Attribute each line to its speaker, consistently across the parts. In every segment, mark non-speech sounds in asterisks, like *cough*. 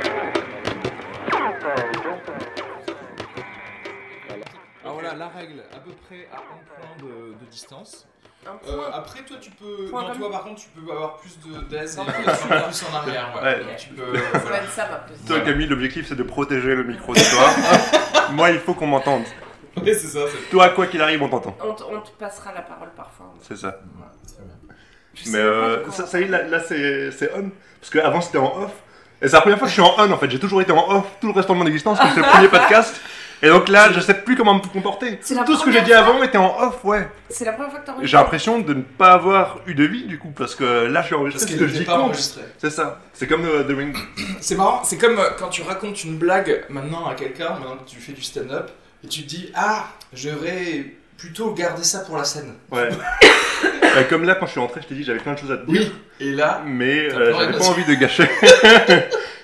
Speaker 1: Alors Ah, voilà, la règle, à peu près à un point de, de distance.
Speaker 2: Un
Speaker 1: Euh,
Speaker 2: point.
Speaker 1: après, toi, tu peux.
Speaker 2: Point
Speaker 1: non,
Speaker 2: comme-
Speaker 1: toi, par contre, tu peux avoir plus de- d'aise et plus, plus en arrière. Ouais.
Speaker 3: Ouais.
Speaker 1: Donc, Tu peux.
Speaker 3: Euh,
Speaker 1: voilà. *laughs*
Speaker 2: Voilà, ça va plus.
Speaker 3: Toi Camille, l'objectif c'est de protéger le micro de toi. *laughs* Moi il faut qu'on m'entende.
Speaker 1: Ouais, c'est ça. c'est-
Speaker 3: Toi quoi qu'il arrive on t'entend.
Speaker 2: On, te- on te passera la parole parfois.
Speaker 3: C'est ça.
Speaker 1: Voilà, très bien.
Speaker 2: Je sais
Speaker 3: Mais
Speaker 2: pas
Speaker 3: euh,
Speaker 2: pourquoi.
Speaker 3: ça, ça y est, là, là, c'est c'est on. Parce qu'avant c'était en off. Et c'est la première fois que je suis en on en fait. J'ai toujours été en off tout le restant de mon existence
Speaker 2: *laughs*
Speaker 3: parce que c'est le premier podcast. Et donc là je sais plus comment me comporter.
Speaker 2: C'est la
Speaker 3: Tout ce que j'ai
Speaker 2: première
Speaker 3: dit avant était en off, ouais.
Speaker 2: C'est la première fois que t'en
Speaker 3: J'ai l'impression de ne pas avoir eu de vie du coup parce que là je suis
Speaker 1: Parce
Speaker 3: enregistré parce
Speaker 1: qu'elle
Speaker 3: que je
Speaker 1: n'était
Speaker 3: dis
Speaker 1: pas
Speaker 3: con.
Speaker 1: enregistrée.
Speaker 3: C'est ça. C'est comme euh, The Ring.
Speaker 1: C'est marrant, c'est comme euh, quand tu racontes une blague maintenant à quelqu'un, maintenant que tu fais du stand-up, et tu te dis Ah, j'aurais plutôt garder ça pour la scène.
Speaker 3: Ouais. *laughs* Ouais, comme là quand je suis rentré je t'ai dit j'avais plein de choses à te dire.
Speaker 1: Et là,
Speaker 3: mais
Speaker 1: T'as
Speaker 3: euh,
Speaker 1: pleuré
Speaker 3: j'avais pas
Speaker 1: parce que-
Speaker 3: envie de gâcher. *laughs*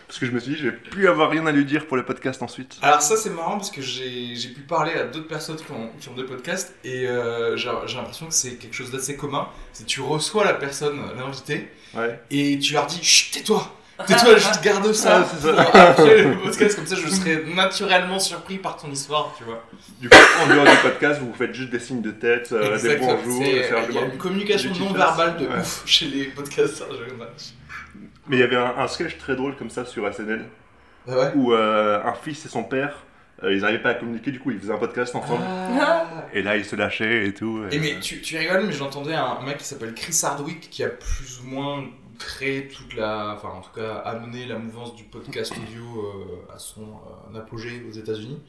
Speaker 3: parce que je me suis dit, je vais plus avoir rien à lui dire pour le podcast ensuite.
Speaker 1: Alors ça c'est marrant parce que j'ai j'ai pu parler à d'autres personnes qui ont, qui ont des podcasts et euh, j'ai j'ai l'impression que c'est quelque chose d'assez commun. C'est que tu reçois la personne, l'invité,
Speaker 3: Ouais.
Speaker 1: et tu leur dis Chut, tais-toi
Speaker 3: *laughs*
Speaker 1: Tais-toi, je te garde ça,
Speaker 3: Ah, c'est ça.
Speaker 1: pour après le podcast, comme ça je serais naturellement surpris par ton histoire, tu vois.
Speaker 3: Du coup, en dehors du podcast, vous faites juste des signes de tête, euh, des
Speaker 1: Exactement.
Speaker 3: bonjours,
Speaker 1: C'est- euh,
Speaker 3: des serres de
Speaker 1: Il y a
Speaker 3: main.
Speaker 1: une communication
Speaker 3: des petites
Speaker 1: non verbale de
Speaker 3: phrases. Ouais.
Speaker 1: ouf chez les podcasters, je le match.
Speaker 3: Mais il y avait un, un sketch très drôle comme ça sur SNL
Speaker 1: Ah ouais
Speaker 3: où euh, un fils et son père, euh, ils n'arrivaient pas à communiquer, du coup, ils faisaient un podcast ensemble. Et là, ils se lâchaient et tout.
Speaker 1: Ah. Et mais tu, tu rigoles, mais j'entendais un mec qui s'appelle Chris Hardwick qui a plus ou moins créé toute la. Enfin, en tout cas, amené la mouvance du podcast audio euh, à son euh, apogée aux États-Unis.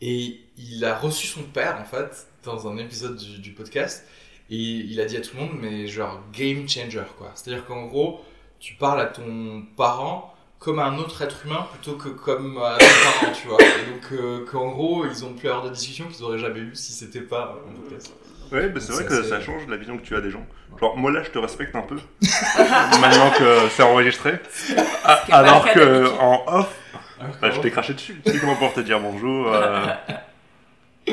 Speaker 1: Et il a reçu son père, en fait, dans un épisode du, du podcast. Et il a dit à tout le monde, mais genre game changer, quoi. C'est-à-dire qu'en gros, tu parles à ton parent comme à un autre être humain plutôt que comme à ton parent, tu vois. Et donc, euh, qu'en gros, ils ont pu avoir des discussions qu'ils auraient jamais eues si c'était pas un podcast.
Speaker 3: Ouais, bah, c'est vrai
Speaker 1: Ça,
Speaker 3: que
Speaker 1: c'est-
Speaker 3: ça change la vision que tu as des gens. Genre, moi là, je te respecte un peu, *laughs* maintenant que c'est enregistré. Ah,
Speaker 2: qui est pas
Speaker 3: Alors
Speaker 2: le cas
Speaker 3: que
Speaker 2: d'habitude.
Speaker 3: en off, Bah, je t'ai craché dessus. Tu sais comment pour te dire
Speaker 2: *laughs*
Speaker 3: bonjour. euh,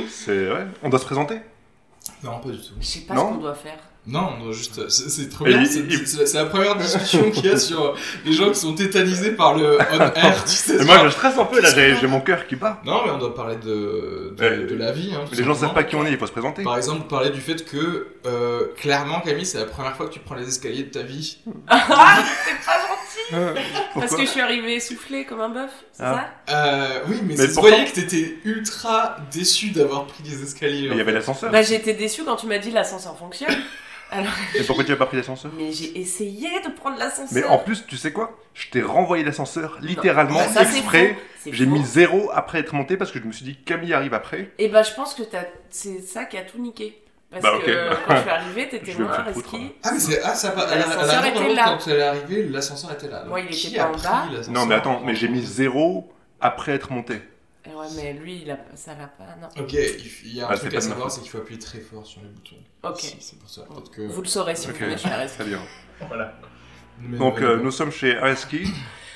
Speaker 3: C'est ouais. On doit se présenter.
Speaker 1: Non, pas du tout.
Speaker 2: Je sais pas
Speaker 3: Non.
Speaker 2: ce qu'on doit faire.
Speaker 1: Non, on doit juste. C'est c'est trop
Speaker 3: Et
Speaker 1: bien.
Speaker 3: il-
Speaker 1: C'est
Speaker 3: il-
Speaker 1: c'est la, c'est la première discussion qu'il y a sur euh, les gens qui sont tétanisés par
Speaker 3: *laughs*
Speaker 1: le on-air, tu sais.
Speaker 3: Et
Speaker 1: genre-
Speaker 3: moi, je stresse un peu là. J'ai j'ai mon cœur qui bat.
Speaker 1: Non, mais on doit parler de, de,
Speaker 3: Ouais.
Speaker 1: de la vie. Hein, tout
Speaker 3: Les
Speaker 1: simplement.
Speaker 3: gens savent pas qui on est. Il faut se présenter.
Speaker 1: Par exemple, parler du fait que, euh, clairement, Camille, c'est la première fois que tu prends les escaliers de ta vie.
Speaker 2: C'est pas gentil Parce
Speaker 3: Pourquoi
Speaker 2: que je suis arrivée soufflée comme un bœuf, c'est
Speaker 3: Ah.
Speaker 1: Euh, oui, mais,
Speaker 3: Mais
Speaker 1: ça se
Speaker 3: pourtant-
Speaker 1: voyait que t'étais ultra déçu d'avoir pris les escaliers.
Speaker 3: Mais Il y avait
Speaker 2: ça
Speaker 3: l'ascenseur.
Speaker 2: Bah j'étais déçue quand tu m'as dit l'ascenseur fonctionne.
Speaker 3: *coughs* Et pourquoi tu as pas pris l'ascenseur
Speaker 2: Mais j'ai essayé de prendre l'ascenseur.
Speaker 3: Mais en plus, tu sais quoi Je t'ai renvoyé l'ascenseur littéralement
Speaker 2: Bah, ça, c'est
Speaker 3: exprès.
Speaker 2: faux. C'est
Speaker 3: J'ai
Speaker 2: faux.
Speaker 3: mis zéro après être monté parce que je me suis dit Camille arrive après.
Speaker 2: Et bah je pense que t'as- c'est ça qui a tout niqué. Parce
Speaker 3: Bah, ok.
Speaker 2: que euh, quand je suis arrivée, t'étais
Speaker 3: Je vais me
Speaker 2: moins
Speaker 3: faire foutre,
Speaker 2: risquée.
Speaker 1: Ah, mais c'est. Ah, ça a pas. à la- à la
Speaker 2: L'ascenseur
Speaker 1: maison,
Speaker 2: était là.
Speaker 1: Quand elle est arrivée, l'ascenseur était là. Donc,
Speaker 2: Ouais, il
Speaker 1: qui
Speaker 2: était
Speaker 1: a
Speaker 2: pas en
Speaker 1: pris
Speaker 2: bas.
Speaker 1: l'ascenseur
Speaker 3: Non, mais attends, mais j'ai mis zéro après être monté.
Speaker 2: Et Ouais mais lui il a... ça va pas, non.
Speaker 3: Euh,
Speaker 1: Ok, il y a un
Speaker 3: Ah, c'est
Speaker 1: truc
Speaker 3: pas
Speaker 1: à
Speaker 3: de ma
Speaker 1: savoir, c'est qu'il faut appuyer très fort sur les boutons.
Speaker 2: Ok.
Speaker 1: Si, C'est pour ça, peut-être que...
Speaker 2: Vous le saurez si
Speaker 3: Ok.
Speaker 2: vous venez chez Areski.
Speaker 3: Très bien.
Speaker 1: Voilà. Mais-
Speaker 3: Donc,
Speaker 1: mais-
Speaker 3: euh, nous sommes chez Areski.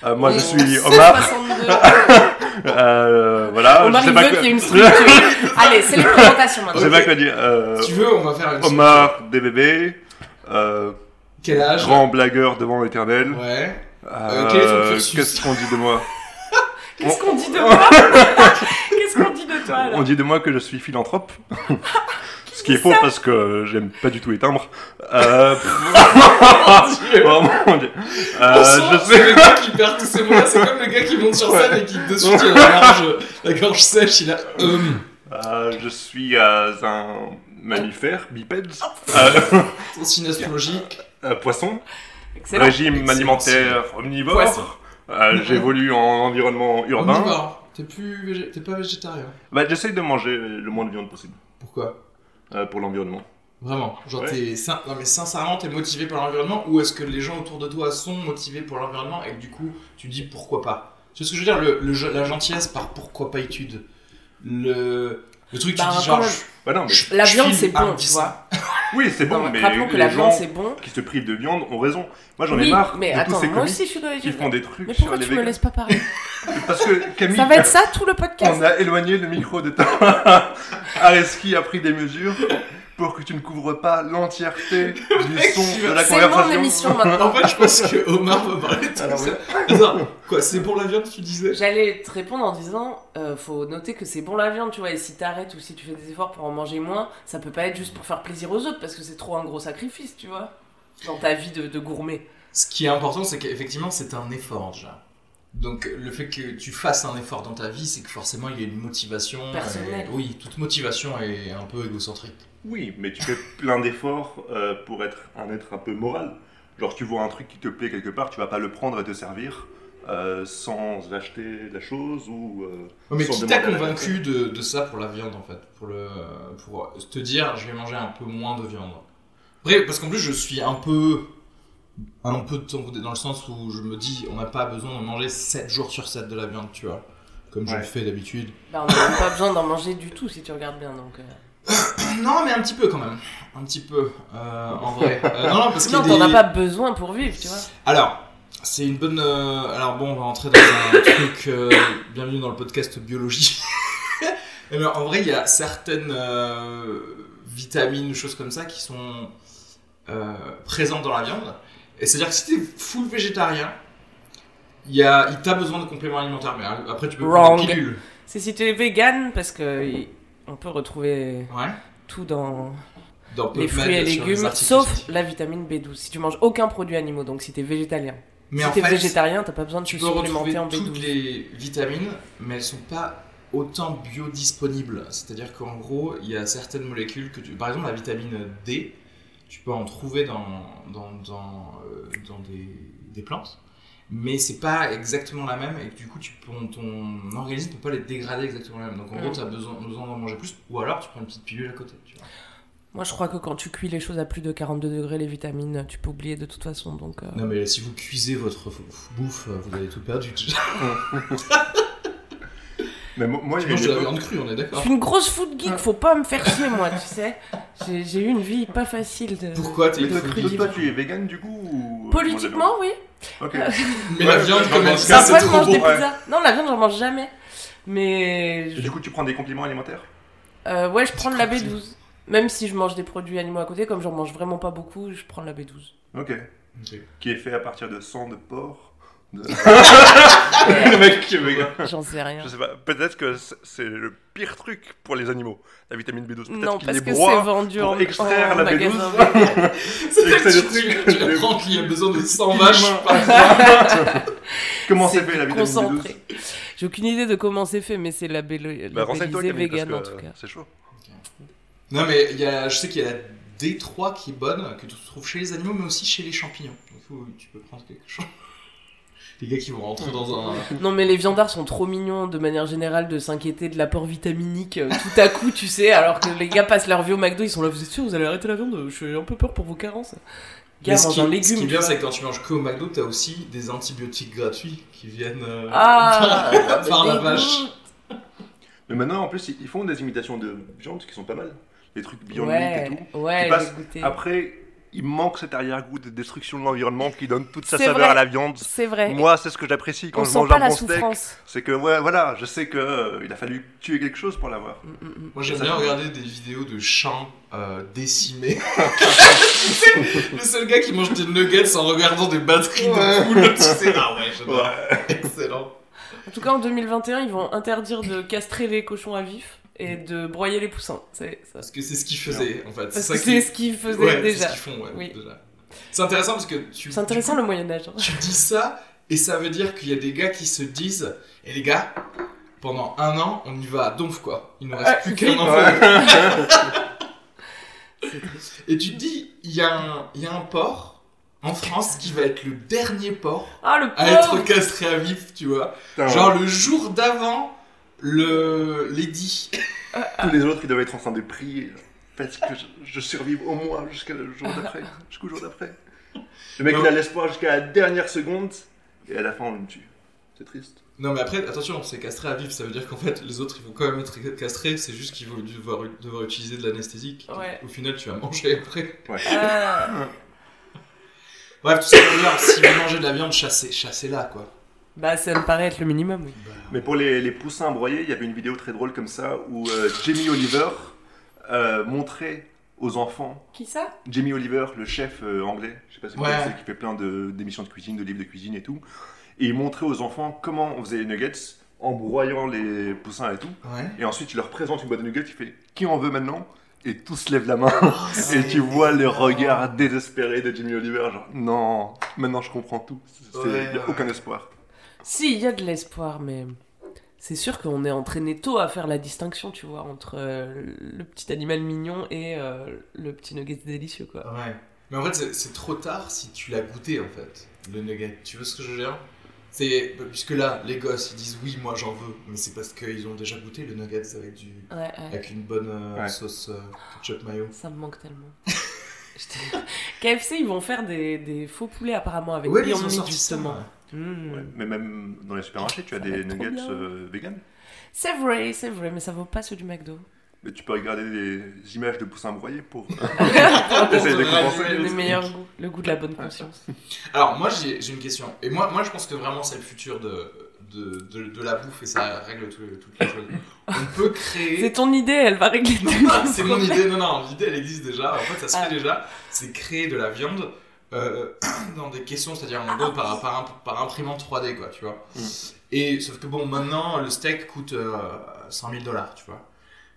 Speaker 3: Euh, moi, je
Speaker 2: Et
Speaker 3: suis
Speaker 2: 62.
Speaker 3: Omar. *laughs* Euh, voilà,
Speaker 2: Omar
Speaker 3: je sais
Speaker 2: il
Speaker 3: pas
Speaker 2: veut
Speaker 3: que-
Speaker 2: qu'il y ait une
Speaker 3: *laughs*
Speaker 2: structure. Allez, c'est les présentations
Speaker 3: Je sais
Speaker 2: maintenant.
Speaker 3: pas quoi dire. Euh,
Speaker 1: Ah, Si tu veux, on va faire une...
Speaker 3: Omar, des bébés, euh,
Speaker 1: Quel âge
Speaker 3: grand blagueur devant l'éternel.
Speaker 1: Ah, Ouais.
Speaker 3: *laughs* Euh,
Speaker 1: quel est ton cursus
Speaker 3: Qu'est-ce qu'on dit
Speaker 1: *laughs*
Speaker 3: de moi
Speaker 2: Qu'est-ce qu'on dit de moi
Speaker 3: *laughs*
Speaker 2: Qu'est-ce qu'on dit de toi
Speaker 3: On
Speaker 2: là
Speaker 3: dit de moi que je suis philanthrope. Ce qui est faux parce que euh, j'aime pas du tout les timbres.
Speaker 1: *laughs*
Speaker 3: Euh, oh mon dieu. Euh,
Speaker 1: Bonsoir,
Speaker 3: je
Speaker 1: C'est
Speaker 3: sais.
Speaker 1: le gars qui perd tous ses mots-là, c'est comme le gars qui monte sur scène et qui de suite euh, il a la gorge, la gorge sèche, il a... Hum.
Speaker 3: Euh, je suis euh, un mammifères, bipèdes, euh,
Speaker 1: Synastologique.
Speaker 3: euh, poissons,
Speaker 2: Excellent.
Speaker 3: régime
Speaker 1: Excellent.
Speaker 3: alimentaire
Speaker 1: Poisson.
Speaker 3: omnivore. Euh, J'évolue en environnement urbain.
Speaker 1: Omnivore. T'es plus végé- t'es pas végétarien.
Speaker 3: Bah, J'essaye de manger le moins de viande possible
Speaker 1: Pourquoi
Speaker 3: euh, pour l'environnement.
Speaker 1: Vraiment. Genre
Speaker 3: Ouais.
Speaker 1: t'es sin- non mais sincèrement t'es motivé par l'environnement ou est-ce que les gens autour de toi sont motivés par l'environnement et que du coup tu dis pourquoi pas Tu sais ce que je veux dire le, le ge- la gentillesse par pourquoi pas étude. Le le truc
Speaker 2: Bah,
Speaker 1: tu dis
Speaker 2: quand
Speaker 1: genre
Speaker 2: même.
Speaker 1: je-
Speaker 3: Bah non, mais
Speaker 1: je-
Speaker 2: La
Speaker 1: je
Speaker 2: viande,
Speaker 1: file
Speaker 2: c'est
Speaker 1: un
Speaker 2: bon, tu
Speaker 1: petit-
Speaker 2: vois.
Speaker 3: oui, c'est bon,
Speaker 2: Non,
Speaker 3: mais
Speaker 2: rappelons que
Speaker 3: les
Speaker 2: la
Speaker 3: gens
Speaker 2: viande, c'est bon.
Speaker 3: qui se privent de viande ont raison. Moi, j'en ai
Speaker 2: Oui,
Speaker 3: marre
Speaker 2: mais
Speaker 3: de
Speaker 2: attends,
Speaker 3: tous ces
Speaker 2: moi
Speaker 3: comiques
Speaker 2: aussi, je suis dans les
Speaker 3: qui
Speaker 2: yeux.
Speaker 3: font des trucs
Speaker 2: Mais
Speaker 3: sur
Speaker 2: pourquoi
Speaker 3: les
Speaker 2: tu me
Speaker 3: véganes.
Speaker 2: laisses pas parler
Speaker 3: Parce que
Speaker 2: *laughs*
Speaker 3: Camille,
Speaker 2: Ça va être ça tout le podcast
Speaker 3: on a éloigné le micro de ta... *laughs* Areski a pris des mesures pour que tu ne couvres
Speaker 2: *laughs*
Speaker 3: pas l'entièreté du
Speaker 1: mec,
Speaker 3: son
Speaker 1: tu
Speaker 3: de
Speaker 1: vas-
Speaker 3: la
Speaker 2: C'est mon
Speaker 3: conversation.
Speaker 2: émission maintenant.
Speaker 1: En fait je pense que Omar va parler de
Speaker 3: Alors,
Speaker 1: ça. Attends, quoi c'est pour la viande tu disais
Speaker 2: J'allais te répondre en disant euh, faut noter que c'est bon la viande, tu vois, et si t'arrêtes ou si tu fais des efforts pour en manger moins, ça peut pas être juste pour faire plaisir aux autres parce que c'est trop un gros sacrifice, tu vois, dans ta vie de, de gourmet.
Speaker 1: Ce qui est important, c'est qu'effectivement, c'est un effort déjà. Donc, le fait que tu fasses un effort dans ta vie, c'est que forcément, il y a une motivation.
Speaker 2: Personnelle.
Speaker 1: et- oui, toute motivation est un peu égocentrique.
Speaker 3: Oui, mais tu fais plein d'efforts euh, pour être un être un peu moral. Genre, tu vois un truc qui te plaît quelque part, tu vas pas le prendre et te servir euh, sans acheter la chose ou. euh,
Speaker 1: Oh, Mais
Speaker 3: sans
Speaker 1: qui t'a
Speaker 3: demander à la
Speaker 1: convaincu de, de ça pour la viande, en fait pour, le, pour te dire, je vais manger un peu moins de viande. Après, parce qu'en plus, je suis un peu...
Speaker 3: Ah
Speaker 1: Un peu de ton côté, dans le sens où je me dis, on n'a pas besoin de manger 7 jours sur 7 de la viande, tu vois. Comme je
Speaker 3: Ouais.
Speaker 1: le fais d'habitude. *clears throat*
Speaker 2: Bah, on n'a même pas besoin d'en manger du tout si tu regardes bien donc. euh.
Speaker 1: Non, mais un petit peu quand même. Un petit peu, euh, en vrai. Euh, non, non,
Speaker 2: *laughs*
Speaker 1: parce qu'il y a
Speaker 2: Non, t'en
Speaker 1: des-
Speaker 2: as pas besoin pour vivre, tu vois.
Speaker 1: Alors, c'est une bonne. euh, Alors, bon, on va rentrer dans un *coughs* truc. euh, Bienvenue dans le podcast biologie. *laughs* Eh bien, en vrai, il y a certaines euh, vitamines, choses comme ça, qui sont euh, présentes dans la viande. Et c'est-à-dire que si t'es full végétarien, il y a... il t'a besoin de compléments alimentaires. Mais après, tu peux prendre
Speaker 2: Wrong.
Speaker 1: des pilules.
Speaker 2: C'est si tu es vegan parce que y- on peut retrouver
Speaker 1: Ouais.
Speaker 2: tout dans
Speaker 1: Dans PubMed,
Speaker 2: les fruits et
Speaker 1: sur Bah, les
Speaker 2: légumes
Speaker 1: articles
Speaker 2: sauf
Speaker 1: scientifiques.
Speaker 2: la vitamine B12 si tu manges aucun produit animaux donc si tu es végétalien.
Speaker 1: Mais
Speaker 2: si
Speaker 1: en
Speaker 2: t'es
Speaker 1: fait,
Speaker 2: végétarien, t'as pas besoin de te
Speaker 1: Tu peux retrouver
Speaker 2: supplémenter en B12.
Speaker 1: toutes les vitamines, mais elles sont pas autant biodisponibles. C'est-à-dire qu'en gros, il y a certaines molécules que tu... Par exemple, la vitamine D, tu peux en trouver dans, dans, dans, euh, dans des, des plantes, mais c'est pas exactement la même, et que du coup, tu peux, ton organisme peut pas les dégrader exactement la même. Donc en gros,
Speaker 2: Mm.
Speaker 1: tu as besoin, besoin d'en manger plus, ou alors tu prends une petite pilule à côté. Tu vois.
Speaker 2: Moi, je crois que quand tu cuis les choses à plus de 42 degrés, les vitamines, tu peux oublier de toute façon. Donc, euh,
Speaker 1: Non mais si vous cuisez votre f- f- bouffe, euh, vous avez tout perdu. Tu
Speaker 3: Mais moi, moi, il y a
Speaker 1: manges
Speaker 3: une
Speaker 1: de la
Speaker 3: époque-
Speaker 1: viande crue, on est
Speaker 2: je
Speaker 1: d'accord
Speaker 2: suis une grosse food geek, faut pas me faire chier, moi, tu sais. J'ai j'ai eu une vie pas facile. De...
Speaker 1: Pourquoi t'es
Speaker 3: Mais
Speaker 1: une
Speaker 3: toi,
Speaker 1: food
Speaker 3: toi,
Speaker 1: geek
Speaker 3: toi, tu es vegan du coup ou-
Speaker 2: Politiquement, oui.
Speaker 3: Ok.
Speaker 1: Mais la
Speaker 3: Ouais,
Speaker 1: viande,
Speaker 3: dans
Speaker 1: comme
Speaker 3: le
Speaker 1: elle
Speaker 3: cas,
Speaker 1: ça,
Speaker 3: c'est
Speaker 2: Parfois, je
Speaker 3: trop
Speaker 2: mange
Speaker 3: bon,
Speaker 2: des
Speaker 3: ouais.
Speaker 2: pizzas. Non, la viande, j'en mange jamais. Mais.
Speaker 3: Et
Speaker 2: je-
Speaker 3: Du coup, tu prends des compliments alimentaires
Speaker 2: euh, ouais, je prends de la B12. Même si je mange des produits animaux à côté, comme j'en mange vraiment pas beaucoup, je prends de la B12.
Speaker 3: Ok.
Speaker 1: Ok.
Speaker 3: Qui est fait à partir de sang de porc
Speaker 2: *laughs*
Speaker 3: de- *laughs* Le mec qui est vegan.
Speaker 2: J'en sais rien.
Speaker 3: Je sais pas, peut-être que c'est c'est le pire truc pour les animaux, la vitamine B12. Peut-être
Speaker 2: Non,
Speaker 3: qu'ils
Speaker 2: parce
Speaker 3: les
Speaker 2: que c'est
Speaker 3: broient
Speaker 2: vendu
Speaker 3: pour
Speaker 2: en,
Speaker 3: extraire
Speaker 2: en
Speaker 3: la
Speaker 2: magasin.
Speaker 3: B12.
Speaker 1: C'est
Speaker 3: Et que c'est
Speaker 1: que
Speaker 3: le
Speaker 1: tu,
Speaker 3: truc
Speaker 1: tu
Speaker 3: de-
Speaker 1: apprends qu'il y a besoin de 100 vaches. par- *laughs*
Speaker 3: Comment
Speaker 2: C'est
Speaker 3: c'est fait la vitamine
Speaker 2: Concentré.
Speaker 3: B12
Speaker 2: J'ai aucune idée de comment c'est fait, mais c'est labello-
Speaker 3: Bah, renseigne-toi,
Speaker 2: labellisé
Speaker 3: Camille,
Speaker 2: vegan en
Speaker 3: parce
Speaker 2: tout
Speaker 3: que
Speaker 2: cas.
Speaker 3: c'est chaud.
Speaker 1: Non, mais il y a, je sais qu'il y a la D3 qui est bonne, que tu trouves chez les animaux, mais aussi chez les champignons. Donc oui, tu peux prendre quelque chose. Les gars qui vont rentrer dans un.
Speaker 2: Non mais les viandards sont trop mignons de manière générale de s'inquiéter de l'apport vitaminique euh, tout à coup, tu sais, alors que les gars passent leur vie au McDo, ils sont là, vous êtes sûr, vous allez arrêter la viande, je suis un peu peur pour vos carences. Gars,
Speaker 1: Mais ce,
Speaker 2: mange
Speaker 1: qui,
Speaker 2: un
Speaker 1: ce
Speaker 2: légume.
Speaker 1: qui est
Speaker 2: tu
Speaker 1: bien,
Speaker 2: vois.
Speaker 1: c'est que quand tu manges que au McDo, t'as aussi des antibiotiques gratuits qui viennent. euh, *laughs* par-
Speaker 2: Ah,
Speaker 1: par la
Speaker 2: dégoûte.
Speaker 1: vache.
Speaker 3: Mais maintenant, en plus, ils ils font des imitations de viande qui sont pas mal. Les trucs Beyond Meat et
Speaker 2: Ouais,
Speaker 3: tout.
Speaker 2: ouais,
Speaker 3: Qui passe
Speaker 2: j'ai goûté.
Speaker 3: Après, il manque cet arrière-goût de destruction de l'environnement qui donne toute sa
Speaker 2: C'est
Speaker 3: saveur
Speaker 2: vrai.
Speaker 3: à la viande.
Speaker 2: C'est vrai.
Speaker 3: Moi, c'est ce que j'apprécie quand
Speaker 2: on
Speaker 3: je
Speaker 2: sent
Speaker 3: mange
Speaker 2: pas
Speaker 3: un
Speaker 2: la
Speaker 3: bon steak.
Speaker 2: souffrance.
Speaker 3: C'est que, ouais, voilà, je sais que euh, il a fallu tuer quelque chose pour l'avoir.
Speaker 2: Mm, mm, mm.
Speaker 1: Moi j'aime
Speaker 3: Ça,
Speaker 1: bien
Speaker 3: c'est-
Speaker 1: regarder des vidéos de champs euh,
Speaker 3: *laughs*
Speaker 1: décimés. C'est le seul gars qui mange des nuggets en regardant des batteries
Speaker 3: Ouais.
Speaker 1: de poules. Tu sais, ah ouais, j'adore.
Speaker 3: Ouais.
Speaker 1: Excellent.
Speaker 2: En tout cas, en 2021, ils vont interdire de castrer les cochons à vif et de broyer les poussins. C'est ça.
Speaker 1: Parce que c'est ce qu'ils faisaient en fait.
Speaker 2: Parce
Speaker 1: ça
Speaker 2: que
Speaker 1: qui-
Speaker 2: c'est ce qu'ils faisaient
Speaker 1: Ouais, c'est
Speaker 2: déjà.
Speaker 1: ce qu'ils font, ouais,
Speaker 2: Oui.
Speaker 1: déjà. C'est intéressant parce que tu,
Speaker 2: C'est intéressant le Moyen Âge. hein.
Speaker 1: tu dis ça et ça veut dire qu'il y a des gars qui se disent Et les gars, pendant un an, on y va à donf quoi. Il ne reste
Speaker 2: Ah,
Speaker 1: plus
Speaker 2: vite.
Speaker 1: qu'un enfant.
Speaker 3: Ouais.
Speaker 1: Et tu te dis, il y, a un- il y a un port en France qui va être le dernier port
Speaker 2: Ah, le
Speaker 1: à être
Speaker 2: pauvre
Speaker 1: castré à vif, tu vois.
Speaker 3: Putain,
Speaker 1: Genre le jour d'avant, le l'édit.
Speaker 3: Tous les autres, ils doivent être en train de prier. Parce que je, je survive au moins jusqu'à le jour d'après. Jusqu'au jour d'après. Le mec,
Speaker 1: Non.
Speaker 3: il a l'espoir jusqu'à la dernière seconde. Et à la fin, on le tue. C'est triste.
Speaker 1: Non mais après, attention, c'est castré à vif, ça veut dire qu'en fait les autres ils vont quand même être castrés, c'est juste qu'ils vont devoir, devoir utiliser de l'anesthésie. qui-
Speaker 2: Ouais.
Speaker 1: Au final, tu vas manger après.
Speaker 3: Ouais.
Speaker 2: Ah.
Speaker 1: Bref, tout ça pour dire, si vous mangez de la viande, chassez, chassez-la quoi.
Speaker 2: Bah, ça me paraît être le minimum, oui.
Speaker 3: Mais pour les, les poussins broyés, il y avait une vidéo très drôle comme ça où euh, Jamie Oliver euh, montrait aux enfants.
Speaker 2: Qui ça
Speaker 3: Jamie Oliver, le chef euh, anglais, je sais pas si vous
Speaker 1: Ouais.
Speaker 3: connaissez, qui fait plein de- d'émissions de, cuisine, de livres de cuisine et tout. Et il montrait aux enfants comment on faisait les nuggets en broyant les poussins et tout.
Speaker 1: Ouais.
Speaker 3: Et ensuite, il leur présente une boîte de nuggets, il fait Qui en veut maintenant Et tous lèvent la main. *laughs* Et
Speaker 1: Oh, c'est
Speaker 3: tu vois le
Speaker 1: énorme.
Speaker 3: regard désespéré de Jimmy Oliver, genre Non, maintenant je comprends tout. Il
Speaker 1: Ouais,
Speaker 3: n'y a
Speaker 1: ouais.
Speaker 3: aucun espoir.
Speaker 2: Si, il y a de l'espoir, mais c'est sûr qu'on est entraîné tôt à faire la distinction, tu vois, entre euh, le petit animal mignon et euh, le petit nugget délicieux, quoi.
Speaker 1: Ouais. Mais en fait, c'est- c'est trop tard si tu l'as goûté, en fait, le nugget. Tu vois ce que je veux dire C'est puisque là, les gosses, ils disent oui, moi j'en veux, mais c'est parce qu'ils ont déjà goûté le nugget avec du,
Speaker 2: Ouais, ouais.
Speaker 1: avec une bonne euh,
Speaker 3: Ouais.
Speaker 1: sauce euh, ketchup mayo.
Speaker 2: Ça me manque tellement. *laughs* Je te- *laughs* KFC, ils vont faire des, des faux poulets apparemment avec
Speaker 1: Ouais, mais
Speaker 2: Beyond
Speaker 1: ils ont
Speaker 2: Meat,
Speaker 1: sorti ça,
Speaker 2: justement.
Speaker 1: ouais.
Speaker 3: *laughs*
Speaker 1: Hmm.
Speaker 2: Mm.
Speaker 3: Ouais, Mais même dans les supermarchés, tu as
Speaker 2: Ça va
Speaker 3: des
Speaker 2: être trop
Speaker 3: nuggets
Speaker 2: bien.
Speaker 3: euh, vegan.
Speaker 2: C'est vrai, c'est vrai, mais ça vaut pas ceux du McDo.
Speaker 3: Mais tu peux regarder des images de poussins broyés pour.
Speaker 1: Pour
Speaker 3: Essaye de
Speaker 1: graduer
Speaker 3: compenser.
Speaker 1: le
Speaker 2: Le
Speaker 1: truc. *laughs*
Speaker 2: meilleur goût, le goût de la bonne conscience.
Speaker 1: Alors moi, j'ai j'ai une question. Et moi, moi, je pense que vraiment, c'est le futur de, de, de, de la bouffe et ça règle tout- toutes les choses. On peut créer.
Speaker 2: C'est ton idée, elle va régler
Speaker 1: *laughs*
Speaker 2: tout. *laughs*
Speaker 1: Non, Ah, c'est mon idée. Non, non, l'idée elle existe déjà. En fait, ça se
Speaker 2: Ah.
Speaker 1: fait déjà. C'est créer de la viande euh, *clears throat* dans des caissons, c'est-à-dire en gros par, par, imp- par imprimante 3D, quoi, tu vois.
Speaker 3: Mm.
Speaker 1: Et sauf que bon, maintenant le steak coûte euh, 100 000 dollars, tu vois.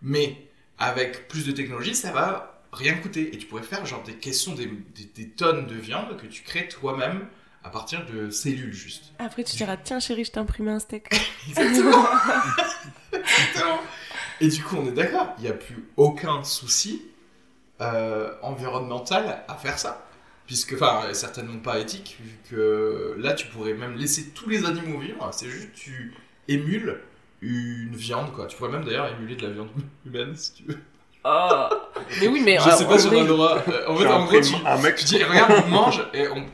Speaker 1: Mais avec plus de technologie, ça va rien coûter. Et tu pourrais faire genre des caissons, des, des- des tonnes de viande que tu crées toi-même à partir de cellules, juste.
Speaker 2: Après, tu diras, tiens chérie, je t'ai imprimé un steak.
Speaker 1: Exactement. Exactement. Et du coup, on est d'accord, il n'y a plus aucun souci euh, environnemental à faire ça. Puisque, enfin, euh, certainement pas éthique, vu que là, tu pourrais même laisser tous les animaux vivre, c'est juste tu émules une viande, quoi. Tu pourrais même d'ailleurs émuler de la viande *laughs* humaine, si tu veux.
Speaker 2: *laughs* Oh. Mais oui, mais.
Speaker 1: Je sais
Speaker 2: euh,
Speaker 1: pas
Speaker 2: en
Speaker 1: si on a
Speaker 2: vrai,
Speaker 1: le droit. Euh, En
Speaker 3: Tu
Speaker 1: fait, en gros, tu,
Speaker 3: imprimes un mec
Speaker 1: tu dis, regarde, on mange, et on...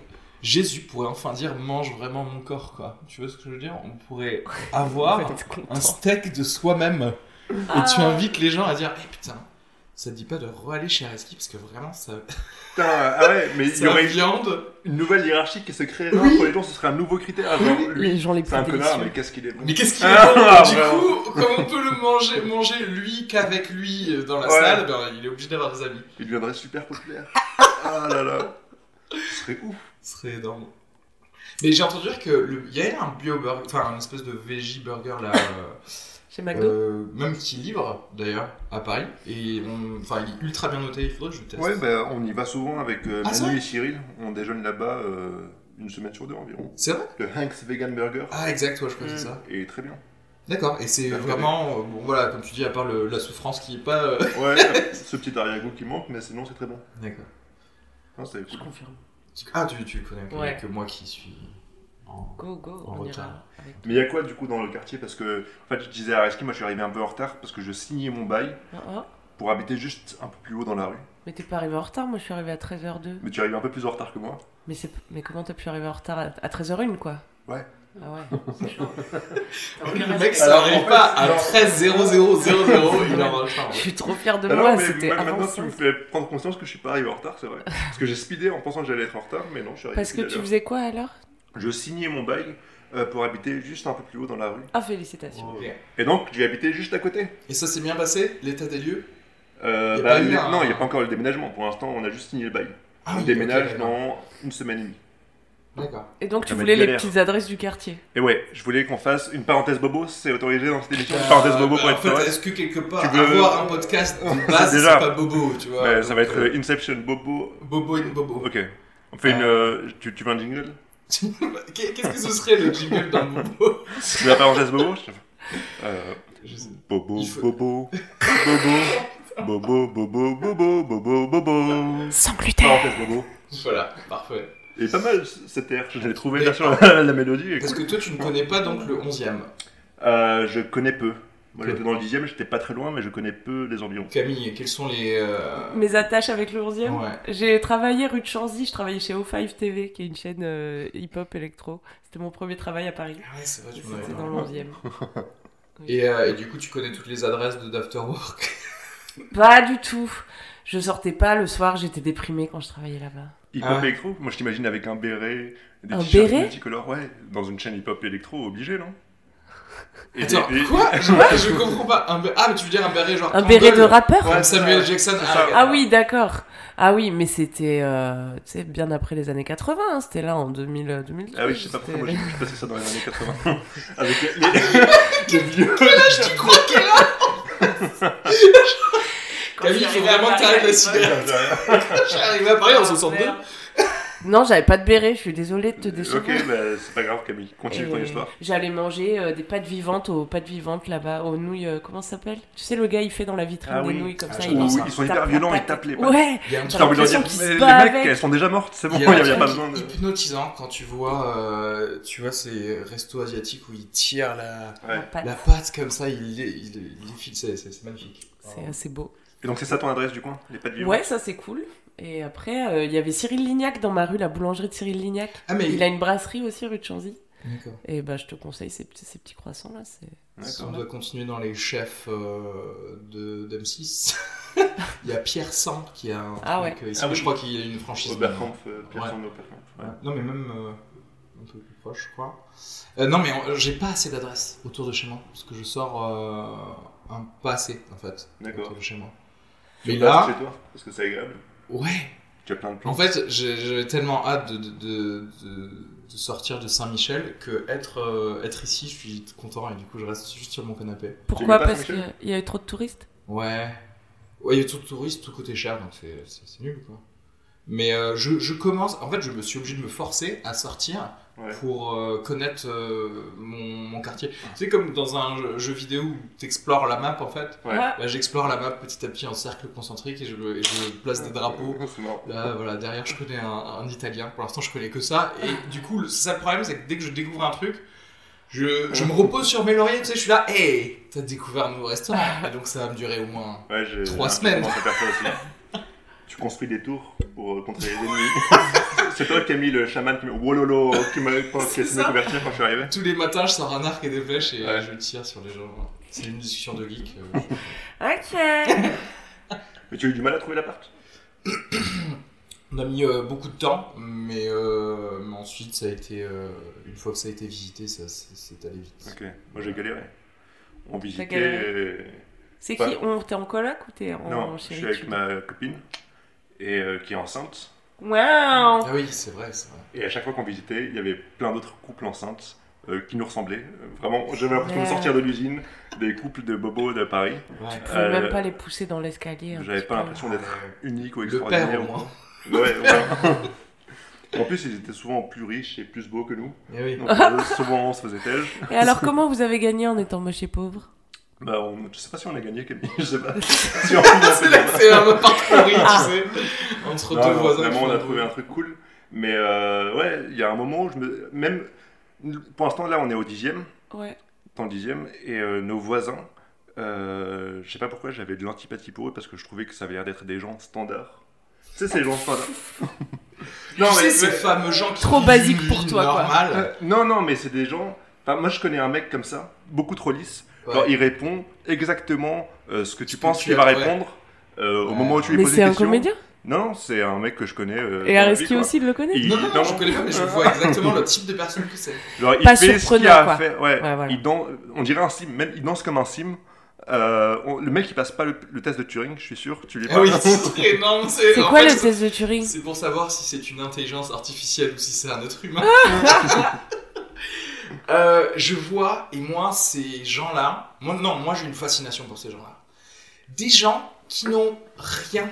Speaker 1: Jésus pourrait enfin dire, mange vraiment mon corps, quoi. Tu vois ce que je veux dire On pourrait avoir
Speaker 2: vous êtes contents.
Speaker 1: un steak de soi-même. Et tu
Speaker 2: Ah.
Speaker 1: invites les gens à dire, eh putain, ça te dit pas de re-aller chez Reski parce que vraiment, ça,
Speaker 3: Putain, ah ouais,
Speaker 1: *laughs*
Speaker 3: mais il y
Speaker 1: ça
Speaker 3: aurait
Speaker 1: viande.
Speaker 3: une nouvelle hiérarchie qui se crée.
Speaker 1: Oui.
Speaker 3: Pour les gens, ce serait un nouveau critère. Genre,
Speaker 2: Les
Speaker 3: lui,
Speaker 2: gens les plus
Speaker 3: c'est un connard,
Speaker 2: délicieux.
Speaker 3: mais qu'est-ce qu'il est bon.
Speaker 1: Mais qu'est-ce qu'il
Speaker 3: Ah,
Speaker 1: est bon
Speaker 3: ah,
Speaker 1: Du
Speaker 3: vraiment.
Speaker 1: *laughs* coup, comme on peut le manger, manger lui qu'avec lui euh, dans la
Speaker 3: Ouais.
Speaker 1: salle, ben, il est obligé d'avoir des amis.
Speaker 3: Il deviendrait super populaire.
Speaker 1: *laughs*
Speaker 3: Ah là là. Ce serait ouf.
Speaker 1: Ce serait énorme. Mais j'ai entendu dire que le- il y a un bio burger, enfin un espèce de veggie burger là, euh,
Speaker 2: Chez *coughs* McDo.
Speaker 1: euh, même qui est libre d'ailleurs à Paris et on- enfin il est ultra bien noté. Il faudrait que je teste.
Speaker 3: Ouais, bah, on y va souvent avec euh,
Speaker 1: Ah, c'est
Speaker 3: Manu
Speaker 1: vrai
Speaker 3: et Cyril. On déjeune là-bas euh, une semaine sur deux environ.
Speaker 1: C'est vrai
Speaker 3: Le Hank's Vegan Burger
Speaker 1: Ah exact, ouais, je connais
Speaker 2: Mm.
Speaker 1: ça.
Speaker 3: est très bien.
Speaker 1: D'accord. Et c'est
Speaker 3: D'accord.
Speaker 1: vraiment, euh, bon, voilà, comme tu dis, à part le- la souffrance qui est pas.
Speaker 3: *laughs*
Speaker 1: euh, *laughs*
Speaker 3: Ouais, ce petit arrière-goût qui manque, mais sinon c'est très bon.
Speaker 1: D'accord.
Speaker 3: Non, c'est
Speaker 2: Je confirme.
Speaker 1: Ah, tu, tu connais que-
Speaker 2: Ouais.
Speaker 1: que moi qui suis. en-
Speaker 2: Go, go,
Speaker 1: En
Speaker 2: on ira.
Speaker 1: retard.
Speaker 2: avec-
Speaker 3: Mais il y a quoi du coup dans le quartier Parce que en fait, je disais à Reski, moi je suis arrivé un peu en retard parce que je signais mon bail
Speaker 2: Ah, ah.
Speaker 3: pour habiter juste un peu plus haut dans la rue.
Speaker 2: Mais t'es pas arrivé en retard, moi je suis arrivé à 13h02.
Speaker 3: Mais tu arrives un peu plus en retard que moi.
Speaker 2: Mais, c'est... mais comment t'as pu arriver en retard à, à 13h01 quoi
Speaker 3: Ouais.
Speaker 2: Ah ouais,
Speaker 1: *laughs*
Speaker 2: c'est chaud. T'as aucun
Speaker 1: Le Ah mec,
Speaker 2: respect.
Speaker 1: ça
Speaker 3: Alors, en
Speaker 1: arrive
Speaker 3: fait,
Speaker 1: pas à
Speaker 3: non.
Speaker 1: 13 000, il est en retard.
Speaker 2: *laughs* Je suis trop fier de
Speaker 3: Ah non,
Speaker 2: moi,
Speaker 3: mais
Speaker 2: c'était
Speaker 3: ma- maintenant
Speaker 2: avant
Speaker 3: tu
Speaker 2: ça.
Speaker 3: me fais prendre conscience que je suis pas arrivé en retard,
Speaker 2: *laughs*
Speaker 3: c'est vrai. Parce que j'ai speedé en pensant que j'allais être en retard, mais non, je suis arrivé
Speaker 2: Parce que
Speaker 3: pile à
Speaker 2: tu
Speaker 3: l'heure.
Speaker 2: faisais quoi alors
Speaker 3: Je signais mon bail euh, pour habiter juste un peu plus haut dans la rue.
Speaker 2: Ah félicitations.
Speaker 1: Ok.
Speaker 3: Et donc j'ai habité juste à côté.
Speaker 1: Et ça s'est bien passé, l'état des lieux
Speaker 3: Euh,
Speaker 1: Y a
Speaker 3: bah,
Speaker 1: pas eu
Speaker 3: les-
Speaker 1: un- Ah
Speaker 3: Non, il n'y a pas encore le déménagement. Pour l'instant, on a juste signé le bail. on
Speaker 1: oui,
Speaker 3: Ah, déménage
Speaker 1: ok,
Speaker 3: dans une semaine et demie.
Speaker 1: D'accord.
Speaker 2: Et donc tu
Speaker 3: Ça va
Speaker 2: voulais
Speaker 3: être
Speaker 2: les
Speaker 3: galère.
Speaker 2: petites adresses du quartier.
Speaker 3: Et ouais, je voulais qu'on fasse une parenthèse bobo, c'est autorisé dans cette émission. Une parenthèse bobo
Speaker 1: Euh,
Speaker 3: pour
Speaker 1: bah,
Speaker 3: être
Speaker 1: En fait,
Speaker 3: correct.
Speaker 1: est-ce que quelque part,
Speaker 3: Tu veux- *laughs*
Speaker 1: avoir un podcast de base, c'est
Speaker 3: Déjà.
Speaker 1: pas bobo, tu vois
Speaker 3: Mais ça va
Speaker 1: donc,
Speaker 3: être
Speaker 1: euh,
Speaker 3: Inception bobo.
Speaker 1: Bobo et bobo.
Speaker 3: Ok. On fait une. euh, tu, tu veux un jingle
Speaker 1: Bah, Qu'est- Qu'est-ce que ce serait le jingle d'un bobo
Speaker 3: De la parenthèse bobo *laughs* je sais pas. euh,
Speaker 1: Je sais.
Speaker 3: Bobo,
Speaker 1: Il faut-
Speaker 3: bobo, bobo. Bobo, bobo, bobo, bobo, bobo.
Speaker 4: Sans gluten.
Speaker 3: Parenthèse bobo.
Speaker 1: Voilà, parfait.
Speaker 3: Et pas mal c- cette air. J'ai trouvé
Speaker 1: Mais- Ah.
Speaker 3: la, chan- *laughs* la mélodie. est
Speaker 1: Parce
Speaker 3: cool.
Speaker 1: que toi, tu ne connais pas donc le 11 e
Speaker 3: Euh, je connais peu. Moi
Speaker 1: Peu.
Speaker 3: j'étais dans le dixième, j'étais pas très loin, mais je connais peu les environs.
Speaker 1: Camille, quels sont les. euh,
Speaker 2: Mes attaches avec le 11 e
Speaker 1: Ouais.
Speaker 2: J'ai travaillé rue de Chanzy, je travaillais chez O5 TV, qui est une chaîne euh, hip-hop électro. C'était mon premier travail à Paris.
Speaker 1: Ah ouais, c'est vrai, tu m'en avais
Speaker 2: C'était
Speaker 1: parlé.
Speaker 2: dans le 11 e
Speaker 1: Et, euh, et du coup, tu connais toutes les adresses de d'Afterwork.
Speaker 2: Pas du tout. Je sortais pas le soir, j'étais déprimée quand je travaillais là-bas.
Speaker 3: Hip-hop
Speaker 1: Ah ouais.
Speaker 3: électro Moi je t'imagine avec un béret, des
Speaker 2: Un
Speaker 3: t-shirts
Speaker 2: béret
Speaker 3: multicolores, ouais, dans une chaîne hip-hop électro, obligé non
Speaker 1: *laughs*
Speaker 3: Et-
Speaker 1: Attends,
Speaker 3: et-
Speaker 1: quoi je,
Speaker 3: *laughs*
Speaker 1: je comprends pas. Un bé- Ah, mais tu veux dire un béret genre.
Speaker 2: Un béret de
Speaker 1: Campbell,
Speaker 2: rappeur
Speaker 1: Comme
Speaker 3: Ouais,
Speaker 1: Samuel
Speaker 3: ça-
Speaker 1: Jackson.
Speaker 3: c'est ça.
Speaker 2: Ah oui, d'accord. Ah oui, mais c'était euh, tu sais, bien après les années 80, hein, c'était là en 2000, euh, 2012.
Speaker 3: Ah oui, je sais pas pourquoi moi j'ai
Speaker 2: c'était-
Speaker 3: j'ai passé ça dans les années 80. *laughs*
Speaker 1: *laughs*
Speaker 3: Avec les, les- les vieux.
Speaker 1: Tu crois qu'elle a
Speaker 2: Quand
Speaker 1: Camille,
Speaker 2: j'arrivais
Speaker 1: faut vraiment
Speaker 2: à
Speaker 1: que t'arrêtes la
Speaker 2: Paris,
Speaker 1: cigarette. J'arrive à Paris
Speaker 2: Ah,
Speaker 1: en 62.
Speaker 2: Non, j'avais pas de béret, je suis désolée de te décevoir.
Speaker 3: ok, bah, c'est pas grave Camille,
Speaker 2: Et euh,
Speaker 3: continue ton histoire.
Speaker 2: J'allais manger euh, des pâtes vivantes aux pâtes vivantes là-bas, aux nouilles, euh, comment ça s'appelle Tu sais, le gars il fait dans la vitrine
Speaker 3: Ah
Speaker 2: des
Speaker 3: oui.
Speaker 2: nouilles comme
Speaker 1: Ah,
Speaker 2: ça.
Speaker 1: je
Speaker 2: il
Speaker 1: vois
Speaker 2: lance
Speaker 1: ça.
Speaker 2: un
Speaker 3: Ils sont
Speaker 2: tap,
Speaker 3: hyper
Speaker 2: tap,
Speaker 3: violents,
Speaker 2: tap.
Speaker 3: ils tapent les pattes.
Speaker 2: Ouais
Speaker 1: Il y a un
Speaker 3: J'ai
Speaker 1: truc,
Speaker 3: envie de leur dire,
Speaker 2: qu'ils se
Speaker 3: mais les
Speaker 2: battent
Speaker 3: mecs,
Speaker 2: avec.
Speaker 3: elles sont déjà mortes, c'est bon,
Speaker 1: il
Speaker 3: il
Speaker 1: y a
Speaker 3: n'y
Speaker 1: un
Speaker 3: a,
Speaker 1: truc
Speaker 3: pas besoin de.
Speaker 1: hypnotisant quand tu vois, euh, tu vois ces restos asiatiques où ils tirent la,
Speaker 2: la
Speaker 3: Ouais.
Speaker 2: pâte.
Speaker 1: la pâte comme ça, ils les- ils les- ils les filent, c'est c'est- c'est magnifique.
Speaker 2: C'est assez beau.
Speaker 3: Et donc c'est ça ton adresse du coin Les pâtes vivantes
Speaker 2: Ouais, ça c'est cool. Et après, euh, il y avait Cyril Lignac dans ma rue, la boulangerie de Cyril Lignac.
Speaker 1: Ah, mais
Speaker 2: Il a une brasserie aussi rue de Chanzy.
Speaker 1: D'accord.
Speaker 2: Et bah, je te conseille ces petits, ces petits croissants là. C'est...
Speaker 1: On
Speaker 3: D'accord.
Speaker 1: doit continuer dans les chefs euh, de, d'M6. *laughs* il y a Pierre Sand qui a un
Speaker 2: Ah
Speaker 1: truc, euh, ici.
Speaker 3: Ah oui.
Speaker 1: Je crois qu'il a une franchise.
Speaker 3: Oberkampf, euh, Pierre
Speaker 1: Ouais.
Speaker 3: Sand, Oberkampf, ouais.
Speaker 1: Ouais. Non, mais même euh, un peu plus proche, je crois. Euh, non, mais euh, j'ai pas assez d'adresses autour de chez moi. Parce que je sors euh, un pas assez, en fait,
Speaker 3: D'accord.
Speaker 1: autour de chez moi.
Speaker 3: Tu
Speaker 1: Mais
Speaker 3: le passes
Speaker 1: là-
Speaker 3: chez toi, parce que c'est agréable.
Speaker 1: Ouais.
Speaker 3: Tu as plein de
Speaker 1: En
Speaker 3: plans.
Speaker 1: fait, j'ai- j'avais tellement hâte de, de, de- de- de sortir de Saint-Michel que être, euh, être ici, je suis content et du coup, je reste juste sur mon canapé.
Speaker 2: Pourquoi
Speaker 3: pas
Speaker 2: Parce
Speaker 3: Saint-Michel
Speaker 2: qu'il y avait trop de touristes
Speaker 1: Ouais. Ouais, il y a tout touriste, tout côté cher, donc c'est- c'est c'est nul, quoi. Mais euh, je, je commence, en fait, je me suis obligé de me forcer à sortir
Speaker 3: Ouais.
Speaker 1: pour euh, connaître euh, mon, mon quartier. C'est comme dans un jeu, jeu vidéo où t'explores la map, en fait.
Speaker 3: Ouais.
Speaker 2: Ah,
Speaker 1: Là, j'explore la map petit à petit en cercle concentrique et je, me- et je place des drapeaux.
Speaker 3: Euh, C'est marrant.
Speaker 1: Là, voilà, derrière, je connais un, un italien. Pour l'instant, je connais que ça. Et du coup, le- c'est ça le problème, c'est que dès que je découvre un truc, je, je me repose sur mes lauriers, tu sais, je suis là, hey, t'as découvert un nouveau restaurant. Et donc, ça va me durer au moins
Speaker 3: Ouais, j'ai-
Speaker 1: Trois
Speaker 3: j'ai un
Speaker 1: semaines.
Speaker 3: peu commencé à faire ça aussi.
Speaker 1: *laughs*
Speaker 3: tu construis des tours pour euh, contrer les ennemis. *laughs* c'est toi qui as mis le chaman qui m'a wololo, qui m'a qui a essayé de me
Speaker 1: ça.
Speaker 3: convertir quand je suis arrivé.
Speaker 1: Tous les matins, je sors un arc et des flèches et
Speaker 3: Ouais.
Speaker 1: euh, je tire sur les gens. C'est une discussion de geek. euh, je-
Speaker 2: Ah, Ok
Speaker 3: Mais tu as eu du mal à trouver l'appart
Speaker 1: On a mis euh, beaucoup de temps, mais, euh, mais ensuite, ça a été euh, une fois que ça a été visité, ça s'est- c'est allé vite.
Speaker 3: Ok, moi j'ai galéré. On visitait.
Speaker 2: galéré. C'est
Speaker 3: Bah.
Speaker 2: qui on, T'es en coloc ou t'es en
Speaker 3: Non, je
Speaker 2: chérie
Speaker 3: suis avec ma copine et euh, qui est enceinte.
Speaker 2: Waouh
Speaker 3: Euh,
Speaker 1: Ah oui, c'est vrai, c'est vrai.
Speaker 3: Et à chaque fois qu'on visitait, il y avait plein d'autres couples enceintes euh, qui nous ressemblaient. Euh, Vraiment, j'avais l'impression de
Speaker 2: Ouais.
Speaker 3: sortir de l'usine des couples de bobos de Paris.
Speaker 1: Ouais.
Speaker 2: Je pouvais
Speaker 3: Euh,
Speaker 2: même pas les pousser dans l'escalier. un
Speaker 3: J'avais
Speaker 2: petit
Speaker 3: pas
Speaker 2: peu.
Speaker 3: l'impression d'être unique ou
Speaker 1: Le
Speaker 3: extraordinaire.
Speaker 1: père, au moins. *laughs*
Speaker 3: Ouais, ouais. *laughs* En plus, ils étaient souvent plus riches et plus beaux
Speaker 2: *laughs*
Speaker 3: que nous.
Speaker 1: Eh oui.
Speaker 3: Donc, euh, souvent, on se faisait têche.
Speaker 2: Et alors, comment vous avez gagné en étant moche et pauvre
Speaker 3: Bah, on... Je sais pas si on a gagné, Camille. Je sais pas. *laughs* Si on a
Speaker 1: *laughs*
Speaker 3: fait
Speaker 1: C'est là que c'est un parcours, tu
Speaker 2: Ah.
Speaker 1: sais, entre
Speaker 3: Non,
Speaker 1: deux
Speaker 3: non,
Speaker 1: voisins.
Speaker 3: Vraiment,
Speaker 1: qui
Speaker 3: on
Speaker 1: font
Speaker 3: a trouvé un truc cool. Mais euh, ouais, il y a un moment où je me. Même. Pour l'instant, là, on est au dixième.
Speaker 2: Ouais.
Speaker 3: dans le dixième, et euh, nos voisins, euh, je sais pas pourquoi j'avais de l'antipathie pour eux parce que je trouvais que ça avait l'air d'être des gens standards. Tu sais, ces
Speaker 1: *laughs*
Speaker 3: gens standards. non,
Speaker 1: Tu sais,
Speaker 3: mais,
Speaker 1: ces fameux gens qui
Speaker 2: Trop
Speaker 1: vivent
Speaker 2: basique
Speaker 1: une
Speaker 2: pour
Speaker 1: vie
Speaker 2: toi, quoi.
Speaker 1: normale.
Speaker 3: mais- Euh, non, non, mais c'est des gens. Enfin, moi, je connais un mec comme ça, beaucoup trop lisse.
Speaker 1: Ouais.
Speaker 3: Alors, il répond exactement euh, ce que tu
Speaker 1: que
Speaker 3: penses
Speaker 1: tu
Speaker 3: qu'il va
Speaker 1: as- ouais.
Speaker 3: répondre euh, au
Speaker 1: Ouais.
Speaker 3: moment où tu lui
Speaker 2: Mais
Speaker 3: poses une
Speaker 2: c'est un
Speaker 3: question.
Speaker 2: comédien
Speaker 3: Non, non, c'est un mec que je connais. euh, dans
Speaker 2: Et
Speaker 3: la
Speaker 2: Areski
Speaker 3: vie, quoi.
Speaker 2: aussi, il le connaît
Speaker 3: Et il
Speaker 1: Non, non, non, je
Speaker 3: danse.
Speaker 1: connais pas, mais je vois exactement le type de personne que
Speaker 3: *laughs*
Speaker 1: c'est.
Speaker 3: Genre, il
Speaker 2: Pas
Speaker 3: fait ce qu'il
Speaker 2: surprenant,
Speaker 3: a
Speaker 2: quoi.
Speaker 3: à faire. Ouais,
Speaker 2: Ouais, voilà.
Speaker 3: il dan- on dirait un sim, même il danse comme un sim. Euh, on- le mec il passe pas le, le test de Turing, je suis sûr, tu l'es
Speaker 1: Ah
Speaker 3: pas.
Speaker 1: oui, c'est énorme. C'est
Speaker 2: C'est
Speaker 1: en
Speaker 2: quoi
Speaker 1: fait,
Speaker 2: le test de Turing
Speaker 1: C'est pour savoir si c'est une intelligence artificielle ou si c'est un être humain. *laughs* Euh, je vois, et moi, ces gens-là, moi, non, moi j'ai une fascination pour ces gens-là. Des gens qui n'ont rien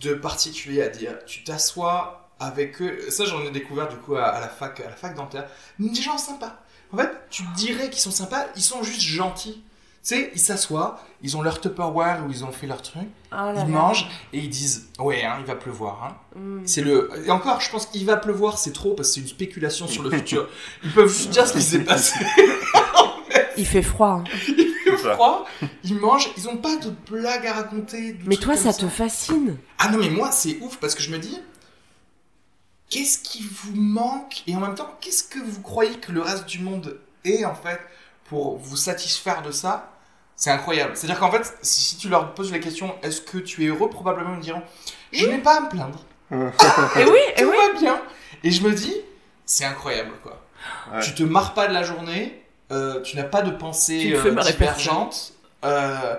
Speaker 1: de particulier à dire. Tu t'assois avec eux, ça j'en ai découvert du coup à, à la fac, à la fac dentaire. Des gens sympas. En fait, tu dirais qu'ils sont sympas, ils sont juste gentils. Tu sais, ils s'assoient, ils ont leur Tupperware où ils ont fait leur truc,
Speaker 2: Ah là
Speaker 1: ils
Speaker 2: là.
Speaker 1: mangent et ils disent Ouais, hein, il va pleuvoir. Hein.
Speaker 2: Mm.
Speaker 1: C'est le. Et encore, je pense qu'il va pleuvoir, c'est trop parce que c'est une spéculation sur le futur. Ils peuvent juste dire ce qui s'est passé.
Speaker 2: Il fait froid. hein.
Speaker 3: *laughs* *laughs* C'est ça.
Speaker 1: Froid, ils mangent, ils ont pas de blague à raconter. de
Speaker 2: Mais
Speaker 1: trucs
Speaker 2: toi,
Speaker 1: comme
Speaker 2: ça te fascine.
Speaker 1: Ah non, mais moi, c'est ouf parce que je me dis. Qu'est-ce qui vous manque Et en même temps, qu'est-ce que vous croyez que le reste du monde est en fait pour vous satisfaire de ça C'est incroyable. C'est-à-dire qu'en fait, si, si tu leur poses la question est-ce que tu es heureux probablement ils me diront je n'ai pas à me plaindre.
Speaker 2: Et Eh oui, et
Speaker 1: tout
Speaker 2: oui.
Speaker 1: va bien. Et je me dis, c'est incroyable, quoi.
Speaker 3: Ouais.
Speaker 1: Tu te marres pas de la journée, euh, tu n'as pas de pensée
Speaker 2: Tu me fais
Speaker 1: euh,
Speaker 2: marrer
Speaker 1: divergente, euh,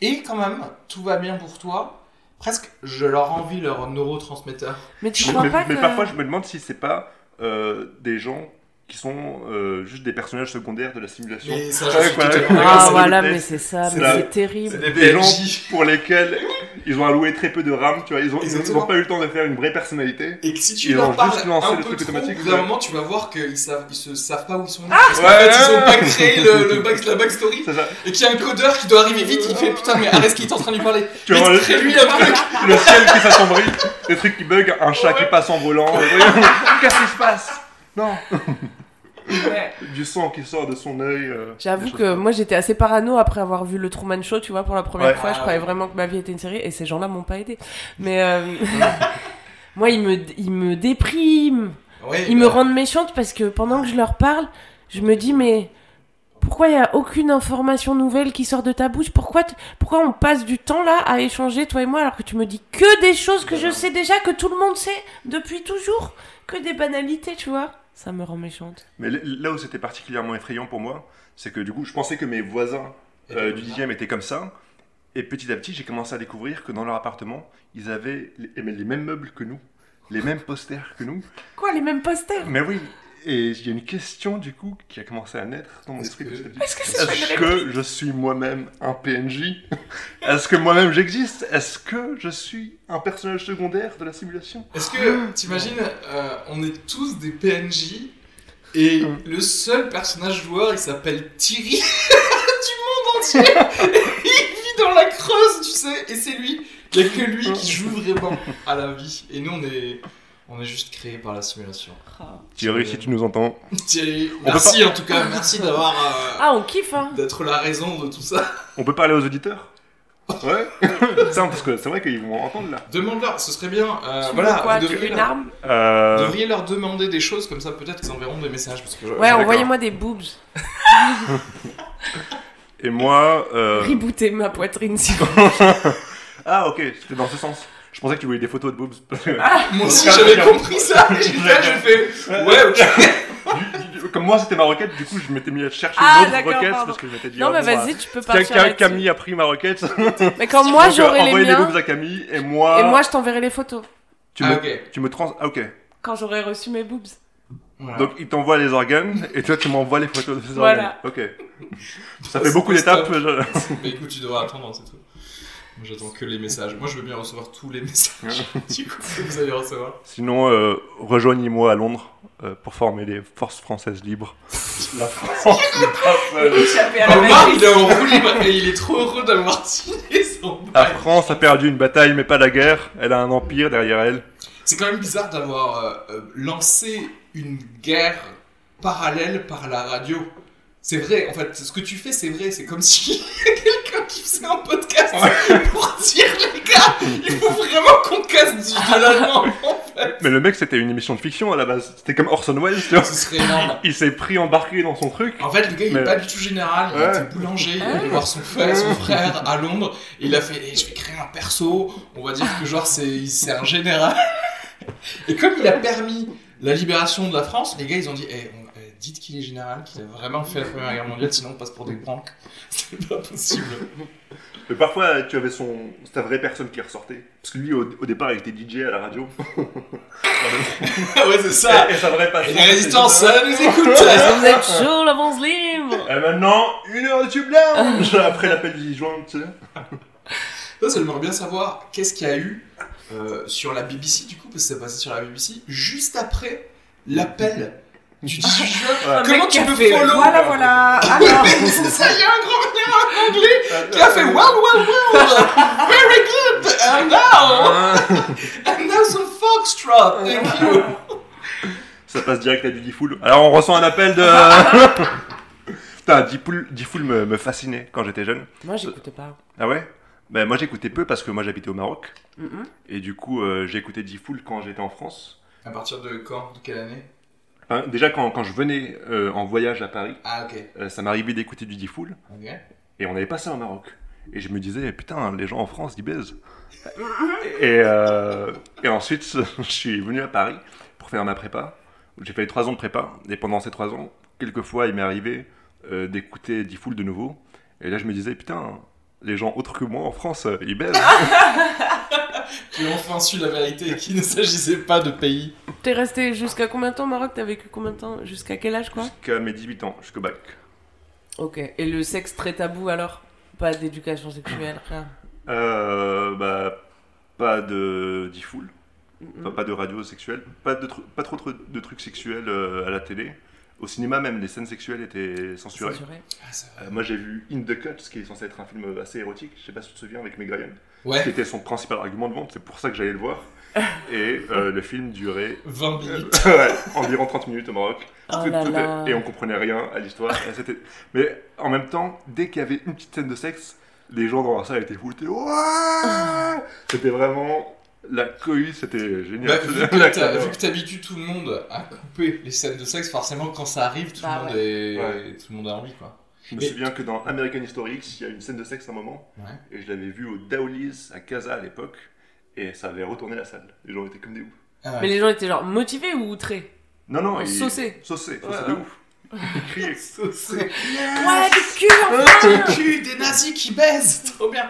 Speaker 1: et quand même, tout va bien pour toi. Presque, je leur envie leur neurotransmetteur.
Speaker 2: Mais tu
Speaker 3: Mais-
Speaker 2: crois
Speaker 3: mais,
Speaker 2: pas
Speaker 3: mais
Speaker 2: que.
Speaker 3: parfois, je me demande si c'est pas euh, des gens qui sont euh, juste des personnages secondaires de la simulation.
Speaker 1: Mais ça,
Speaker 3: Ouais,
Speaker 1: je suis
Speaker 3: quoi,
Speaker 1: totalement
Speaker 3: ouais,
Speaker 1: d'accord.
Speaker 2: Ah
Speaker 3: c'est
Speaker 2: voilà,
Speaker 3: des-
Speaker 2: mais c'est ça,
Speaker 1: c'est
Speaker 2: mais
Speaker 3: la-
Speaker 2: c'est terrible.
Speaker 1: des
Speaker 3: Des gens
Speaker 1: PNJ.
Speaker 3: pour lesquels ils ont alloué très peu de RAM, tu vois, ils ont, ils ont- ils ont
Speaker 1: Exactement.
Speaker 3: pas eu le temps de faire une vraie personnalité.
Speaker 1: Et que si tu
Speaker 3: Ils
Speaker 1: leur
Speaker 3: ont
Speaker 1: parles
Speaker 3: juste lancé
Speaker 1: un
Speaker 3: le
Speaker 1: peu
Speaker 3: truc
Speaker 1: trop, au
Speaker 3: automatique,
Speaker 1: bout d'un
Speaker 3: ouais.
Speaker 1: moment, tu vas voir qu'ils savent, ils se savent pas où ils sont.
Speaker 2: Ah
Speaker 1: parce qu'en
Speaker 3: Ouais.
Speaker 1: fait, ils ont pas créé le, le back- la backstory.
Speaker 3: C'est ça.
Speaker 1: Et qu'il y a un codeur qui doit arriver vite, il fait putain, mais arrête ce qu'il est en train de lui parler.
Speaker 3: Tu vois,
Speaker 1: Vite, crée-lui un truc.
Speaker 3: Le ciel qui s'assombrit, des trucs qui bug, un chat qui passe en volant. Qu'est-ce qui se passe Non.
Speaker 1: *laughs*
Speaker 3: Du sang qui sort de son œil. euh, des
Speaker 2: J'avoue
Speaker 3: choses
Speaker 2: que
Speaker 3: comme
Speaker 2: moi j'étais assez parano après avoir vu le Truman Show, tu vois, pour la première
Speaker 3: Ouais.
Speaker 2: fois. Je
Speaker 1: Ah
Speaker 2: croyais
Speaker 1: ouais.
Speaker 2: vraiment que ma vie était une série et ces gens-là m'ont pas aidé. Mais euh, *laughs* moi, ils me, ils me dépriment.
Speaker 1: Ouais,
Speaker 2: Ils me
Speaker 1: bah,
Speaker 2: rendent méchante parce que pendant que je leur parle, je me dis mais pourquoi il n'y a aucune information nouvelle qui sort de ta bouche Pourquoi, t- pourquoi on passe du temps là à échanger, toi et moi, alors que tu me dis que des choses que je sais déjà, que tout le monde sait depuis toujours Que des banalités, tu vois Ça me rend méchante.
Speaker 3: Mais l- là où c'était particulièrement effrayant pour moi, c'est que du coup, je pensais que mes voisins euh, du 10 étaient comme ça. Et petit à petit, j'ai commencé à découvrir que dans leur appartement, ils avaient les, eh ben, les mêmes meubles que nous, les mêmes posters que nous.
Speaker 2: Quoi, les mêmes posters
Speaker 3: Mais oui, et il y a une question du coup qui a commencé à naître dans mon
Speaker 1: Est-ce
Speaker 3: esprit.
Speaker 1: que-
Speaker 3: petit à petit.
Speaker 2: Est-ce que c'est pas
Speaker 3: Est-ce
Speaker 2: une
Speaker 3: que je suis moi-même un PNJ *laughs* Est-ce que moi-même j'existe Est-ce que je suis un personnage secondaire de la simulation
Speaker 1: Est-ce que t'imagines, euh, on est tous des PNJ et
Speaker 3: Mm.
Speaker 1: le seul personnage joueur il s'appelle Thierry *laughs* du monde entier et il vit dans la creuse, tu sais, et c'est lui. Il n'y a que lui qui joue vraiment à la vie. Et nous on est, on est juste créés par la simulation. Thierry, si tu
Speaker 3: nous entends.
Speaker 1: Thierry,
Speaker 3: peut
Speaker 1: merci en tout cas, merci d'avoir. euh,
Speaker 2: Ah, on kiffe, hein
Speaker 1: D'être la raison de tout ça.
Speaker 3: On peut parler aux auditeurs *laughs* Ouais Ça, parce que c'est vrai qu'ils vont entendre là.
Speaker 1: Demande-leur, ce serait bien. euh,
Speaker 2: Tu
Speaker 1: voilà,
Speaker 2: veux quoi,
Speaker 1: vous
Speaker 2: tu veux
Speaker 1: devriez
Speaker 2: une
Speaker 1: leur,
Speaker 2: arme
Speaker 1: vous
Speaker 3: Euh,
Speaker 1: devriez leur demander des choses comme ça, peut-être qu'ils enverront des messages. Parce que je-
Speaker 2: Ouais,
Speaker 3: d'accord.
Speaker 2: envoyez-moi des boobs.
Speaker 3: et moi. euh,
Speaker 2: Rebootez ma poitrine, si vous
Speaker 3: Ah, ok, c'était dans ce sens. Je pensais que tu voulais des photos de boobs.
Speaker 1: Moi aussi
Speaker 3: Ah,
Speaker 1: j'avais
Speaker 3: bien.
Speaker 1: compris ça, et j'ai fait, j'ai fait, ouais ok.
Speaker 3: Du- du- *laughs* Comme moi, c'était ma requête, du coup, je m'étais mis à chercher
Speaker 2: Ah,
Speaker 3: une autre
Speaker 2: d'accord,
Speaker 3: requête
Speaker 2: pardon.
Speaker 3: parce que je m'étais dit.
Speaker 2: Non,
Speaker 3: oh,
Speaker 2: mais
Speaker 3: bon,
Speaker 2: vas-y, tu peux
Speaker 3: bah, Ca-
Speaker 2: partir.
Speaker 3: Ca-
Speaker 2: là-dessus.
Speaker 3: Camille a pris ma requête.
Speaker 2: Mais quand moi
Speaker 3: Donc,
Speaker 2: j'aurai
Speaker 3: envoyez
Speaker 2: les
Speaker 3: des
Speaker 2: boobs
Speaker 3: boobs à Camille et moi.
Speaker 2: et moi je t'enverrai les photos.
Speaker 3: tu,
Speaker 1: Ah,
Speaker 3: me,
Speaker 1: ok.
Speaker 3: tu me trans. Ah, ok.
Speaker 2: Quand j'aurai reçu mes boobs.
Speaker 1: *laughs*
Speaker 3: Donc il t'envoie les organes et toi tu m'envoies les photos de ces
Speaker 2: Voilà.
Speaker 3: organes. Ok. Ça fait beaucoup d'étapes. je-
Speaker 1: Mais Bah, écoute, tu devras attendre, hein, c'est tout. Moi j'attends que les messages. Moi je veux bien recevoir tous les messages *laughs* du coup, que vous allez recevoir.
Speaker 3: Sinon, euh, rejoignez-moi à Londres euh, pour former les forces françaises libres. *laughs* La France libres.
Speaker 2: Échapper à la
Speaker 1: Omar
Speaker 2: matrice.
Speaker 1: il est en roue libre et il est trop heureux d'avoir signé son
Speaker 3: La
Speaker 1: bail.
Speaker 3: France a perdu une bataille mais pas la guerre. Elle a un empire derrière elle.
Speaker 1: C'est quand même bizarre d'avoir euh, euh, lancé une guerre parallèle par la radio. C'est vrai, en fait, ce que tu fais, c'est vrai. C'est comme *laughs* si quelqu'un qui faisait un podcast pour dire, les gars, il faut vraiment qu'on casse du de l'allemand.
Speaker 3: Mais le mec c'était une émission de fiction à la base. C'était comme Orson Welles. Tu vois.
Speaker 1: Ce serait énorme.
Speaker 3: Il s'est pris embarqué dans son truc.
Speaker 1: En fait, le gars, il est
Speaker 3: Mais-
Speaker 1: pas du tout général. Il
Speaker 3: Ouais.
Speaker 1: était boulanger. Il est
Speaker 2: Ouais.
Speaker 1: allé voir son frère, son frère à Londres. Et il a fait Eh, Je vais créer un perso. On va dire que, genre, c'est c'est un général. Et comme il a permis la libération de la France, les gars, ils ont dit Eh, on- eh, Dites qu'il est général, qu'il a vraiment fait la première guerre mondiale, sinon on passe pour des branques. *laughs* C'est pas possible.
Speaker 3: Mais parfois tu avais son ta vraie personne qui ressortait. Parce que lui au, au départ il était DJ à la radio.
Speaker 1: Ah ouais, c'est ça.
Speaker 3: *laughs* et sa vraie passion.
Speaker 1: Et les résistances,
Speaker 3: c'était-
Speaker 1: ça nous écoute.
Speaker 2: Vous êtes chaud, l'avance libre.
Speaker 3: Et maintenant, une heure de tube lounge
Speaker 1: Ah.
Speaker 3: Après l'appel du joint, tu sais.
Speaker 1: Ça, ça j'aimerais bien savoir qu'est-ce qu'il y a eu euh, sur la BBC, du coup, parce que ça passait sur la BBC, juste après l'appel du 18 juin.
Speaker 3: Ouais.
Speaker 2: Un
Speaker 1: Comment tu
Speaker 2: mec qui a
Speaker 1: peux
Speaker 2: fait,
Speaker 1: follow
Speaker 2: Voilà, voilà. Alors,
Speaker 1: Mais c'est ça, il y a un grand anglais qui a fait Well, well, well, very good, and now, and now some foxtrot, thank you.
Speaker 3: Ça passe direct à du Difool. Alors on ressent un appel de. Putain, Difool, Difool me, me fascinait quand j'étais jeune.
Speaker 2: Moi, j'écoutais pas.
Speaker 3: Ah ouais Ben moi j'écoutais peu parce que moi j'habitais au Maroc.
Speaker 2: Mhm.
Speaker 3: Et du coup euh, j'ai écouté Difool quand j'étais en France.
Speaker 1: À partir de quand De quelle année
Speaker 3: Enfin, déjà quand, quand je venais euh, en voyage à Paris,
Speaker 1: Ah, ok.
Speaker 3: euh, ça m'arrivait d'écouter du Difool.
Speaker 1: Ok.
Speaker 3: Et on avait passé au Maroc. Et je me disais, putain, les gens en France, ils baisent. et, euh, et ensuite, *laughs* je suis venu à Paris pour faire ma prépa. J'ai fait trois ans de prépa. Et pendant ces trois ans, quelquefois, il m'est arrivé euh, d'écouter Diffoul de nouveau. Et là, je me disais, putain, les gens autres que moi en France, euh, ils baisent.
Speaker 1: Qui ont enfin su la vérité et qu'il ne s'agissait pas de pays.
Speaker 2: T'es resté jusqu'à combien de temps au Maroc T'as vécu combien de temps Jusqu'à quel âge, quoi
Speaker 3: Jusqu'à mes 18 ans, jusqu'au bac.
Speaker 2: Ok. Et le sexe très tabou, alors Pas d'éducation sexuelle, rien.
Speaker 3: Euh, bah, pas de Diffoul. Enfin, pas de radio sexuelle, pas, de tru- pas trop tru- de trucs sexuels euh, à la télé. Au cinéma même, les scènes sexuelles étaient censurées.
Speaker 2: Censuré.
Speaker 1: Ah, c'est vrai.
Speaker 3: Euh, moi j'ai vu In the Cut, ce qui est censé être un film assez érotique, je sais pas si tu te souviens, avec Meg Ryan, qui
Speaker 1: Ouais,
Speaker 3: était son principal argument de vente, c'est pour ça que j'allais le voir. Et euh, le film durait
Speaker 1: 20
Speaker 3: euh,
Speaker 1: minutes.
Speaker 3: ouais, environ 30 minutes au Maroc.
Speaker 2: Oh
Speaker 3: Tout-
Speaker 2: là
Speaker 3: tout-
Speaker 2: là.
Speaker 3: Et on comprenait rien à l'histoire. Et c'était- Mais en même temps, dès qu'il y avait une petite scène de sexe, les gens dans la salle étaient fous. ils étaient, Ouah C'était vraiment la cohue, c'était
Speaker 1: Bah,
Speaker 3: génial.
Speaker 1: vu
Speaker 3: *laughs*
Speaker 1: que t'as- vu que t'habitues tout le monde à couper les scènes de sexe, forcément quand ça arrive, tout,
Speaker 2: Bah
Speaker 1: le, monde
Speaker 2: ouais.
Speaker 1: est...
Speaker 3: Ouais.
Speaker 1: tout le monde a envie quoi.
Speaker 3: Je me
Speaker 1: Mais-
Speaker 3: souviens que dans American History X, il y a une scène de sexe à un moment,
Speaker 1: Ouais.
Speaker 3: et je l'avais vue au Daoulis à Casa à l'époque, et ça avait retourné la salle. Les gens étaient comme des ouf.
Speaker 1: Ah
Speaker 2: Mais
Speaker 1: ouais.
Speaker 2: les gens étaient genre motivés ou outrés
Speaker 3: Non, non,
Speaker 2: Oh,
Speaker 3: ils-
Speaker 2: saucés.
Speaker 3: Saucés, saucés
Speaker 2: Ouais,
Speaker 3: de
Speaker 2: ouais.
Speaker 3: ouf. Ils
Speaker 1: *laughs*
Speaker 3: criaient.
Speaker 1: Saucés.
Speaker 2: Ouais, du cul *laughs*
Speaker 1: Le cul Ah, des nazis qui baisent, *laughs* trop bien.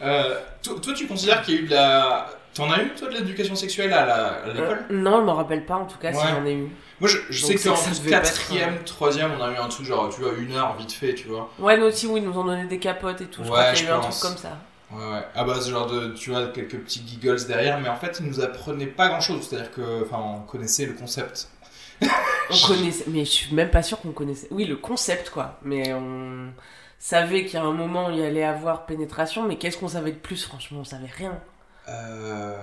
Speaker 1: Euh, toi, toi, tu considères qu'il y a eu de la. T'en as eu, toi, de l'éducation sexuelle à la- à l'école
Speaker 2: Euh, Non, je m'en rappelle pas en tout cas si
Speaker 1: Ouais.
Speaker 2: j'en ai eu.
Speaker 1: Moi, je, je
Speaker 2: Donc
Speaker 1: sais
Speaker 2: ça,
Speaker 1: qu'en
Speaker 2: ça devait pas être,
Speaker 1: 4ème, 3ème, on a eu un truc genre, tu vois, une heure vite fait, tu vois.
Speaker 2: Ouais, nous aussi, oui, ils nous ont donné des capotes et tout.
Speaker 1: Ouais,
Speaker 2: je crois
Speaker 1: je
Speaker 2: qu'il y a eu un truc
Speaker 1: pense.
Speaker 2: comme ça.
Speaker 1: Ouais, ouais. Ah bah, ce genre de. Tu vois, quelques petits giggles derrière, mais en fait, ils nous apprenaient pas grand chose. C'est-à-dire que. Enfin, on connaissait le concept.
Speaker 2: On connaissait, mais je suis même pas sûr qu'on connaissait. Oui, le concept quoi. Mais on savait qu'il y a un moment il allait avoir pénétration, mais qu'est-ce qu'on savait de plus Franchement, on savait rien.
Speaker 3: *laughs*
Speaker 1: Euh,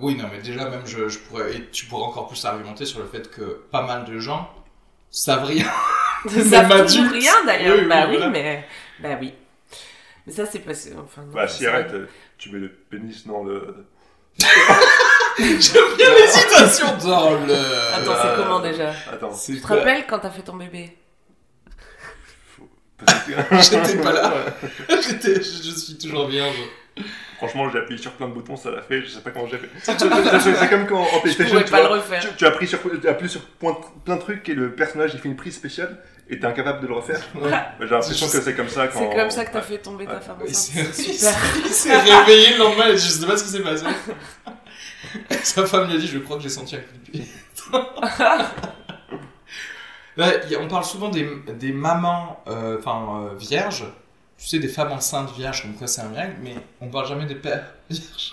Speaker 1: Oui, non, mais déjà, même, je, je pourrais. Et tu pourrais encore plus argumenter sur le fait que pas mal de gens savent rien. *laughs*
Speaker 2: Ils savent
Speaker 1: adulte.
Speaker 2: toujours rien d'ailleurs.
Speaker 1: Oui, oui,
Speaker 2: bah oui,
Speaker 1: voilà.
Speaker 2: mais bah oui. Mais ça c'est passé. Enfin. non,
Speaker 3: Bah,
Speaker 2: ça,
Speaker 3: si,
Speaker 2: c'est-
Speaker 3: arrête, euh, tu mets le pénis dans le.
Speaker 1: J'aime bien l'hésitation dans le.
Speaker 2: Attends,
Speaker 3: Euh,
Speaker 2: c'est comment déjà
Speaker 3: Attends,
Speaker 1: C'est
Speaker 2: Tu te rappelles quand t'as fait ton bébé
Speaker 1: *laughs*
Speaker 3: peut-être-
Speaker 1: J'étais pas *laughs* là. J'étais- je, je suis toujours vierge.
Speaker 3: Franchement, j'ai appuyé sur plein de boutons, ça l'a fait, je sais pas comment
Speaker 1: *laughs*
Speaker 3: j'ai fait. C'est- C'est c'est comme quand en
Speaker 2: *laughs* Je
Speaker 3: PlayStation,
Speaker 2: pourrais
Speaker 3: tu
Speaker 2: pas le
Speaker 3: vois,
Speaker 2: refaire.
Speaker 3: tu, tu appuies sur, tu appuies sur point- plein de trucs et le personnage il fait une prise spéciale et t'es incapable de le refaire.
Speaker 1: *laughs* Ah,
Speaker 3: Bah, J'ai l'impression que c'est comme ça quand.
Speaker 2: C'est comme ça que t'as
Speaker 3: Ouais.
Speaker 2: fait tomber ta femme
Speaker 1: Il
Speaker 2: enceinte.
Speaker 1: s'est- il
Speaker 2: Super.
Speaker 1: s'est- *laughs* il s'est réveillé le lendemain et je sais pas ce qui s'est passé. *laughs* Sa femme lui a dit Je crois que j'ai senti un coup de *laughs* pied. Ouais, y a- on parle souvent des, des mamans euh, enfin euh, vierges. Tu sais, des femmes enceintes vierges, comme quoi c'est un miracle, mais on parle jamais des pères vierges.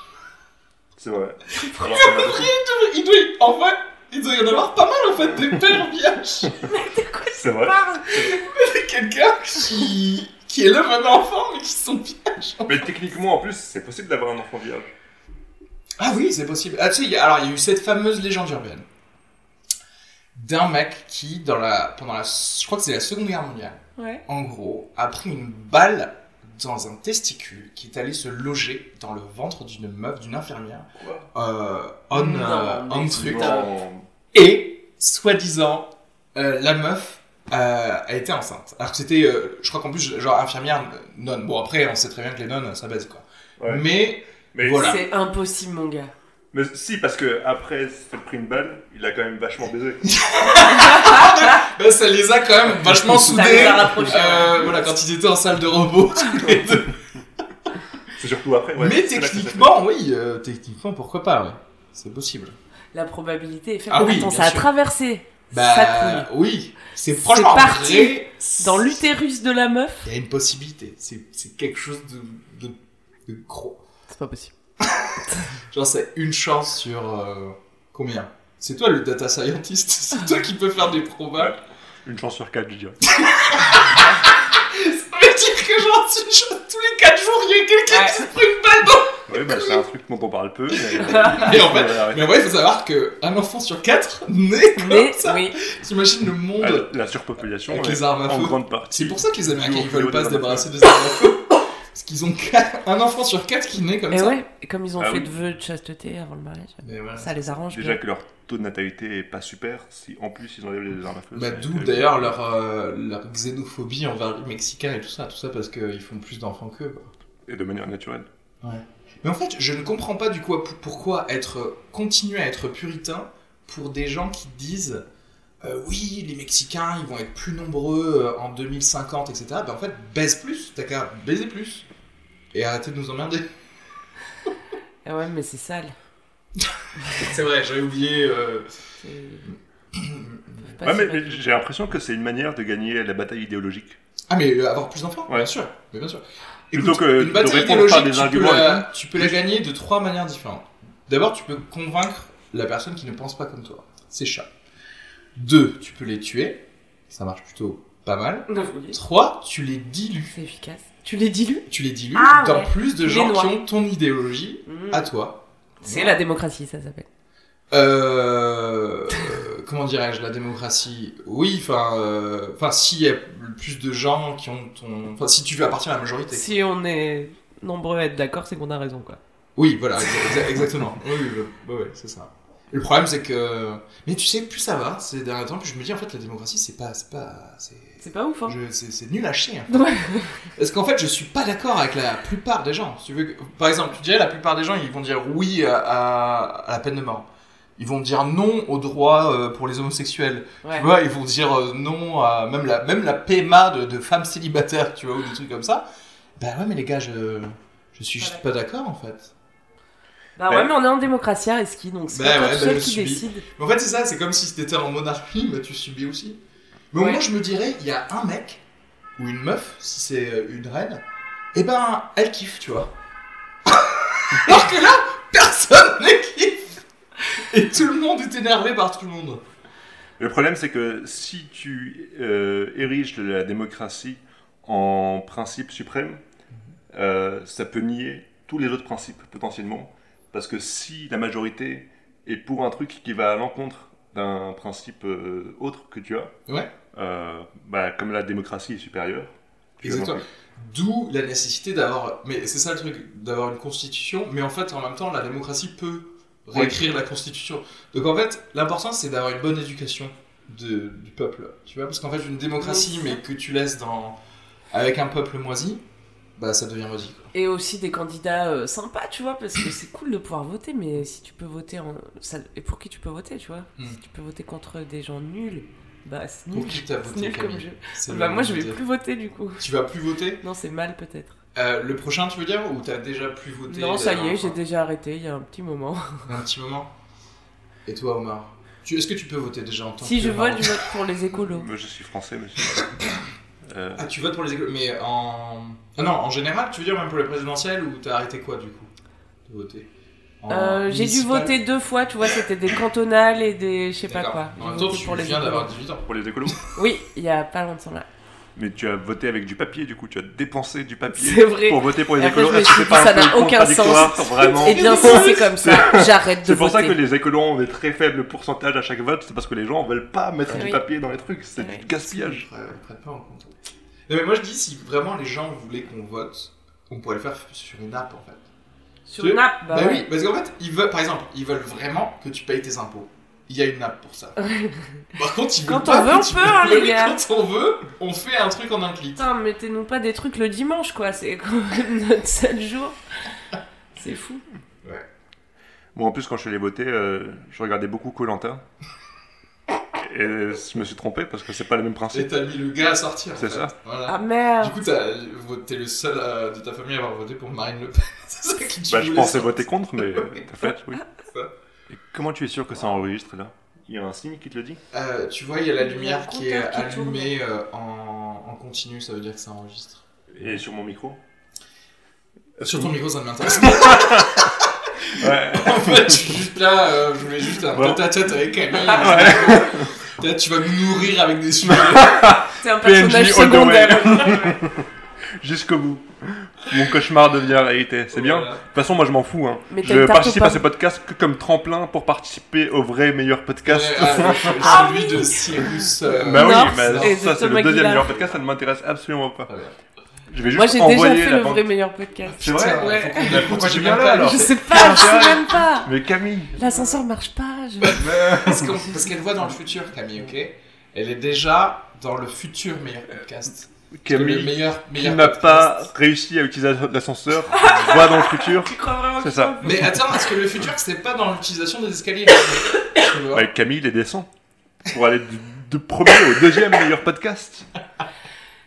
Speaker 3: C'est vrai. Alors, ça m'a-
Speaker 1: *laughs* Il doit y- en vrai, il doit y en avoir pas mal en fait, des pères vierges.
Speaker 3: C'est vrai.
Speaker 1: *laughs* Quelqu'un qui, qui élève un enfant mais qui sont vierges.
Speaker 3: Mais techniquement, en plus, c'est possible d'avoir un enfant vierge.
Speaker 1: Ah oui, c'est possible. Ah, tu sais, il y a- alors il y a eu cette fameuse légende urbaine d'un mec qui, dans la, pendant la, je crois que c'est la Seconde Guerre mondiale,
Speaker 2: Ouais.
Speaker 1: en gros, a pris une balle dans un testicule qui est allé se loger dans le ventre d'une meuf, d'une infirmière,
Speaker 3: Quoi
Speaker 1: euh, on,
Speaker 2: Non,
Speaker 1: euh,
Speaker 2: mais
Speaker 1: on truc.
Speaker 3: Non.
Speaker 1: Et, soi-disant, euh, la meuf euh, a été enceinte. Alors que c'était, euh, je crois qu'en plus, genre infirmière, euh, nonne. Bon, après, on sait très bien que les nonnes, ça baise quoi.
Speaker 3: Ouais.
Speaker 1: Mais
Speaker 3: Mais
Speaker 1: Voilà.
Speaker 2: C'est impossible, mon gars.
Speaker 3: Mais si, parce que après s'être pris une balle, il a quand même vachement baisé.
Speaker 1: Bah, ça les a quand même vachement
Speaker 2: Ça
Speaker 1: soudés.
Speaker 2: les a rapprochés,
Speaker 1: Euh, voilà, quand ils étaient en salle de robot, tous les deux.
Speaker 3: C'est surtout après. Ouais,
Speaker 1: Mais
Speaker 3: c'est là que ça s'est
Speaker 1: techniquement, oui, euh, techniquement, pourquoi pas, ouais. C'est possible.
Speaker 2: La probabilité est faible.
Speaker 1: Ah oui,
Speaker 2: Attends,
Speaker 1: bien
Speaker 2: ça a
Speaker 1: sûr.
Speaker 2: traversé.
Speaker 1: Bah,
Speaker 2: sa couille.
Speaker 1: oui. C'est
Speaker 2: C'est
Speaker 1: franchement un
Speaker 2: parti
Speaker 1: vrai-
Speaker 2: Dans l'utérus de la meuf.
Speaker 1: Il y a une possibilité. C'est c'est quelque chose de, de, de gros.
Speaker 2: C'est pas possible.
Speaker 1: Genre, c'est une chance sur euh, combien C'est toi le data scientist. *laughs* C'est toi qui peux faire des
Speaker 3: fait.
Speaker 1: probas.
Speaker 3: Ouais. Une chance sur quatre, je dirais.
Speaker 1: Mais dire que genre, tu- genre, tous les 4 jours, il y a quelqu'un qui se prend une balle dans
Speaker 3: Ouais, bah, c'est un truc dont on parle peu. Mais, euh,
Speaker 1: le- *laughs* Et en fait,
Speaker 3: Voilà, ouais.
Speaker 1: mais ouais, il faut savoir qu'un enfant sur 4 naît comme
Speaker 2: Mais
Speaker 1: ça.
Speaker 2: oui,
Speaker 1: T'imagines le monde
Speaker 3: Ah, la surpopulation
Speaker 1: avec
Speaker 3: ouais,
Speaker 1: les armes à
Speaker 3: en
Speaker 1: feu.
Speaker 3: grande partie.
Speaker 1: C'est pour ça que les Américains
Speaker 3: Toujours
Speaker 1: ils veulent
Speaker 3: vidéo
Speaker 1: pas
Speaker 3: des
Speaker 1: se
Speaker 3: armes à
Speaker 1: débarrasser des armes à feu. *laughs* Parce qu'ils ont quatre- un enfant sur 4 qui naît comme
Speaker 2: et
Speaker 1: ça.
Speaker 2: Eh ouais, et comme ils ont
Speaker 3: Ah
Speaker 2: fait
Speaker 3: oui. Ah,
Speaker 2: de vœux de chasteté avant le mariage,
Speaker 1: Mais voilà.
Speaker 2: ça les arrange
Speaker 3: Déjà
Speaker 2: bien.
Speaker 3: que leur taux de natalité est pas super, si en plus ils enlèvent les armes à feu.
Speaker 1: Bah,
Speaker 3: c'est
Speaker 1: d'où
Speaker 3: terrible.
Speaker 1: d'ailleurs leur, euh, leur xénophobie envers les Mexicains et tout ça, tout ça parce qu'ils font plus d'enfants qu'eux. quoi.
Speaker 3: Et de manière naturelle.
Speaker 1: Mais en fait, je ne comprends pas du coup pou- pourquoi être, euh, continuer à être puritain pour des gens qui disent euh, oui, les Mexicains ils vont être plus nombreux euh, en 2050, etc. Bah en fait, baise plus, t'as qu'à baiser plus. Et arrêtez de nous emmerder.
Speaker 2: Ah ouais, mais c'est sale.
Speaker 1: C'est vrai, j'avais oublié. euh,
Speaker 2: C'est- faut pas
Speaker 3: Ouais,
Speaker 2: se
Speaker 3: mais,
Speaker 2: mettre-
Speaker 3: mais j'ai l'impression que c'est une manière de gagner la bataille idéologique.
Speaker 1: Ah, mais euh, avoir plus d'enfants
Speaker 3: Ouais.
Speaker 1: Bien sûr, mais bien sûr.
Speaker 3: Plutôt que
Speaker 1: une
Speaker 3: de
Speaker 1: bataille
Speaker 3: répondre par
Speaker 1: idéologique,
Speaker 3: des
Speaker 1: tu,
Speaker 3: arguments
Speaker 1: peux
Speaker 3: et
Speaker 1: la, tu peux la gagner de trois manières différentes. D'abord, tu peux convaincre la personne qui ne pense pas comme toi. C'est chat. Deux, tu peux les tuer. Ça marche plutôt pas mal.
Speaker 2: Oui,
Speaker 1: Trois, tu les dilues.
Speaker 2: C'est efficace. Tu les dilues
Speaker 1: Tu les dilues
Speaker 2: Ah,
Speaker 1: dans
Speaker 2: ouais.
Speaker 1: plus de
Speaker 2: Les
Speaker 1: gens
Speaker 2: noirs.
Speaker 1: qui ont ton idéologie
Speaker 2: Mm.
Speaker 1: à toi.
Speaker 2: C'est la démocratie, ça s'appelle.
Speaker 1: Euh, euh, comment dirais-je, la démocratie Oui, enfin, euh, enfin, s'il y a plus de gens qui ont ton... Enfin, si tu veux appartenir à la majorité.
Speaker 2: Si on est nombreux à être d'accord, c'est qu'on a raison, quoi.
Speaker 1: Oui, voilà, exa- exa- exactement. Oui, oui, oui, oui, oui, c'est ça. Et Le problème, c'est que. Mais tu sais, plus ça va ces derniers temps, plus je me dis, en fait, la démocratie, c'est pas. C'est pas. C'est.
Speaker 2: C'est pas ouf, hein
Speaker 1: je- C'est c'est nul à chier. hein.
Speaker 2: Ouais.
Speaker 1: Parce qu'en fait, je suis pas d'accord avec la plupart des gens. Si tu veux que- Par exemple, tu dirais, la plupart des gens, ils vont dire oui à, à- à la peine de mort. Ils vont dire non au droit euh, pour les homosexuels.
Speaker 2: Ouais.
Speaker 1: Tu vois, ils vont dire euh, non à même la, même la PMA de, de femmes célibataires, tu vois, ou des trucs comme ça. Ben ouais, mais les gars, je, je suis juste pas d'accord en fait.
Speaker 2: Bah ouais,
Speaker 3: Ben-
Speaker 2: mais on est en démocratie à Esquine, donc c'est
Speaker 1: Ben
Speaker 2: pas
Speaker 1: ouais,
Speaker 2: toi
Speaker 1: ben
Speaker 2: seul
Speaker 1: je
Speaker 2: qui
Speaker 1: subis.
Speaker 2: décide.
Speaker 1: Mais en fait, c'est ça, c'est comme si t'étais en monarchie, mais tu subis aussi. Mais au
Speaker 2: Ouais.
Speaker 1: moins, je me dirais, il y a un mec, ou une meuf, si c'est euh, une reine, et ben, elle kiffe, tu vois. Alors que là, personne ne kiffe Et tout le monde est énervé par tout le monde.
Speaker 3: Le problème, c'est que si tu euh, ériges la démocratie en principe suprême,
Speaker 1: Mhm.
Speaker 3: euh, ça peut nier tous les autres principes potentiellement. Parce que si la majorité est pour un truc qui va à l'encontre d'un principe euh, autre que tu as,
Speaker 1: Ouais.
Speaker 3: euh, bah, comme la démocratie est supérieure, tu vas
Speaker 1: Exactement.
Speaker 3: non plus.
Speaker 1: D'où la nécessité d'avoir. Mais c'est ça le truc, d'avoir une constitution, mais en fait, en même temps, la démocratie peut réécrire la constitution. Donc en fait, l'important, c'est d'avoir une bonne éducation de, du peuple. Tu vois, parce qu'en fait, une démocratie,
Speaker 2: Oui, c'est ça.
Speaker 1: mais que tu laisses dans. avec un peuple moisi, bah ça devient moisi. quoi.
Speaker 2: Et aussi des candidats euh, sympas, tu vois, parce que c'est cool de pouvoir voter, mais si tu peux voter en... ça- Et pour qui tu peux voter, tu vois
Speaker 1: Mm.
Speaker 2: Si tu peux voter contre des gens nuls, bah c'est nul.
Speaker 1: Pour qui t'as
Speaker 2: C'est
Speaker 1: voté
Speaker 2: nul comme
Speaker 1: Camille
Speaker 2: jeu.
Speaker 1: C'est
Speaker 2: Bah
Speaker 1: le
Speaker 2: moi
Speaker 1: moment
Speaker 2: je
Speaker 1: de
Speaker 2: vais
Speaker 1: dire.
Speaker 2: plus voter du coup.
Speaker 1: Tu vas plus voter
Speaker 2: Non, c'est mal peut-être.
Speaker 1: Euh, Le prochain, tu veux dire Ou t'as déjà plus voté
Speaker 2: Non,
Speaker 1: la
Speaker 2: ça y
Speaker 1: dernière
Speaker 2: est, j'ai
Speaker 1: fois
Speaker 2: déjà arrêté il y a un petit moment.
Speaker 1: Un petit moment. Et toi, Omar Tu- Est-ce que tu peux voter déjà en tant
Speaker 2: Si
Speaker 1: que
Speaker 2: je vote,
Speaker 1: Marocain
Speaker 2: je vote pour les écolos.
Speaker 3: Moi, je suis français, monsieur. Euh,
Speaker 1: Ah, tu votes pour les écoles, mais en. Ah non, en général, tu veux dire même pour les présidentielles ou t'as arrêté quoi du coup De voter En
Speaker 2: Euh, j'ai dû
Speaker 1: Oh, municipal
Speaker 2: voter deux fois, tu vois, c'était des cantonales et des je sais pas
Speaker 1: D'accord.
Speaker 2: quoi. J'ai
Speaker 1: En même
Speaker 2: voté
Speaker 1: temps, tu
Speaker 2: pour les
Speaker 1: viens
Speaker 2: écolos.
Speaker 1: d'avoir 18 ans.
Speaker 3: pour les écolos
Speaker 2: Oui, il y a pas
Speaker 1: *laughs*
Speaker 2: longtemps là.
Speaker 3: Mais tu as voté avec du papier, du coup, tu as dépensé du papier
Speaker 2: C'est vrai.
Speaker 3: pour voter pour les
Speaker 2: Et après,
Speaker 3: écolos.
Speaker 2: je me
Speaker 3: Est-ce que
Speaker 2: suis
Speaker 3: c'est
Speaker 2: dit,
Speaker 3: pas un
Speaker 2: ça
Speaker 3: peu
Speaker 2: n'a aucun
Speaker 3: contradictoire, Vraiment.
Speaker 2: Et Eh bien si c'est comme ça, j'arrête de
Speaker 3: C'est pour ça que
Speaker 2: voter.
Speaker 3: les écolos ont des très faibles pourcentages à chaque vote, c'est parce que les gens veulent pas mettre
Speaker 2: Oui.
Speaker 3: du papier dans les trucs, c'est
Speaker 2: Oui.
Speaker 3: du gaspillage.
Speaker 1: Ouais, ils prennent pas en compte. Non, mais moi je dis, si vraiment les gens voulaient qu'on vote, on pourrait le faire sur une app en fait.
Speaker 2: Sur une app, bah,
Speaker 1: bah
Speaker 2: ouais.
Speaker 1: oui, parce qu'en fait, ils veulent, par exemple, ils veulent vraiment que tu payes tes impôts. Il y a une app pour ça. Par contre, ils veulent
Speaker 2: Quand on
Speaker 1: pas
Speaker 2: veut,
Speaker 1: que
Speaker 2: on
Speaker 1: tu-
Speaker 2: peut, hein, les gars.
Speaker 1: Quand on veut, on fait un truc en un clic.
Speaker 2: Putain, mettez-nous pas des trucs le dimanche quoi, c'est quand même notre seul jour. C'est fou.
Speaker 3: Bon, en plus, quand je suis allé voter, euh, je regardais
Speaker 2: *laughs*
Speaker 3: beaucoup Colanta. Et euh, je me suis trompé parce que c'est pas le même
Speaker 1: Et
Speaker 3: principe.
Speaker 1: t'as mis le gars à sortir. en
Speaker 3: C'est
Speaker 1: fait.
Speaker 3: ça.
Speaker 1: Voilà.
Speaker 2: Ah
Speaker 1: Du
Speaker 2: merde.
Speaker 1: coup, t'as- t'es le seul euh, de ta famille à avoir voté pour Marine Le Pen. *laughs* c'est ça qui
Speaker 3: Bah, je pensais voter contre, *laughs* mais t'as fait, oui.
Speaker 1: C'est ça.
Speaker 3: Et comment tu es sûr que ça enregistre là Il y a un signe qui te le dit
Speaker 1: Euh, tu vois, il y a la
Speaker 2: Il y a un
Speaker 1: lumière qui est
Speaker 2: compteur qui tourne.
Speaker 1: allumée euh, en, en continu, ça veut dire que ça enregistre.
Speaker 3: Et sur mon micro
Speaker 1: Sur ton micro, ça ne m'intéresse
Speaker 3: Ouais. *laughs*
Speaker 1: pas. en fait, je suis juste là, euh, je voulais juste un
Speaker 3: Voilà.
Speaker 1: tête à tête avec Camille.
Speaker 3: *laughs* Ouais.
Speaker 1: Là, tu vas me nourrir avec des sujets.
Speaker 2: C'est un
Speaker 3: PNJ
Speaker 2: personnage
Speaker 3: all the way.
Speaker 2: secondaire.
Speaker 3: jusqu'au bout. Mon cauchemar devient réalité. C'est bien. De
Speaker 1: Voilà.
Speaker 3: toute façon, moi, je m'en fous. hein.
Speaker 2: Mais t'as
Speaker 3: Je
Speaker 2: une tarte aux
Speaker 3: participe à
Speaker 2: pommes.
Speaker 3: ce podcast que comme tremplin pour participer au vrai meilleur podcast.
Speaker 1: Ouais,
Speaker 3: *laughs*
Speaker 1: ah, c'est
Speaker 2: Ah
Speaker 1: celui
Speaker 2: oui.
Speaker 1: de Cyrus. euh,
Speaker 3: Bah oui,
Speaker 2: North
Speaker 3: bah,
Speaker 2: et
Speaker 3: ça
Speaker 2: de Thomas
Speaker 3: c'est le deuxième
Speaker 2: Guillard.
Speaker 3: meilleur podcast, ça ne m'intéresse absolument pas.
Speaker 1: Très bien.
Speaker 3: Je vais
Speaker 2: *laughs*
Speaker 3: juste
Speaker 2: Moi, j'ai déjà
Speaker 3: envoyer
Speaker 2: fait
Speaker 3: la
Speaker 2: le
Speaker 3: bande-
Speaker 2: vrai meilleur podcast.
Speaker 3: C'est vrai
Speaker 1: Ouais.
Speaker 3: Mais pourquoi tu viens là alors
Speaker 2: Je sais pas, je sais même pas.
Speaker 3: Mais Camille
Speaker 2: L'ascenseur marche pas.
Speaker 3: *laughs*
Speaker 2: je-
Speaker 1: Parce qu'on- parce qu'elle voit dans le futur, Camille, ok Elle est déjà dans le futur meilleur podcast. le
Speaker 3: Camille
Speaker 1: meilleur,
Speaker 3: qui
Speaker 1: meilleur
Speaker 3: n'a pas
Speaker 1: podcast.
Speaker 3: réussi à utiliser l'ascenseur va dans le futur.
Speaker 2: Tu crois vraiment
Speaker 3: C'est
Speaker 2: que
Speaker 3: ça.
Speaker 1: Mais attends, est-ce que le futur, c'est pas dans l'utilisation des escaliers Tu vois
Speaker 3: Ouais, Camille les descend pour aller du, du premier au deuxième meilleur podcast.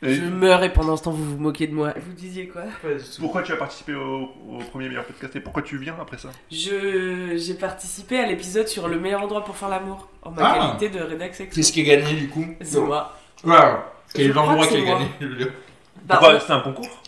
Speaker 3: Et
Speaker 2: Je meurs et pendant ce temps, vous vous moquez de moi. Vous disiez quoi
Speaker 3: pourquoi tu as participé au, au premier meilleur podcast et pourquoi tu viens après ça
Speaker 2: Je j'ai participé à l'épisode sur le meilleur endroit pour faire l'amour en ma
Speaker 1: Ah.
Speaker 2: qualité de rédac sexo.
Speaker 1: Qu'est-ce qui est gagné du coup
Speaker 2: C'est moi.
Speaker 1: Ouais. Quel est
Speaker 2: Je crois
Speaker 1: l'endroit
Speaker 2: que
Speaker 1: qui
Speaker 2: c'est
Speaker 1: est
Speaker 2: moi.
Speaker 1: gagné Julien
Speaker 2: Bah,
Speaker 3: Pourquoi C'est un concours
Speaker 2: on-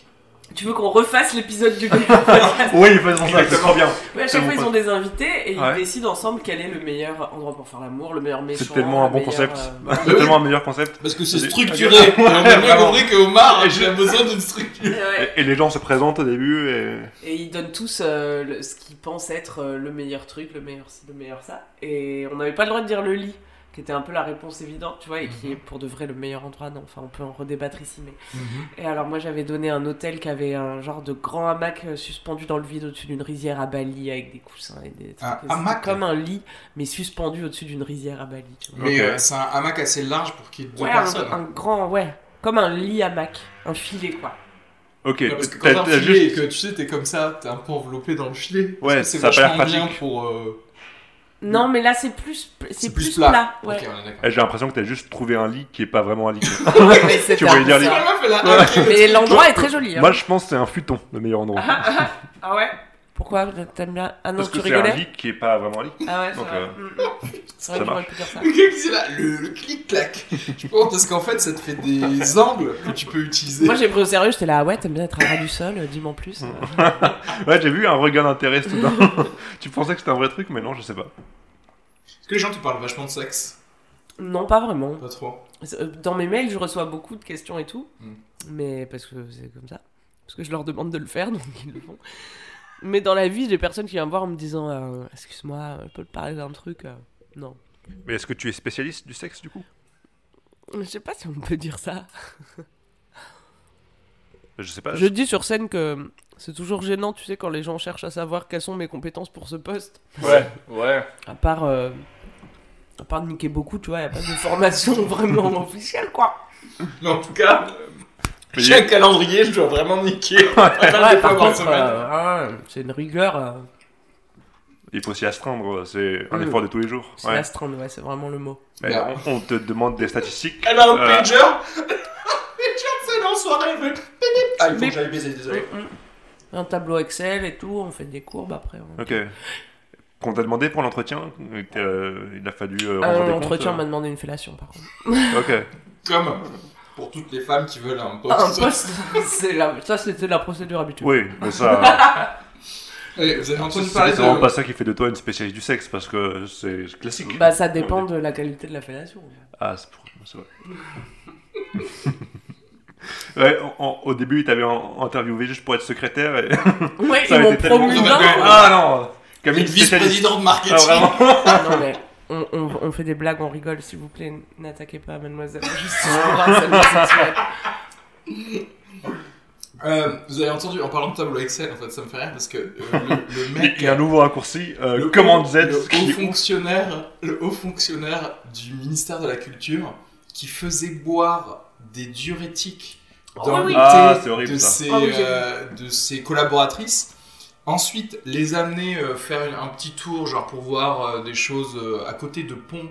Speaker 2: tu veux qu'on refasse l'épisode du *laughs* meilleur podcast
Speaker 3: Oui, ils font ça, c'est trop bien.
Speaker 2: Ouais, À
Speaker 3: C'est
Speaker 2: chaque
Speaker 3: mon
Speaker 2: fois, ils
Speaker 3: pote.
Speaker 2: ont des invités et
Speaker 3: Ouais.
Speaker 2: ils décident ensemble quel est le meilleur endroit pour faire l'amour, le meilleur méchant.
Speaker 3: C'est tellement un
Speaker 2: le
Speaker 3: bon
Speaker 2: meilleur,
Speaker 3: concept.
Speaker 2: euh,
Speaker 3: C'est tellement un meilleur concept.
Speaker 1: *laughs* Parce que c'est
Speaker 3: Allez.
Speaker 1: structuré. Et on a bien
Speaker 3: Vraiment.
Speaker 1: compris que Omar, il a besoin d'une structure.
Speaker 2: ouais.
Speaker 3: Et, et les gens se présentent au début et...
Speaker 2: Et ils donnent tous euh, le- ce qu'ils pensent être euh, le meilleur truc, le meilleur ci, le meilleur ça. Et on n'avait pas le droit de dire le lit, qui était un peu la réponse évidente, tu vois, et
Speaker 3: Mhm.
Speaker 2: qui est pour de vrai le meilleur endroit. Non, enfin, on peut en redébattre ici, mais.
Speaker 3: Mhm.
Speaker 2: Et alors, moi, j'avais donné un hôtel qui avait un genre de grand hamac euh, suspendu dans le vide au-dessus d'une rizière à Bali avec des coussins et des
Speaker 1: Un
Speaker 2: trucs. C'était
Speaker 1: hamac
Speaker 2: Comme un lit, mais suspendu au-dessus d'une rizière à Bali. tu vois.
Speaker 1: Mais
Speaker 3: Ok.
Speaker 1: euh, c'est un hamac assez large pour qu'il y ait deux
Speaker 2: Ouais, un,
Speaker 1: personnes.
Speaker 2: un grand, ouais. Comme un lit hamac, un filet, quoi.
Speaker 3: Ok,
Speaker 1: Ouais, parce que
Speaker 3: t'as-
Speaker 1: quand t'as
Speaker 3: t'as
Speaker 1: un filet
Speaker 3: juste-
Speaker 1: et que tu sais, t'es comme ça, t'es un peu enveloppé dans le filet.
Speaker 3: Ouais,
Speaker 1: Est-ce que
Speaker 3: ça a
Speaker 1: c'est
Speaker 3: pas l'air
Speaker 1: vachement bien
Speaker 3: pratique.
Speaker 1: pour. euh,
Speaker 2: Non, mais là, c'est plus, Mm. c'est plus, plat. ouais.
Speaker 1: Ok, on est d'accord.
Speaker 3: Eh, J'ai l'impression que t'as juste trouvé un lit qui est pas vraiment un lit.
Speaker 2: *laughs* Mais c'était
Speaker 3: Tu voulais
Speaker 2: un
Speaker 3: dire
Speaker 2: peu
Speaker 3: lit.
Speaker 2: ça.
Speaker 1: La meuf, elle a hacké *laughs*
Speaker 3: *laughs*
Speaker 1: le
Speaker 2: Mais l'endroit est très joli. hein.
Speaker 3: Moi je pense que c'est un futon, le meilleur endroit.
Speaker 2: Ah ouais Pourquoi T'aimes bien Ah non,
Speaker 3: Parce
Speaker 2: tu
Speaker 3: que c'est un
Speaker 2: rigolais
Speaker 3: lit qui est pas vraiment un lit.
Speaker 2: Ah ouais, c'est
Speaker 3: Donc,
Speaker 2: vrai.
Speaker 3: euh,
Speaker 2: Mm, mm. C'est vrai
Speaker 3: ça
Speaker 2: que j'aurais
Speaker 3: marche.
Speaker 2: pu dire ça.
Speaker 1: Le gars qui est là, le, le clic-clac. Je pense parce qu'en fait, ça te fait des angles que tu peux utiliser.
Speaker 2: Moi j'ai pris au sérieux, j'étais là, ah ouais, t'aimes bien être à ras du sol, euh, dis-moi en plus.
Speaker 3: Mm.
Speaker 2: euh.
Speaker 3: Ouais, j'ai vu un regard
Speaker 2: *laughs*
Speaker 3: d'intérêt soudain. tu pensais que c'était un vrai truc, mais non, je sais pas.
Speaker 1: Parce que les gens te parlent vachement de sexe.
Speaker 2: Non, pas vraiment.
Speaker 1: Pas trop.
Speaker 2: C'est- euh, Dans mes mails, je reçois beaucoup de questions et tout.
Speaker 1: Mm.
Speaker 2: Mais parce que c'est comme ça. Parce que je leur demande de le faire, *laughs* donc ils le font. Mais dans la vie, j'ai des personnes qui viennent me voir en me disant euh, Excuse-moi, je peux te parler d'un truc euh, Non.
Speaker 3: Mais est-ce que tu es spécialiste du sexe du coup
Speaker 2: Je sais pas si on peut dire ça.
Speaker 3: Je sais pas.
Speaker 2: Je dis sur scène que c'est toujours gênant, tu sais, quand les gens cherchent à savoir quelles sont mes compétences pour ce poste.
Speaker 3: Ouais, ouais.
Speaker 2: À part, euh, à part niquer beaucoup, tu vois, y a pas de formation *laughs* vraiment officielle, quoi.
Speaker 1: Mais en tout cas,
Speaker 3: Mais
Speaker 1: j'ai un calendrier, je dois vraiment niquer. Ah,
Speaker 2: Ouais, par
Speaker 1: par
Speaker 2: contre,
Speaker 1: semaine.
Speaker 2: euh, ouais, c'est une rigueur, euh,
Speaker 3: Il faut s'y astreindre, c'est un
Speaker 2: Mm.
Speaker 3: effort de tous les jours.
Speaker 2: c'est
Speaker 3: Ouais.
Speaker 2: l'astreinte, ouais, c'est vraiment le mot.
Speaker 3: Mais on, on te demande des statistiques.
Speaker 1: Elle a un
Speaker 3: Euh,
Speaker 1: Eh ben, pager. *laughs* Un pager, c'est en soirée. elle fait pip, pip. Ah, il faut
Speaker 2: Mais-
Speaker 1: que j'aille baiser, désolé.
Speaker 2: Mm, Un tableau Excel et tout, on fait des courbes après. on-
Speaker 3: Ok. Qu'on t'a demandé pour l'entretien, et que, euh, il a fallu euh,
Speaker 2: Ah
Speaker 3: rendre
Speaker 2: non,
Speaker 3: des
Speaker 2: l'entretien m'a
Speaker 3: comptes.
Speaker 2: demandé une fellation, par contre.
Speaker 3: euh, Ok.
Speaker 1: Comme pour toutes les femmes qui veulent un
Speaker 2: Ah, un
Speaker 1: poste.
Speaker 2: poste, *laughs* c'est la... ça c'était la procédure habituelle. *laughs*
Speaker 3: Oui, mais ça.
Speaker 1: Eh, vous avez entendu
Speaker 3: C'est
Speaker 1: parler
Speaker 3: c'est
Speaker 1: de.
Speaker 3: vraiment pas ça qui fait de toi une spécialiste du sexe, parce que c'est classique.
Speaker 2: Bah, ça dépend de la qualité de la fellation.
Speaker 3: Ah, c'est pour- c'est vrai. *laughs* ouais, en- en- au début, ils t'avaient en- interviewé juste pour être secrétaire, et
Speaker 2: Ouais,
Speaker 3: *laughs* ça
Speaker 2: ils
Speaker 3: avait
Speaker 2: m'ont
Speaker 3: été tellement...
Speaker 2: promu
Speaker 1: Non, mais
Speaker 2: d'un.
Speaker 1: quand même.
Speaker 3: Ah non Camille,
Speaker 1: Une
Speaker 3: spécialiste
Speaker 1: vice-présidente
Speaker 3: Ah,
Speaker 1: marketing. *laughs*
Speaker 3: vraiment
Speaker 2: Ah non, mais on, on- on fait des blagues, on rigole, s'il vous plaît, n'attaquez pas mademoiselle. Juste pour
Speaker 3: Ah,
Speaker 2: harcèlement sexuel.
Speaker 1: Euh, vous avez entendu, en parlant de tableau Excel, en fait, ça me fait rire parce que euh, le, le mec.
Speaker 3: *laughs* Il y a un nouveau raccourci, euh,
Speaker 1: le
Speaker 3: commande
Speaker 1: haut-
Speaker 3: Z,
Speaker 1: le haut,
Speaker 3: qui-
Speaker 1: fonctionnaire, le haut fonctionnaire du ministère de la Culture qui faisait boire des diurétiques dans
Speaker 2: Oh
Speaker 1: le
Speaker 2: oui.
Speaker 1: thé
Speaker 3: Ah, c'est horrible,
Speaker 1: de,
Speaker 3: ça.
Speaker 1: ses,
Speaker 2: Oh oui, j'ai vu.
Speaker 1: euh, de ses collaboratrices. Ensuite, les amener euh, faire une- un petit tour, genre pour voir euh, des choses euh, à côté de ponts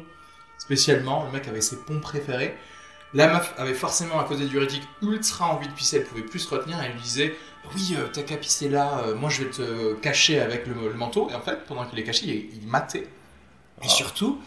Speaker 1: spécialement. Le mec avait ses ponts préférés. La meuf avait forcément, à cause des diurétiques, ultra envie de pisser, elle pouvait plus se retenir, elle lui disait Oui, euh, t'as qu'à pisser là, euh, moi je vais te cacher avec le, le manteau. Et en fait, pendant qu'il est caché, il, il matait.
Speaker 3: Ah.
Speaker 1: Et surtout,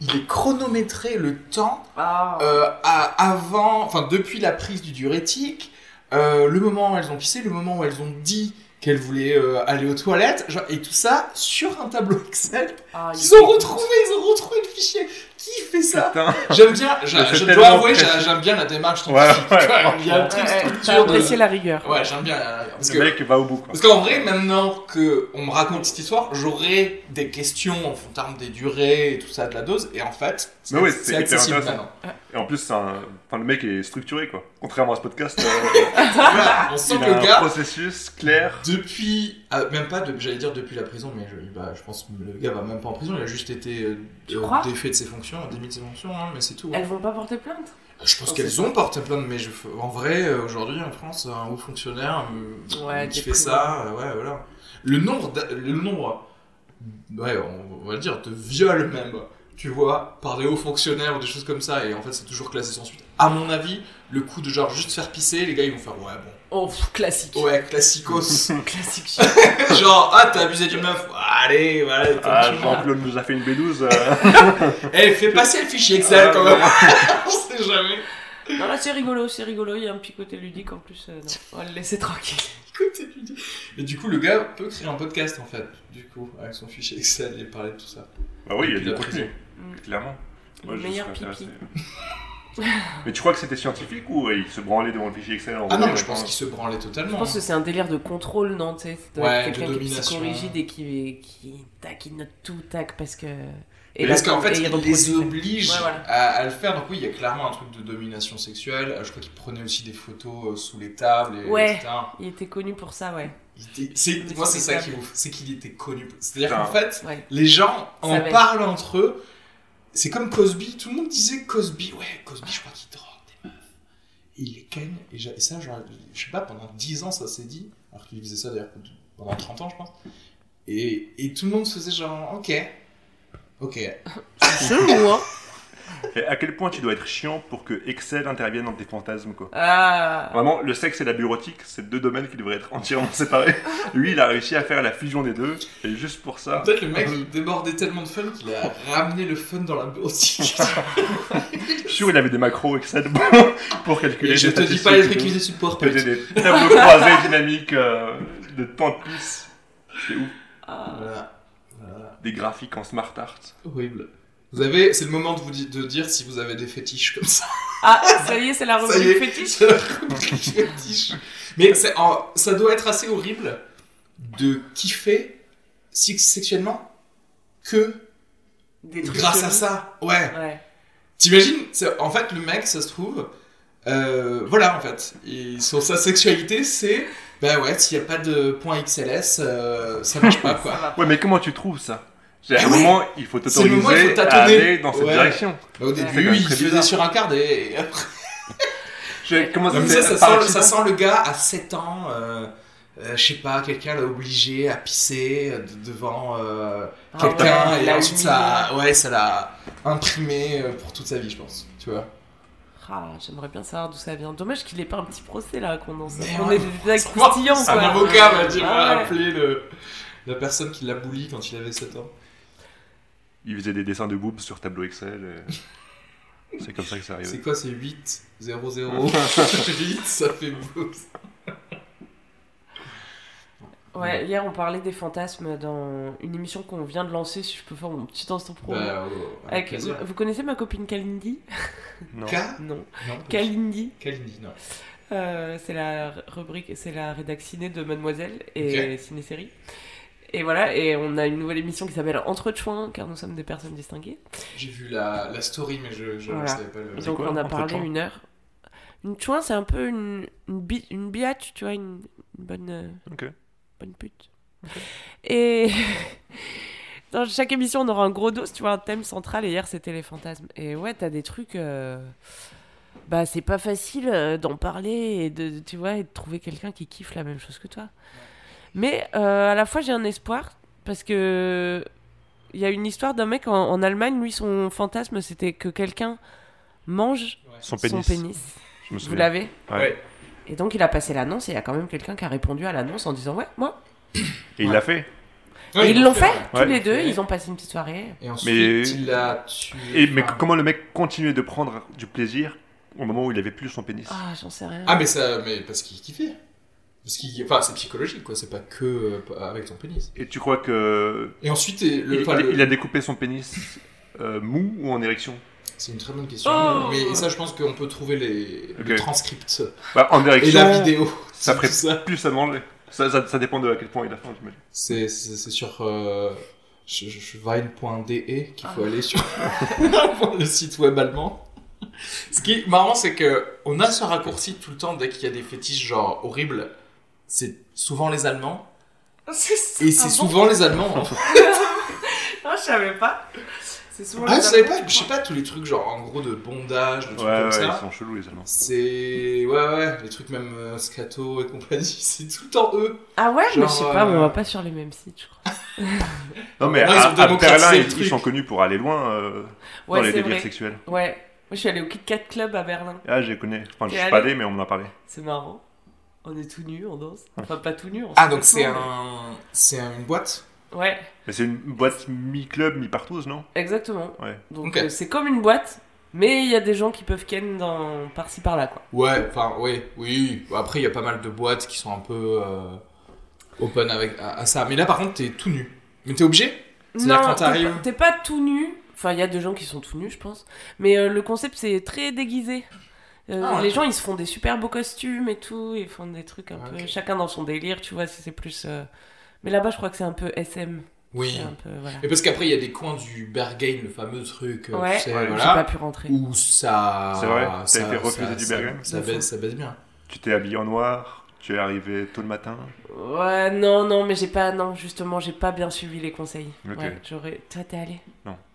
Speaker 1: il est chronométré le temps
Speaker 2: Ah.
Speaker 1: euh, à- avant, enfin depuis la prise du diurétique, euh, le moment où elles ont pissé, le moment où elles ont dit qu'elles voulaient euh, aller aux toilettes, genre, et tout ça sur un tableau Excel
Speaker 2: Ah,
Speaker 1: ils ont retrouvé, ils ont retrouvé le fichier. qui fait ça
Speaker 3: Putain.
Speaker 1: J'aime bien, je,
Speaker 3: C'est
Speaker 1: je dois
Speaker 3: tellement
Speaker 1: avouer,
Speaker 3: précis.
Speaker 1: j'a- j'aime bien la démarche
Speaker 3: Ouais,
Speaker 1: scientifique,
Speaker 3: ouais,
Speaker 1: quoi. *laughs* Il y a un truc
Speaker 2: Ouais,
Speaker 1: structure
Speaker 2: T'as
Speaker 1: de-
Speaker 2: apprécié la rigueur.
Speaker 1: Ouais, j'aime bien. la- Parce
Speaker 3: Le
Speaker 1: que
Speaker 3: mec va au bout, quoi.
Speaker 1: parce qu'en vrai, maintenant que on me raconte cette histoire, j'aurais des questions en termes des durées et tout ça de la dose, et en fait,
Speaker 3: Mais oui,
Speaker 1: c'est
Speaker 3: c'est hyper
Speaker 1: accessible
Speaker 3: intéressant.
Speaker 1: maintenant.
Speaker 3: Et en plus, c'est un- enfin, le mec est structuré, quoi. Contrairement à ce podcast,
Speaker 1: *laughs*
Speaker 3: euh,
Speaker 1: Voilà, on sent
Speaker 3: il
Speaker 1: que le
Speaker 3: a un
Speaker 1: gars,
Speaker 3: processus clair.
Speaker 1: depuis, ah, même pas, de- j'allais dire depuis la prison, mais je, bah, je pense que le gars va même pas en prison, il a juste été euh,
Speaker 2: Tu crois
Speaker 1: défait de ses fonctions, démis de ses fonctions, hein, mais c'est tout. hein.
Speaker 2: Elles vont pas porter plainte.
Speaker 1: Je pense
Speaker 2: On
Speaker 1: qu'elles
Speaker 2: sait
Speaker 1: ont porté plainte, mais je... en vrai, euh, aujourd'hui en France, un haut fonctionnaire euh,
Speaker 2: Ouais,
Speaker 1: qui
Speaker 2: t'es
Speaker 1: fait
Speaker 2: pris,
Speaker 1: ça, euh, ouais, voilà. Le nombre, d'a- le nombre, ouais, on va le dire, de viols même, tu vois, par des hauts fonctionnaires ou des choses comme ça, et en fait, c'est toujours classé sans suite. À mon avis, le coup de genre juste faire pisser, les gars, ils vont faire, ouais,
Speaker 2: Oh, pff, classique.
Speaker 1: bon, ouais, classicos.
Speaker 2: *laughs* Classique.
Speaker 1: genre, ah, t'as abusé d'une meuf, allez, voilà, t'as
Speaker 3: Ah,
Speaker 1: abusé.
Speaker 3: Jean-Claude nous a fait une B12. euh,
Speaker 1: Eh, fais passer le fichier Excel
Speaker 3: Ah,
Speaker 1: quand même, *laughs* on sait jamais.
Speaker 2: Non, là, c'est rigolo, c'est rigolo. Il y a un petit côté ludique en plus. euh, non. On va le laisser tranquille.
Speaker 1: Écoute, tu dis- Et du coup, le gars peut créer un podcast en fait, du coup, avec son fichier Excel et parler de tout ça.
Speaker 3: Bah oui, il y a
Speaker 1: Depuis
Speaker 3: du
Speaker 1: la
Speaker 3: contenu,
Speaker 2: Mm.
Speaker 3: clairement.
Speaker 2: Le
Speaker 3: Moi, je
Speaker 2: meilleur
Speaker 3: serais
Speaker 2: *laughs* pipi.
Speaker 3: intéressé. Mais tu crois que c'était scientifique ou euh, il se branlait devant le fichier Excel en
Speaker 1: Ah non,
Speaker 3: vrai,
Speaker 1: mais je pense
Speaker 3: hein.
Speaker 1: qu'il se branlait
Speaker 2: Je
Speaker 1: totalement. hein.
Speaker 2: pense que c'est un délire de contrôle, non Tu sais, c'est
Speaker 1: Ouais,
Speaker 2: quelqu'un
Speaker 1: de
Speaker 2: qui est
Speaker 1: domination. hein.
Speaker 2: psychorigide et qui, qui, tac, qui note tout, tac, parce que.
Speaker 1: Et parce qu'en fait,
Speaker 2: et
Speaker 1: il les
Speaker 2: reproduit.
Speaker 1: oblige
Speaker 2: Ouais, voilà.
Speaker 1: à, à le faire. Donc oui, il y a clairement un truc de domination sexuelle. Euh, Je crois qu'il prenait aussi des photos euh, sous les tables, et,
Speaker 2: Ouais.
Speaker 1: etc.
Speaker 2: Il était connu pour ça, ouais.
Speaker 1: Il était- c'est-
Speaker 2: Mais
Speaker 1: Moi, c'est
Speaker 2: c'est
Speaker 1: ça
Speaker 2: ça.
Speaker 1: qui est ouf, c'est qu'il était connu. C'est-à-dire
Speaker 3: Putain.
Speaker 1: qu'en fait,
Speaker 2: ouais.
Speaker 1: les gens en
Speaker 2: Savaient.
Speaker 1: parlent entre eux. C'est comme Cosby, tout le monde disait Cosby, ouais, Cosby, je crois qu'il drogue des meufs. Et il les ken, et, j'a- et ça, genre, je sais pas, pendant 10 ans ça s'est dit, alors qu'il faisait ça d'ailleurs pendant 30 ans, je pense. Et, et tout le monde se faisait genre, ok, ok.
Speaker 2: Chelou, hein
Speaker 3: Et à quel point tu dois être chiant pour que Excel intervienne dans tes fantasmes, quoi.
Speaker 2: Ah
Speaker 3: Vraiment, le sexe et la bureautique, c'est deux domaines qui devraient être entièrement *laughs* séparés. Lui, il a réussi à faire la fusion des deux, et juste pour ça.
Speaker 1: Ah, Peut-être le mec il débordait tellement de fun qu'il a ramené le fun dans la boutique.
Speaker 3: Je suis sûr, il avait des macros Excel *laughs* pour, pour
Speaker 1: *laughs*
Speaker 3: calculer.
Speaker 1: Et je
Speaker 3: des
Speaker 1: te dis
Speaker 3: statistiques
Speaker 1: pas les
Speaker 3: et
Speaker 1: trucs
Speaker 3: tout.
Speaker 1: qu'il faisait sur PowerPoint.
Speaker 3: Faisait des tableaux croisés *laughs* dynamiques euh, de temps de pisse. C'est ouf.
Speaker 2: Ah.
Speaker 1: Voilà. Voilà.
Speaker 3: Des graphiques en smart art.
Speaker 1: Horrible. Vous avez, c'est le moment de vous di- de dire si vous avez des fétiches comme ça.
Speaker 2: Ah, ça y est, c'est la
Speaker 1: Ça y est,
Speaker 2: rubrique fétiche
Speaker 1: c'est la rubrique fétiche. Mais c'est- en- ça doit être assez horrible de kiffer sex- sexuellement que
Speaker 2: Des trucs
Speaker 1: grâce à
Speaker 2: chelous.
Speaker 1: ça. Ouais.
Speaker 2: Ouais.
Speaker 1: T'imagines c'est- En fait, le mec, ça se trouve, euh, voilà, en fait, Et sur sa sexualité, c'est, bah ouais, s'il n'y a pas de point XLS, euh, ça marche pas
Speaker 3: *laughs*
Speaker 1: quoi.
Speaker 3: Ouais, mais comment tu trouves ça C'est à un
Speaker 1: Ah ouais.
Speaker 3: moment, il faut
Speaker 1: C'est le moment, il faut
Speaker 3: t'autoriser à
Speaker 1: tâtonner.
Speaker 3: aller dans cette
Speaker 1: Ouais.
Speaker 3: direction.
Speaker 1: Bah, au
Speaker 2: C'est
Speaker 3: quand
Speaker 1: début,
Speaker 3: même
Speaker 1: il
Speaker 3: très
Speaker 1: faisait
Speaker 3: bizarre.
Speaker 1: sur un quart et après.
Speaker 3: Je, comment
Speaker 1: Non, mais
Speaker 3: c'est
Speaker 1: ça, ça,
Speaker 3: par
Speaker 1: sent,
Speaker 3: accident
Speaker 1: ça sent le gars à 7 ans, euh, euh, je sais pas, quelqu'un l'a obligé à pisser euh, de- devant euh,
Speaker 2: Ah
Speaker 1: quelqu'un
Speaker 2: ouais,
Speaker 1: et
Speaker 2: la
Speaker 1: ensuite ça, ouais, ça l'a imprimé euh, pour toute sa vie, je pense. Tu vois
Speaker 2: Ah, j'aimerais bien savoir d'où ça vient. Dommage qu'il ait pas un petit procès là, qu'on en
Speaker 1: Mais
Speaker 2: qu'on
Speaker 1: ouais,
Speaker 2: ait des actes
Speaker 1: moi,
Speaker 2: croustillants,
Speaker 1: Un
Speaker 2: quoi.
Speaker 1: avocat m'a dit,
Speaker 2: Ah ouais.
Speaker 1: appeler le, la personne qui l'a bouli quand il avait 7 ans.
Speaker 3: Il faisait des dessins de boobs sur tableau Excel. et C'est comme ça que ça
Speaker 1: C'est
Speaker 3: arrivait.
Speaker 1: quoi, c'est 8 0 *laughs* 0 8, ça fait beau.
Speaker 2: Ouais, hier on parlait des fantasmes dans une émission qu'on vient de lancer, si je peux faire mon petit instant pro.
Speaker 1: Bah, ouais, avec
Speaker 2: Avec-
Speaker 1: plaisir.
Speaker 2: vous connaissez ma copine Kalindi
Speaker 3: Non.
Speaker 1: K
Speaker 2: Non.
Speaker 1: Non, pas du tout.
Speaker 2: Kalindi,
Speaker 1: Kalindi, non.
Speaker 2: euh, c'est la rubrique, c'est la rédaccinée de Mademoiselle et
Speaker 1: Ok.
Speaker 2: Ciné-Série. Et voilà, et on a une nouvelle émission qui s'appelle Entre Chouins, car nous sommes des personnes distinguées.
Speaker 1: J'ai vu la, la story, mais je, je
Speaker 2: Voilà.
Speaker 1: savais pas le.
Speaker 2: Donc
Speaker 3: Euh, quoi,
Speaker 2: on a
Speaker 3: Entre
Speaker 2: parlé
Speaker 3: Chouins
Speaker 2: une heure. Une chouin, c'est un peu une, une, bi- une biatch, tu vois, une, une bonne. euh,
Speaker 3: Ok.
Speaker 2: Bonne pute. Et *laughs* dans chaque émission, on aura un gros dos, tu vois, un thème central. Et hier, c'était les fantasmes. Et ouais, t'as des trucs. euh, Bah, c'est pas facile euh, d'en parler et de, tu vois, et de trouver quelqu'un qui kiffe la même chose que toi. Mais euh, à la fois, j'ai un espoir parce que il y a une histoire d'un mec en, en Allemagne. Lui, son fantasme, c'était que quelqu'un mange
Speaker 1: Ouais.
Speaker 3: Son pénis.
Speaker 2: son pénis.
Speaker 3: Je me
Speaker 2: Vous
Speaker 3: souviens.
Speaker 2: l'avez
Speaker 3: Ouais.
Speaker 1: Ouais.
Speaker 2: Et donc, il a passé l'annonce et il y a quand même quelqu'un qui a répondu à l'annonce en disant Ouais, moi.
Speaker 3: Et il l'a fait.
Speaker 1: Ouais,
Speaker 2: Et ils l'ont fait, tous
Speaker 3: Ouais.
Speaker 2: les deux,
Speaker 1: Ouais.
Speaker 2: ils ont passé une petite soirée.
Speaker 1: Et ensuite,
Speaker 3: Mais-
Speaker 1: il l'a tué.
Speaker 3: Et, mais
Speaker 1: Enfin,
Speaker 3: comment le mec continuait de prendre du plaisir au moment où il avait plus son pénis
Speaker 2: Ah, j'en sais *laughs* rien.
Speaker 1: Ah, mais ça, mais parce qu'il kiffait. Parce qu'il, enfin, c'est psychologique, quoi. C'est pas que euh, avec ton pénis.
Speaker 3: Et tu crois que
Speaker 1: Et ensuite, et
Speaker 3: il,
Speaker 1: le, enfin,
Speaker 3: il-
Speaker 1: le-
Speaker 3: il a découpé son pénis euh, mou ou en érection
Speaker 1: C'est une très bonne question.
Speaker 2: Oh
Speaker 1: mais ça, je pense qu'on peut trouver les,
Speaker 3: Ok.
Speaker 1: les transcripts
Speaker 3: Bah, En
Speaker 1: et
Speaker 3: érection,
Speaker 1: la vidéo.
Speaker 3: ça
Speaker 1: Tout
Speaker 3: ferait plus à manger. Ça, ça, ça dépend de à quel point il a faim, j'imagine.
Speaker 1: C'est c'est- c'est sur euh, je- je- je- vine.de E qu'il faut
Speaker 2: Ah.
Speaker 1: aller sur *laughs* pour le site web allemand. Ce qui est marrant, c'est que on a ce raccourci tout le temps dès qu'il y a des fétiches genre horribles. C'est souvent les Allemands. Et c'est souvent les
Speaker 3: *laughs*
Speaker 1: Allemands. hein.
Speaker 2: Non, Ah, je savais pas. C'est souvent
Speaker 1: Ah,
Speaker 2: les
Speaker 1: je savais
Speaker 2: Allemands.
Speaker 1: pas, je sais pas, tous les trucs genre en gros de bondage, de
Speaker 3: Ouais,
Speaker 1: trucs
Speaker 3: ouais,
Speaker 1: comme
Speaker 3: ils
Speaker 1: ça.
Speaker 3: sont chelous, les Allemands.
Speaker 1: C'est. Ouais, ouais, les trucs même euh, scato et compagnie, *laughs* c'est tout le temps eux.
Speaker 2: Ah ouais, mais je sais
Speaker 1: Genre,
Speaker 2: pas,
Speaker 1: euh,
Speaker 2: mais on va pas sur les mêmes sites, je crois.
Speaker 3: Non, mais
Speaker 1: Non, ils
Speaker 3: à,
Speaker 1: ont
Speaker 3: à
Speaker 1: démocratisé
Speaker 3: Berlin,
Speaker 1: le
Speaker 3: ils,
Speaker 1: truc.
Speaker 3: ils sont connus pour aller loin euh, dans
Speaker 2: Ouais,
Speaker 3: les
Speaker 2: c'est
Speaker 3: délires
Speaker 2: vrai.
Speaker 3: sexuels.
Speaker 2: Ouais. Moi, je suis allée au Kit Kat Club à Berlin.
Speaker 3: Ah, je les connais. Enfin, je
Speaker 2: T'es
Speaker 3: suis pas
Speaker 2: allé
Speaker 3: allé, mais on m'en a parlé.
Speaker 2: C'est marrant. On est tout nus, on danse. Enfin, pas tout nus. on
Speaker 1: Ah,
Speaker 2: se
Speaker 1: donc c'est
Speaker 2: retourne.
Speaker 1: un. C'est un- une boîte
Speaker 2: Ouais,
Speaker 3: Mais c'est une boîte mi-club, mi-partouze, non
Speaker 2: exactement.
Speaker 3: Ouais.
Speaker 2: Donc
Speaker 1: Ok.
Speaker 2: euh, c'est comme une boîte, mais il y a des gens qui peuvent ken dans... par-ci par-là, quoi.
Speaker 1: Ouais, enfin, oui, oui. Après, il y a pas mal de boîtes qui sont un peu euh, open avec, à, à ça. Mais là, par contre, t'es tout nu. Mais t'es obligé C'est-à-dire
Speaker 2: Non,
Speaker 1: quand
Speaker 2: t'es
Speaker 1: t'arrives-
Speaker 2: pas- t'es pas tout nu. Enfin, il y a des gens qui sont tout nus, je pense. Mais euh, le concept, c'est très déguisé. Euh,
Speaker 1: Ah ouais.
Speaker 2: Les gens, ils se font des super beaux costumes et tout. Ils font des trucs un
Speaker 1: Ah,
Speaker 2: peu.
Speaker 1: ok.
Speaker 2: Chacun dans son délire, tu vois. C'est c'est plus. euh, Mais là-bas, je crois que c'est un peu SM.
Speaker 1: Oui.
Speaker 2: C'est un peu. Voilà.
Speaker 1: Et parce qu'après, il y a des coins du Berghain, le fameux truc, euh,
Speaker 2: Ouais.
Speaker 1: tu sais,
Speaker 3: Ouais.
Speaker 2: J'ai pas
Speaker 1: voilà,
Speaker 2: pu rentrer.
Speaker 1: où ça...
Speaker 3: C'est vrai, t'as
Speaker 1: ça-
Speaker 3: été refusé
Speaker 1: ça-
Speaker 3: du
Speaker 1: ça-
Speaker 3: Berghain
Speaker 1: Ça, baisse, ça baisse bien.
Speaker 3: Tu t'es habillé en noir, tu es arrivé tôt le matin.
Speaker 2: Ouais, non, non, mais j'ai pas. Non, justement, j'ai pas bien suivi les conseils.
Speaker 3: Ok.
Speaker 2: Ouais, j'aurais. Toi, t'es allé.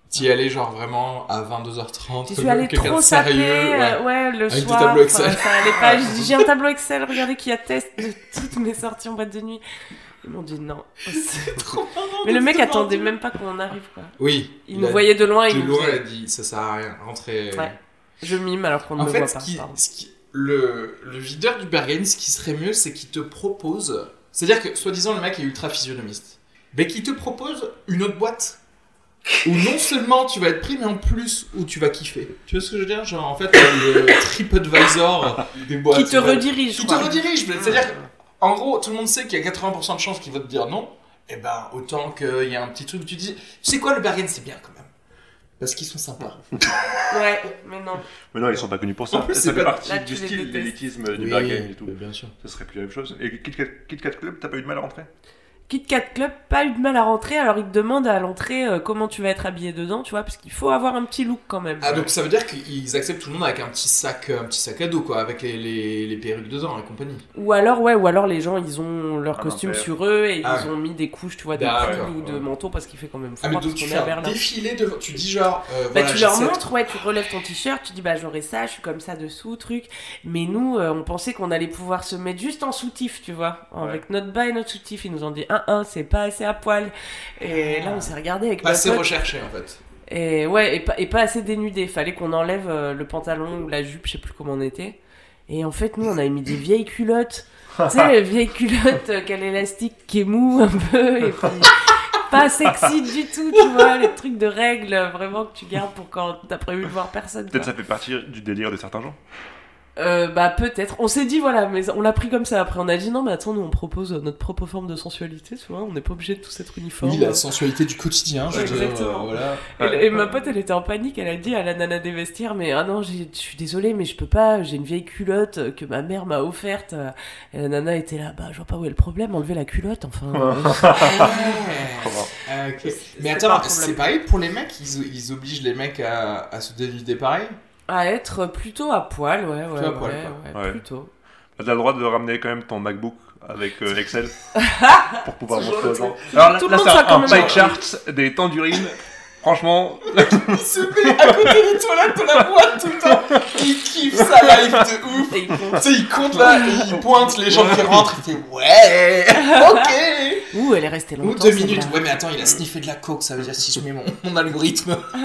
Speaker 1: T'y allais genre vraiment à 22h30.
Speaker 2: J'y Ah. suis allée
Speaker 1: quelqu'un de
Speaker 2: trop sapée,
Speaker 1: sérieux, ouais.
Speaker 2: euh, ouais. le
Speaker 1: Avec des
Speaker 2: soir.
Speaker 1: tableaux
Speaker 2: enfin,
Speaker 1: Excel.
Speaker 2: ça allait
Speaker 1: *laughs*
Speaker 2: pas. J'ai- J'ai un tableau Excel, regardez, qui atteste de toutes mes sorties en boîte de nuit. Ils m'ont
Speaker 1: *laughs*
Speaker 2: dit non. *laughs* Mais le mec attendait même pas qu'on arrive, quoi.
Speaker 1: Oui.
Speaker 2: Il
Speaker 1: il
Speaker 2: nous
Speaker 1: a-
Speaker 2: voyait de loin et
Speaker 1: De
Speaker 2: il nous
Speaker 1: loin, il a
Speaker 2: faisait...
Speaker 1: dit, ça sert à rien, rentrez...
Speaker 2: Ouais. Je mime alors qu'on ne
Speaker 1: En
Speaker 2: me
Speaker 1: fait,
Speaker 2: voit
Speaker 1: ce
Speaker 2: pas.
Speaker 1: qui,
Speaker 2: pardon.
Speaker 1: ce qui- le, le videur du Bergen, ce qui serait mieux, c'est qu'il te propose. C'est-à-dire que, soi-disant, le mec est ultra physionomiste. Mais qu'il te propose une autre boîte. Où *laughs* non seulement tu vas être pris, mais en plus où tu vas kiffer. Tu vois ce que je veux dire Genre, en fait, t'as *laughs* le TripAdvisor des boîtes.
Speaker 2: Qui te
Speaker 1: ouais.
Speaker 2: redirige,
Speaker 1: Qui te
Speaker 2: quoi.
Speaker 1: redirige. mais C'est-à-dire que, en gros, tout le monde sait qu'il y a 80% de chances qu'il va te dire non. Et ben, autant qu'il y a un petit truc, tu dis, tu sais quoi, le Bergen, c'est bien quand même. Parce qu'ils sont sympas.
Speaker 2: Ouais, mais non.
Speaker 3: Mais non, ils sont pas connus pour ça.
Speaker 1: En plus,
Speaker 3: ça
Speaker 1: c'est
Speaker 3: fait
Speaker 1: pas-
Speaker 3: partie
Speaker 2: Là, tu
Speaker 3: du
Speaker 2: les
Speaker 3: style,
Speaker 2: détestes.
Speaker 3: l'élitisme Ah, du
Speaker 1: Oui,
Speaker 3: Berghain et tout.
Speaker 1: bah, Bien sûr.
Speaker 3: Ce serait plus la même chose. Et Kit Kat, Kit Kat Club, t'as pas eu de mal à rentrer
Speaker 2: Kit Kat Club, pas eu de mal à rentrer, alors il te demande à l'entrée euh, comment tu vas être habillé dedans, tu vois, parce qu'il faut avoir un petit look quand même.
Speaker 1: Ah donc ça veut dire qu'ils acceptent tout le monde avec un petit sac, euh, un petit sac à dos quoi, avec les, les, les perruques dedans et compagnie.
Speaker 2: Ou alors, ouais, ou alors les gens, ils ont leur
Speaker 3: Ah,
Speaker 2: costume
Speaker 3: non, mais-
Speaker 2: sur eux et
Speaker 1: Ah.
Speaker 2: ils ont mis des couches, tu vois, de
Speaker 1: D'accord,
Speaker 2: pulls ou de
Speaker 3: ouais.
Speaker 2: manteaux parce qu'il fait quand même
Speaker 1: Ah
Speaker 2: froid
Speaker 1: mais
Speaker 2: parce
Speaker 1: donc tu
Speaker 2: qu'on est
Speaker 1: fais
Speaker 2: à
Speaker 1: un
Speaker 2: Berlin.
Speaker 1: défilé devant, tu dis genre, euh,
Speaker 2: Bah,
Speaker 1: voilà,
Speaker 2: tu
Speaker 1: j'ai
Speaker 2: leur
Speaker 1: cette-
Speaker 2: montres, ouais, tu relèves ton t-shirt, tu dis bah j'aurai ça, je suis comme ça dessous, truc. Mais nous, euh, on pensait qu'on allait pouvoir se mettre juste en soutif, tu vois,
Speaker 3: Ouais.
Speaker 2: avec notre bas et notre soutif. Ils nous ont dit un un, c'est pas assez à poil. Et
Speaker 1: Ah.
Speaker 2: là, on s'est regardé avec
Speaker 1: Pas
Speaker 2: ma
Speaker 1: assez
Speaker 2: pote.
Speaker 1: Bah, recherché en fait.
Speaker 2: Et ouais, et pas, et pas assez dénudé. Fallait qu'on enlève euh, le pantalon ou la jupe, je sais plus comment on était. Et en fait, nous, on avait mis des vieilles culottes. tu sais, les vieilles culottes, euh, qu'à l'élastique qui est mou un peu, et puis pas sexy du tout, tu vois, les trucs de règles euh, vraiment que tu gardes pour quand t'as prévu de voir personne. quoi.
Speaker 3: Peut-être ça fait partie du délire de certains gens.
Speaker 2: Euh, bah peut-être. On s'est dit voilà, mais on l'a pris comme ça. Après, on a dit non, mais attends, nous on propose euh, notre propre forme de sensualité, tu vois. On n'est pas obligé de tous être uniforme.
Speaker 1: Oui la sensualité du quotidien, je
Speaker 2: Ouais,
Speaker 1: veux dire,
Speaker 2: exactement.
Speaker 1: euh,
Speaker 2: *laughs*
Speaker 1: voilà.
Speaker 2: Et, et ma pote, elle était en panique. Elle a dit à la nana des vestiaires, mais ah non, j'ai- je suis désolée, mais je peux pas. J'ai une vieille culotte euh, que ma mère m'a offerte. Et la nana était là, bah je vois pas où est le problème. Enlever la
Speaker 1: *laughs*
Speaker 2: culotte, enfin. euh,
Speaker 1: Ouais. Ah, Eh, ok.
Speaker 2: C'est-
Speaker 1: Mais
Speaker 2: c'est pas un
Speaker 1: attends,
Speaker 2: problème.
Speaker 1: c'est pareil pour les mecs, ils, ils obligent les mecs à, à se dénuder pareil.
Speaker 2: à être plutôt à poil, ouais, ouais,
Speaker 1: Plutôt à poil,
Speaker 2: ouais,
Speaker 1: quoi.
Speaker 2: ouais,
Speaker 3: Ouais.
Speaker 2: plutôt.
Speaker 3: T'as le droit de ramener quand même ton MacBook avec euh, Excel
Speaker 2: *laughs*
Speaker 3: pour pouvoir
Speaker 2: Toujours
Speaker 3: montrer
Speaker 2: le
Speaker 3: aux gens.
Speaker 2: truc.
Speaker 3: Alors là,
Speaker 2: Tout le
Speaker 3: là,
Speaker 2: monde
Speaker 3: c'est
Speaker 2: sera quand
Speaker 3: un
Speaker 2: même
Speaker 3: pie
Speaker 2: gentil.
Speaker 3: chart des tendurines. Franchement,
Speaker 1: Il se met à côté des toilettes de la boîte tout le temps. Il kiffe sa life de ouf.
Speaker 2: Et ils font,
Speaker 1: Tu sais, il compte là, il pointe les gens qui rentrent, il fait ouais, ok.
Speaker 2: Ouh, elle est restée longtemps.
Speaker 1: Ou deux
Speaker 2: celle-là.
Speaker 1: minutes. Ouais, mais attends, il a sniffé de la coke, ça veut dire si je mets mon, mon algorithme.
Speaker 2: *laughs*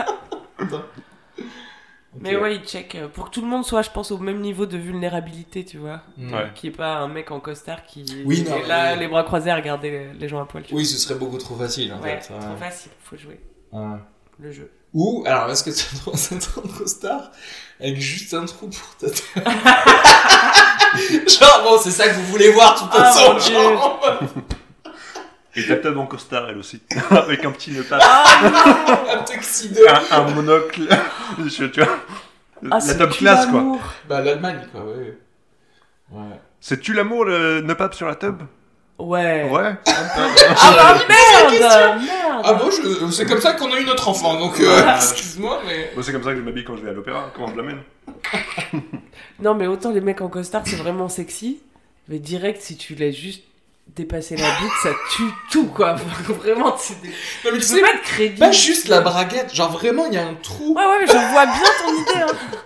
Speaker 2: Mais ouais, ils check euh, pour que tout le monde soit, je pense, au même niveau de vulnérabilité, tu vois.
Speaker 1: Mm.
Speaker 3: Ouais.
Speaker 2: Qu'il n'y ait pas un mec en costard qui
Speaker 1: Oui,
Speaker 2: est
Speaker 1: non,
Speaker 2: là,
Speaker 1: mais-
Speaker 2: les bras croisés à regarder les, les gens à poil. tu
Speaker 1: Oui, ce serait beaucoup trop facile en
Speaker 2: vois. ouais,
Speaker 1: fait. ouais.
Speaker 2: trop facile, faut jouer
Speaker 1: Ouais.
Speaker 2: le jeu.
Speaker 1: Ou, alors, est-ce que tu *laughs* dans un train de star avec juste un trou pour ta tête *laughs* Genre, bon, c'est ça que vous voulez voir tout *laughs*
Speaker 2: Ah,
Speaker 1: façon
Speaker 2: mon
Speaker 1: genre.
Speaker 3: Et ta teub en costard, elle aussi. *laughs* Avec un petit nœud passe.
Speaker 1: Ah,
Speaker 2: Ah,
Speaker 1: Un tuxedo.
Speaker 3: un, un monocle. *laughs* Je- tu vois.
Speaker 2: Ah,
Speaker 3: la
Speaker 2: c'est
Speaker 3: top
Speaker 2: tu
Speaker 3: classe, quoi.
Speaker 2: l'amour.
Speaker 1: Bah, l'Allemagne, quoi, ouais. Ouais.
Speaker 3: C'est tu l'amour, le nœud pape sur la teub
Speaker 2: Ouais.
Speaker 3: Ouais.
Speaker 2: Ah, merde,
Speaker 1: Ah
Speaker 2: merde.
Speaker 1: bon, je- c'est comme ça qu'on a eu notre enfant, donc euh, *laughs* excuse-moi, mais.
Speaker 3: Moi, c'est comme ça que je m'habille quand je vais à l'opéra, quand je l'amène.
Speaker 2: Non, mais autant les mecs en costard, c'est vraiment sexy. Mais direct, si tu laisses juste dépasser la bite, ça tue tout, quoi. *laughs* Vraiment, c'est des-
Speaker 1: Non, mais tu
Speaker 2: Tu
Speaker 1: sais,
Speaker 2: peux pas de crédit.
Speaker 1: pas juste la braguette, genre vraiment, il y a un trou.
Speaker 2: Ouais, ouais, mais je vois bien ton idée. hein.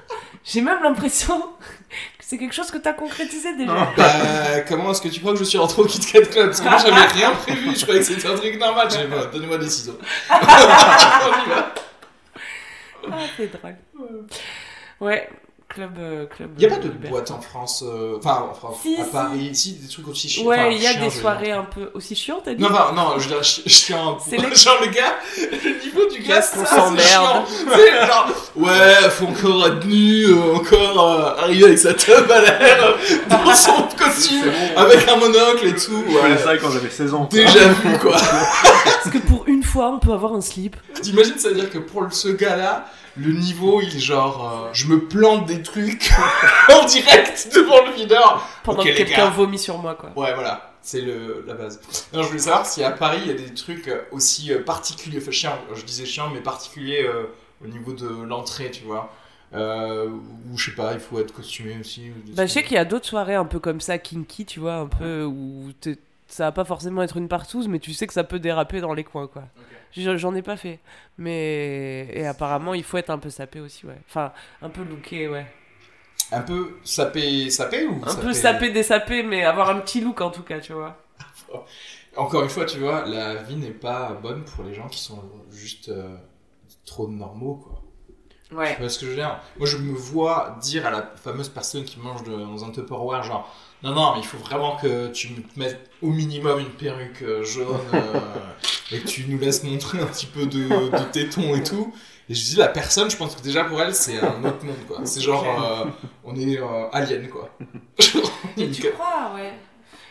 Speaker 2: J'ai même l'impression *laughs* que c'est quelque chose que t'as concrétisé déjà.
Speaker 1: Bah, comment est-ce que tu crois que je suis rentré au Kit Kat Club Parce que moi, j'avais rien prévu, je croyais que c'était un truc normal. J'ai dit, bah, donnez-moi des ciseaux. On y va.
Speaker 2: Ah, c'est drôle. Ouais, club. euh, club
Speaker 1: Il y a
Speaker 2: euh,
Speaker 1: pas de
Speaker 2: Hubert.
Speaker 1: boîte en France, euh, enfin, en France,
Speaker 2: Si,
Speaker 1: à
Speaker 2: si.
Speaker 1: Paris, ici, des trucs aussi chiants.
Speaker 2: Ouais,
Speaker 1: Enfin,
Speaker 2: il y a
Speaker 1: chiants,
Speaker 2: des
Speaker 1: je veux
Speaker 2: soirées un peu aussi chiantes, t'as dit
Speaker 1: dire. Non, bah, non, je veux dire, chi- chiant.
Speaker 2: C'est
Speaker 1: *laughs*
Speaker 2: le-
Speaker 1: Genre, le gars, le niveau du gars,
Speaker 2: Qu'est-ce
Speaker 1: c'est
Speaker 2: qu'on
Speaker 1: ça, c'est chiant.
Speaker 2: s'emmerde.
Speaker 1: C'est genre, ouais, faut encore être nu, euh, encore euh, arriver avec sa teub à l'air, euh, dans
Speaker 2: *laughs*
Speaker 1: son costume, avec un monocle et tout.
Speaker 3: Je
Speaker 1: Ah, ouais.
Speaker 3: connais ça quand j'avais 16 ans. quoi.
Speaker 1: Déjà vu, quoi.
Speaker 2: Parce que pour une fois, on peut avoir un slip.
Speaker 1: T'imagines, c'est-à-dire que pour le- ce gars-là, le niveau, il est genre, euh, je me plante des trucs *laughs* en direct devant le videur.
Speaker 2: Pendant
Speaker 1: Ok,
Speaker 2: que
Speaker 1: les
Speaker 2: quelqu'un
Speaker 1: gars.
Speaker 2: vomit sur moi, quoi.
Speaker 1: Ouais, voilà, c'est le la base. Non, je voulais savoir si à Paris, il y a des trucs euh, aussi euh, particuliers, enfin chiants, je disais chiants, mais particuliers euh, au niveau de l'entrée, tu vois. Euh, ou je sais pas, il faut être costumé aussi. ou des
Speaker 2: Bah, je sais
Speaker 1: trucs-
Speaker 2: qu'il y a d'autres soirées un peu comme ça, kinky, tu vois, un peu où t'es- ça va pas forcément être une partouze, mais tu sais que ça peut déraper dans les coins, quoi. J- J'en ai pas fait. Mais. Et apparemment, il faut être un peu sapé aussi, ouais. Enfin, un peu looké, ouais.
Speaker 1: Un peu sapé, sapé ou
Speaker 2: Un peu sapé, désapé, mais avoir un petit look en tout cas, tu vois.
Speaker 1: Encore une fois, tu vois, la vie n'est pas bonne pour les gens qui sont juste euh, trop normaux, quoi.
Speaker 2: Ouais.
Speaker 1: Tu vois ce que je veux dire Moi, je me vois dire à la fameuse personne qui mange de- dans un Tupperware, genre, non, non, mais il faut vraiment que tu me mettes au minimum une perruque euh, jaune euh, et que tu nous laisses montrer un petit peu de, de tétons et tout. Et je dis, la personne, je pense que déjà pour elle, c'est un autre monde, quoi. C'est genre, euh, on est euh, alien, quoi. Genre, on est
Speaker 2: Et tu
Speaker 1: une-
Speaker 2: crois, ouais. euh,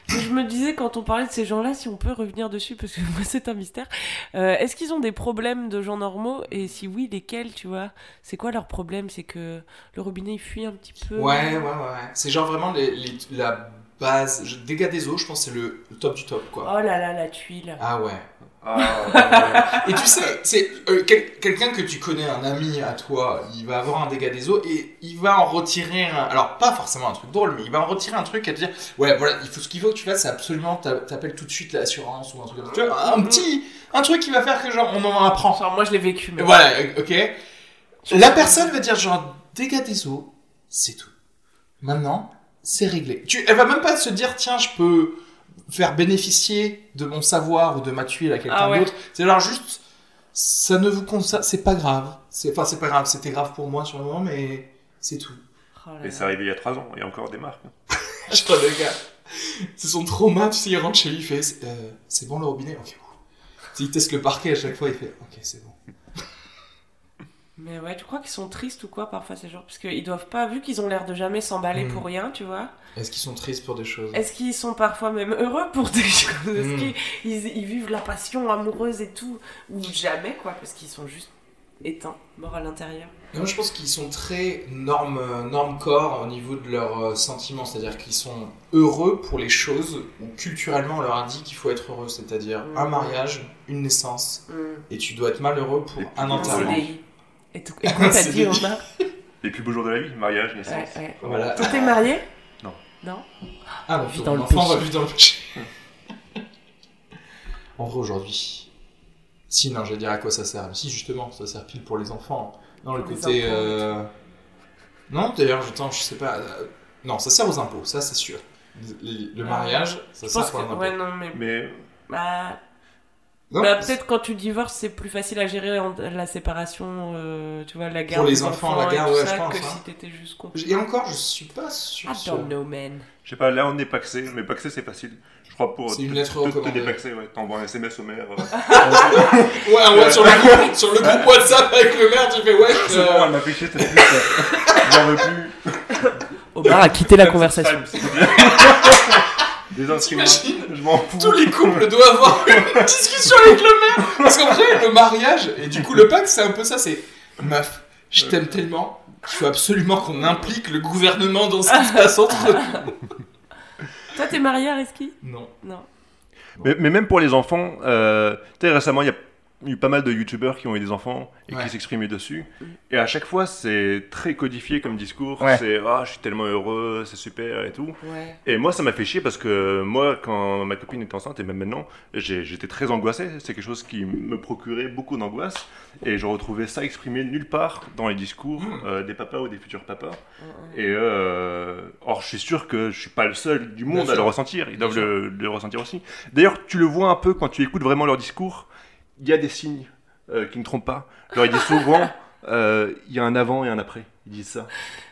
Speaker 2: Je me disais quand on parlait de ces gens-là, si on peut revenir dessus, parce que *laughs* moi c'est un mystère. Euh, Est-ce qu'ils ont des problèmes de gens normaux Et si oui, lesquels, tu vois C'est quoi leur problème C'est que le robinet il fuit un petit peu
Speaker 1: Ouais, ouais, ouais. ouais. C'est genre vraiment les, les- la base. je- Dégâts des eaux, je pense que c'est le, le top du top,
Speaker 2: Oh
Speaker 1: quoi.
Speaker 2: là là, la tuile.
Speaker 1: Ah ouais.
Speaker 3: Ah,
Speaker 2: *laughs*
Speaker 1: Et tu sais, c'est euh, quel- quelqu'un que tu connais, un ami à toi, il va avoir un dégât des eaux et il va en retirer un. Alors, pas forcément un truc drôle, mais il va en retirer un truc à te dire Ouais, voilà, il faut, ce qu'il faut que tu fasses, c'est absolument, t'a- t'appelles tout de suite l'assurance ou un truc comme ça. Tu vois,
Speaker 2: Mm.
Speaker 1: un petit. Un truc qui va faire que, genre, on en apprend.
Speaker 2: Enfin, moi je l'ai vécu. Mais...
Speaker 1: Et voilà, euh, ok. La
Speaker 2: Ah
Speaker 1: personne va dire, genre, dégât des eaux, c'est tout. Maintenant, c'est réglé. Tu, elle va même pas se dire Tiens, je peux faire bénéficier de mon savoir ou de ma tuile à quelqu'un
Speaker 2: Ah ouais.
Speaker 1: d'autre. C'est genre juste, ça ne vous concerne, c'est pas grave. C'est, enfin, c'est pas grave, c'était grave pour moi sur le moment, mais c'est tout. *laughs*
Speaker 2: Oh là
Speaker 3: Et
Speaker 2: là.
Speaker 3: c'est arrivé il y a 3 ans, et encore des marques.
Speaker 1: Je crois, le gars. C'est son trauma, tu sais, il rentre chez lui, il fait C'est, euh, c'est bon le robinet Ok, bon. Tu sais, Il teste le parquet à chaque fois, il fait Ok, c'est bon.
Speaker 2: Mais ouais, tu crois qu'ils sont tristes ou quoi parfois ces gens Parce qu'ils doivent pas, vu qu'ils ont l'air de jamais s'emballer
Speaker 1: Mm.
Speaker 2: pour rien, tu vois.
Speaker 1: Est-ce qu'ils sont tristes pour des choses
Speaker 2: Est-ce qu'ils sont parfois même heureux pour des choses Est-ce
Speaker 1: Mm.
Speaker 2: qu'ils ils- ils vivent la passion amoureuse et tout Ou jamais, quoi, parce qu'ils sont juste éteints, morts à l'intérieur.
Speaker 1: Non, je pense qu'ils sont très normes, normes corps au niveau de leurs euh, sentiments, c'est-à-dire qu'ils sont heureux pour les choses où culturellement on leur a dit qu'il faut être heureux, c'est-à-dire
Speaker 2: Mhm.
Speaker 1: un mariage, une naissance,
Speaker 2: Mm.
Speaker 1: et tu dois être malheureux pour un
Speaker 3: Et puis,
Speaker 2: C'est
Speaker 1: enterrement.
Speaker 3: c'est
Speaker 2: des-
Speaker 1: *laughs*
Speaker 2: Et tout- et quoi t'as
Speaker 1: C'est
Speaker 2: dit,
Speaker 1: des- *laughs*
Speaker 2: Omar
Speaker 3: Les plus beaux jours de la vie, mariage,
Speaker 2: Ouais,
Speaker 3: naissance.
Speaker 2: ouais.
Speaker 1: Voilà.
Speaker 2: Toi, t'es marié
Speaker 3: Non.
Speaker 2: Non
Speaker 1: Ah non,
Speaker 2: Vite
Speaker 1: ton
Speaker 2: dans le
Speaker 1: enfant
Speaker 2: péché.
Speaker 1: va vite dans le péché. *laughs* en vrai, aujourd'hui. Si, non, j'allais dire à quoi ça sert. Mais Si, justement, ça sert pile pour les enfants. Non, le
Speaker 2: Pour les
Speaker 1: côté.
Speaker 2: enfants,
Speaker 1: euh, Non, d'ailleurs, je, attends, je sais pas. euh, Non, ça sert aux impôts, ça c'est sûr. Le, le
Speaker 2: Ah.
Speaker 1: mariage, ça
Speaker 2: Je
Speaker 1: sert
Speaker 2: pense
Speaker 1: pour
Speaker 2: que.
Speaker 1: les impôts.
Speaker 2: Ouais, non, mais.
Speaker 3: Mais
Speaker 2: Bah,
Speaker 1: Non,
Speaker 2: bah, peut-être quand tu divorces, c'est plus facile à gérer en- la séparation, euh, tu vois, la garde.
Speaker 1: les
Speaker 2: des
Speaker 1: enfants, la
Speaker 2: et
Speaker 1: garde,
Speaker 2: tout
Speaker 1: ouais,
Speaker 2: ça,
Speaker 1: je pense,
Speaker 2: Que
Speaker 1: hein.
Speaker 2: si t'étais juste con.
Speaker 1: Et encore, je suis pas sûr.
Speaker 2: I
Speaker 1: sûr.
Speaker 2: don't know, man.
Speaker 3: Je sais pas, là on est paxé, mais paxé c'est facile. Je crois pour
Speaker 1: C'est
Speaker 3: te-
Speaker 1: une lettre
Speaker 3: te- te,
Speaker 1: recommandée.
Speaker 3: dépaxer, ouais. T'envoies un SMS
Speaker 1: *laughs*
Speaker 3: au maire. euh,
Speaker 1: Ouais, un what- sur, le groupe, sur le
Speaker 2: *laughs*
Speaker 1: groupe WhatsApp avec le maire, tu fais ouais.
Speaker 3: C'est
Speaker 1: euh,
Speaker 3: *laughs* bon, elle m'a fiché cette pute. euh, J'en veux plus.
Speaker 2: Omar a quitté la
Speaker 1: *laughs*
Speaker 3: Même
Speaker 2: conversation.
Speaker 3: subscribe, s'il te plaît. *laughs* des instruments.
Speaker 1: T'imagines
Speaker 3: Je m'en fous.
Speaker 1: Tous les couples doivent avoir une *laughs* discussion avec le maire. Parce qu'en vrai, le mariage, et du coup le pacte, c'est un peu ça, c'est meuf, je t'aime tellement, il faut absolument qu'on implique le gouvernement dans ce qui se passe entre eux.
Speaker 2: Toi, t'es marié à Reski
Speaker 1: Non.
Speaker 2: Non.
Speaker 3: Mais, mais même pour les enfants, euh, tu sais, récemment, il y a eu pas mal de youtubeurs qui ont eu des enfants et
Speaker 1: Ouais.
Speaker 3: qui s'exprimaient dessus. Et à chaque fois, c'est très codifié comme discours.
Speaker 5: Ouais.
Speaker 3: C'est Ah, je suis tellement heureux, c'est super et tout.
Speaker 2: Ouais.
Speaker 3: Et moi, ça m'a fait chier parce que moi, quand ma copine était enceinte et même maintenant, j'ai- j'étais très angoissé. C'est quelque chose qui me procurait beaucoup d'angoisse. Et je retrouvais ça exprimé nulle part dans les discours
Speaker 1: Mmh.
Speaker 3: euh, des papas ou des futurs papas. Et euh, or, je suis sûr que je suis pas le seul du monde
Speaker 1: Bien
Speaker 3: à le
Speaker 1: sûr.
Speaker 3: ressentir. Ils
Speaker 1: Bien
Speaker 3: doivent
Speaker 1: sûr.
Speaker 3: le, le ressentir aussi. D'ailleurs, tu le vois un peu quand tu écoutes vraiment leur discours. Il y a des signes euh, qui ne trompent pas. Genre, ils disent souvent, euh, il y a un avant et un après. Ils disent ça.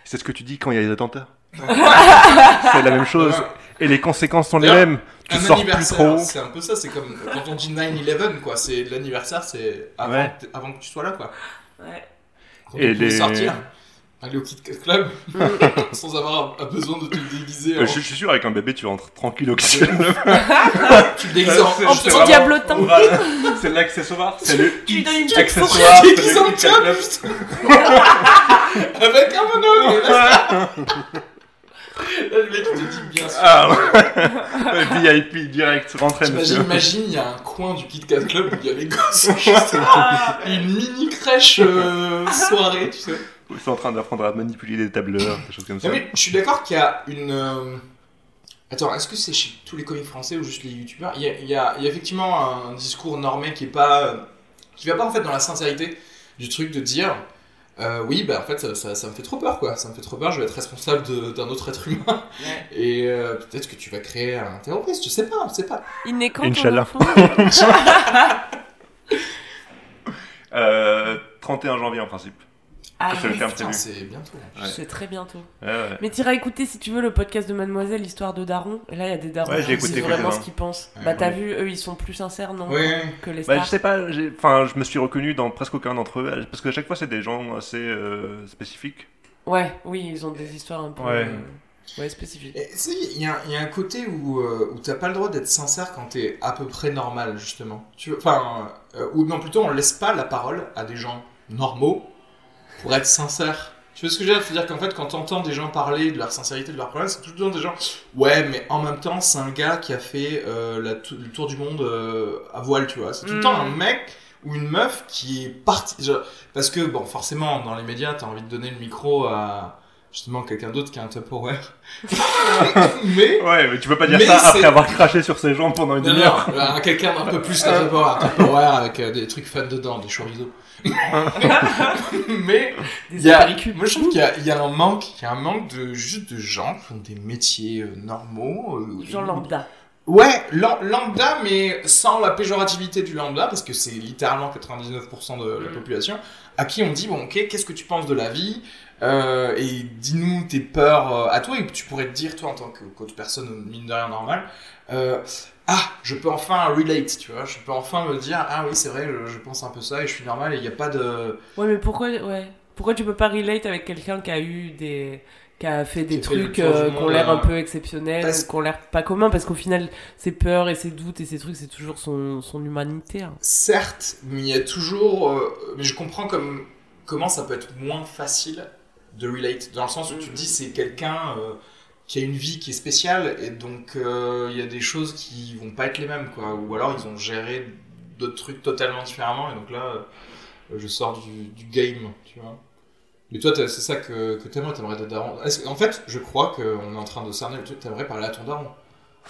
Speaker 3: C'est ce que tu dis quand il y a des attentats. C'est la
Speaker 1: *laughs*
Speaker 3: même chose. Et les conséquences sont les
Speaker 1: D'ailleurs,
Speaker 3: mêmes. Tu
Speaker 1: un
Speaker 3: sors plus
Speaker 1: anniversaire,
Speaker 3: trop.
Speaker 1: c'est un peu ça, c'est comme quand on dit 9-11, quoi. C'est l'anniversaire, c'est avant,
Speaker 3: Ouais.
Speaker 1: que t- avant que tu sois là, quoi.
Speaker 2: Ouais.
Speaker 1: Quand
Speaker 3: Et
Speaker 1: on
Speaker 3: les-
Speaker 1: peut sortir, aller au Kit Kat Club, *laughs* sans avoir un- un besoin de te déguiser.
Speaker 3: Euh,
Speaker 1: en-
Speaker 3: je, je suis sûr, avec un bébé, tu rentres tranquille au Kissimmee.
Speaker 1: Tu te déguises en-
Speaker 3: C'est-
Speaker 1: en
Speaker 2: En
Speaker 3: c'est
Speaker 2: petit
Speaker 3: vraiment-
Speaker 2: diablotin.
Speaker 3: Voilà. C'est l'accessoire. C'est le
Speaker 2: Tu lui donnes une petite
Speaker 3: accessoire.
Speaker 1: fourrure.
Speaker 3: c'est
Speaker 1: Ils
Speaker 3: le
Speaker 1: ont
Speaker 3: Kissimmee
Speaker 1: bien
Speaker 3: Club.
Speaker 1: Avec un monocle Là, le mec, il te dit bien sûr.
Speaker 3: *laughs* Ah ouais. VIP direct, rentrez
Speaker 1: J'imagine,
Speaker 3: monsieur.
Speaker 1: imagine, il y a un coin du Kit Kat Club où il y a les
Speaker 3: *laughs*
Speaker 1: gosses. juste
Speaker 2: Ah,
Speaker 1: Une mini crèche euh, soirée, tu sais.
Speaker 3: Ils sont en train d'apprendre à manipuler des tableurs, des choses comme ça.
Speaker 1: Non, mais je suis d'accord qu'il y a une. euh, Attends, est-ce que c'est chez tous les comiques français ou juste les youtubeurs il, y a- il y a il y a effectivement un discours normé qui est pas. euh, qui va pas en fait dans la sincérité du truc de dire. euh, oui, bah en fait, ça, ça- ça me fait trop peur, quoi. Ça me fait trop peur, je vais être responsable de- d'un autre être humain.
Speaker 2: Ouais.
Speaker 1: Et euh, peut-être que tu vas créer un terroriste, je sais pas, je sais pas.
Speaker 2: Il n'est quand ton
Speaker 3: Inch'Allah. *laughs*
Speaker 2: enfant
Speaker 3: Euh, 31 janvier en principe.
Speaker 2: Ah,
Speaker 3: C'est le terme
Speaker 1: Putain,
Speaker 3: prévu.
Speaker 1: c'est bientôt. hein. là.
Speaker 3: Ouais.
Speaker 2: C'est très bientôt.
Speaker 3: Ouais, ouais.
Speaker 2: Mais t'iras écouter si tu veux le podcast de Mademoiselle, l'histoire de Daron. Et là, il y a des darons.
Speaker 3: Ouais, j'ai
Speaker 2: qui
Speaker 3: écouté
Speaker 2: disent vraiment ce
Speaker 3: quelques-uns.
Speaker 2: qu'ils pensent.
Speaker 1: Ouais,
Speaker 2: bah, t'as
Speaker 3: ouais.
Speaker 2: vu, eux, ils sont plus sincères, non
Speaker 1: Ouais.
Speaker 2: Que les
Speaker 3: Bah,
Speaker 2: stars.
Speaker 3: je sais pas, j'ai- enfin, je me suis reconnu dans presque aucun d'entre eux, parce que à chaque fois c'est des gens assez euh, spécifiques.
Speaker 2: Ouais, oui, ils ont des histoires un peu.
Speaker 3: Ouais.
Speaker 2: euh, ouais, spécifiques.
Speaker 1: Et, tu sais, il y, a- il y a un côté où, euh, où t'as pas le droit d'être sincère quand t'es à peu près normal, justement. Tu veux- enfin, euh, ou non, plutôt on laisse pas la parole à des gens normaux pour être sincères. Tu vois ce que je veux dire C'est-à-dire qu'en fait, quand t'entends des gens parler de leur sincérité, de leurs problèmes, c'est tout le temps des gens. Ouais, mais en même temps, c'est un gars qui a fait euh, la tou- le tour du monde euh, à voile, tu vois. C'est tout le
Speaker 2: Mm.
Speaker 1: temps un mec ou une meuf qui est partie. genre- Parce que, bon, forcément, dans les médias, t'as envie de donner le micro à justement quelqu'un d'autre qui a un Tupperware. *laughs* mais.
Speaker 3: Ouais, mais tu peux pas dire
Speaker 1: Mais
Speaker 3: ça après
Speaker 1: c'est-
Speaker 3: avoir craché sur ces gens pendant une
Speaker 1: Non,
Speaker 3: demi-heure.
Speaker 1: non, à quelqu'un d'un peu plus qu'un Tupperware, un Tupperware avec euh, des trucs fun dedans, des chorizo. *laughs* mais
Speaker 2: Des
Speaker 1: il y a-
Speaker 2: apéricules.
Speaker 1: moi je trouve qu'il y, a- il y a un manque, il y a un manque de juste de gens qui ont des métiers euh, normaux. euh,
Speaker 2: Genre lambda.
Speaker 1: Ouais, lam- lambda, mais sans la péjorativité du lambda, parce que c'est littéralement 99% de la
Speaker 2: Mm.
Speaker 1: population, à qui on dit, bon, ok, qu'est-ce que tu penses de la vie Euh, Et dis-nous tes peurs euh, à toi, et tu pourrais te dire, toi, en tant que coach personne, mine de rien normale, euh, ah, je peux enfin relate, tu vois, je peux enfin me dire, ah oui, c'est vrai, je, je pense un peu ça, et je suis normal, et il n'y a pas de...
Speaker 2: Ouais, mais pourquoi, ouais. pourquoi tu peux pas relate avec quelqu'un qui a eu des. qui a fait des
Speaker 1: Qui fait le
Speaker 2: trucs
Speaker 1: tour du
Speaker 2: euh,
Speaker 1: monde,
Speaker 2: qui ont l'air un
Speaker 1: euh,
Speaker 2: peu exceptionnels,
Speaker 1: parce-
Speaker 2: ou qui ont l'air pas communs Parce qu'au final, ses peurs et ses doutes et ses trucs, c'est toujours son, son humanité. hein.
Speaker 1: Certes, mais il y a toujours... euh, mais je comprends comme, comment ça peut être moins facile de relate, dans le sens où tu te dis, c'est quelqu'un... euh, qui a une vie qui est spéciale et donc euh, il y a des choses qui vont pas être les mêmes quoi ou alors ils ont géré d'autres trucs totalement différemment et donc là euh, je sors du, du game tu vois mais toi t'as- c'est ça que, que t'aimerais t'aimerais être daron Est-ce que- en fait je crois qu'on est en train de cerner le truc t'aimerais parler à ton daron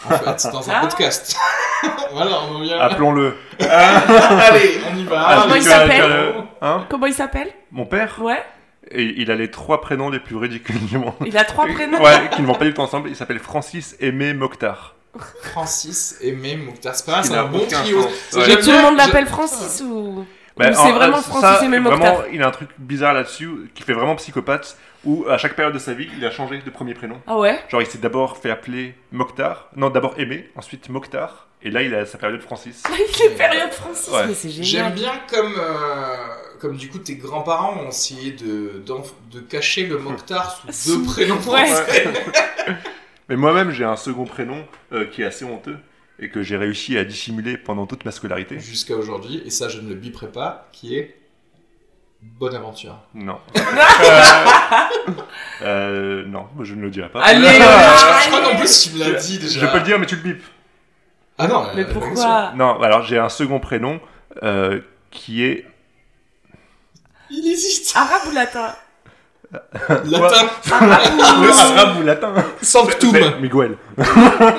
Speaker 1: en fait c'est dans un
Speaker 2: Ah.
Speaker 1: podcast *laughs* voilà on en vient
Speaker 3: Appelons-le.
Speaker 1: allez on y va
Speaker 3: Ah,
Speaker 2: Comment
Speaker 3: mais
Speaker 2: il
Speaker 3: tu vas
Speaker 2: s'appelle
Speaker 3: faire le- Hein
Speaker 2: Comment il s'appelle
Speaker 3: Mon père
Speaker 2: Ouais.
Speaker 3: Et il a les trois prénoms les plus ridicules du monde.
Speaker 2: Il a trois prénoms.
Speaker 3: Ouais, qui ne vont pas du tout ensemble. Il s'appelle Francis Aimé Mokhtar.
Speaker 1: Francis Aimé Mouktar c'est pas mal,
Speaker 3: Il
Speaker 1: c'est
Speaker 3: a
Speaker 1: un bon
Speaker 3: aucun
Speaker 1: trio
Speaker 3: sens.
Speaker 1: C'est
Speaker 3: Ouais.
Speaker 2: Mais
Speaker 1: j'aime
Speaker 2: tout le
Speaker 1: bien-
Speaker 2: monde
Speaker 1: j'a-
Speaker 2: l'appelle Francis ou.
Speaker 3: Ben,
Speaker 2: Ou
Speaker 3: en-
Speaker 2: c'est vraiment
Speaker 3: ça,
Speaker 2: Francis Aimé Mokhtar.
Speaker 3: Vraiment, il a un truc bizarre là-dessus qui fait vraiment psychopathe, où à chaque période de sa vie, il a changé de premier prénom.
Speaker 2: Ah ouais
Speaker 3: Genre, il s'est d'abord fait appeler Mokhtar, non, d'abord Aimé, ensuite Mokhtar, et là, il a sa période Francis.
Speaker 2: *laughs* Il est période Francis,
Speaker 3: Ouais.
Speaker 2: mais c'est
Speaker 1: J'aime
Speaker 2: génial.
Speaker 1: bien comme, euh, comme du coup tes grands-parents ont essayé de, d'en- de cacher le Mokhtar sous
Speaker 2: *laughs* Sous-
Speaker 1: deux prénoms
Speaker 2: Ouais.
Speaker 1: français.
Speaker 3: Mais moi-même, j'ai un second prénom euh, qui est assez honteux et que j'ai réussi à dissimuler pendant toute ma scolarité.
Speaker 1: Jusqu'à aujourd'hui, et ça je ne le biperai pas, qui est Bonaventure.
Speaker 2: *laughs*
Speaker 3: Non. Euh, non, je ne le dirai pas.
Speaker 2: Allez,
Speaker 3: *laughs*
Speaker 1: Ah, je crois qu'en plus tu me l'as dit déjà.
Speaker 3: Je peux le dire, mais tu le bipes.
Speaker 1: Ah non,
Speaker 2: Mais
Speaker 1: euh, bien sûr.
Speaker 2: pourquoi
Speaker 3: Non, alors j'ai un second prénom euh, qui est
Speaker 1: Il hésite.
Speaker 2: Arabe ou *laughs* latin
Speaker 3: Ah,
Speaker 1: Latin.
Speaker 2: Ah.
Speaker 3: arabe ou latin.
Speaker 1: Sanctum.
Speaker 3: Mais- Miguel.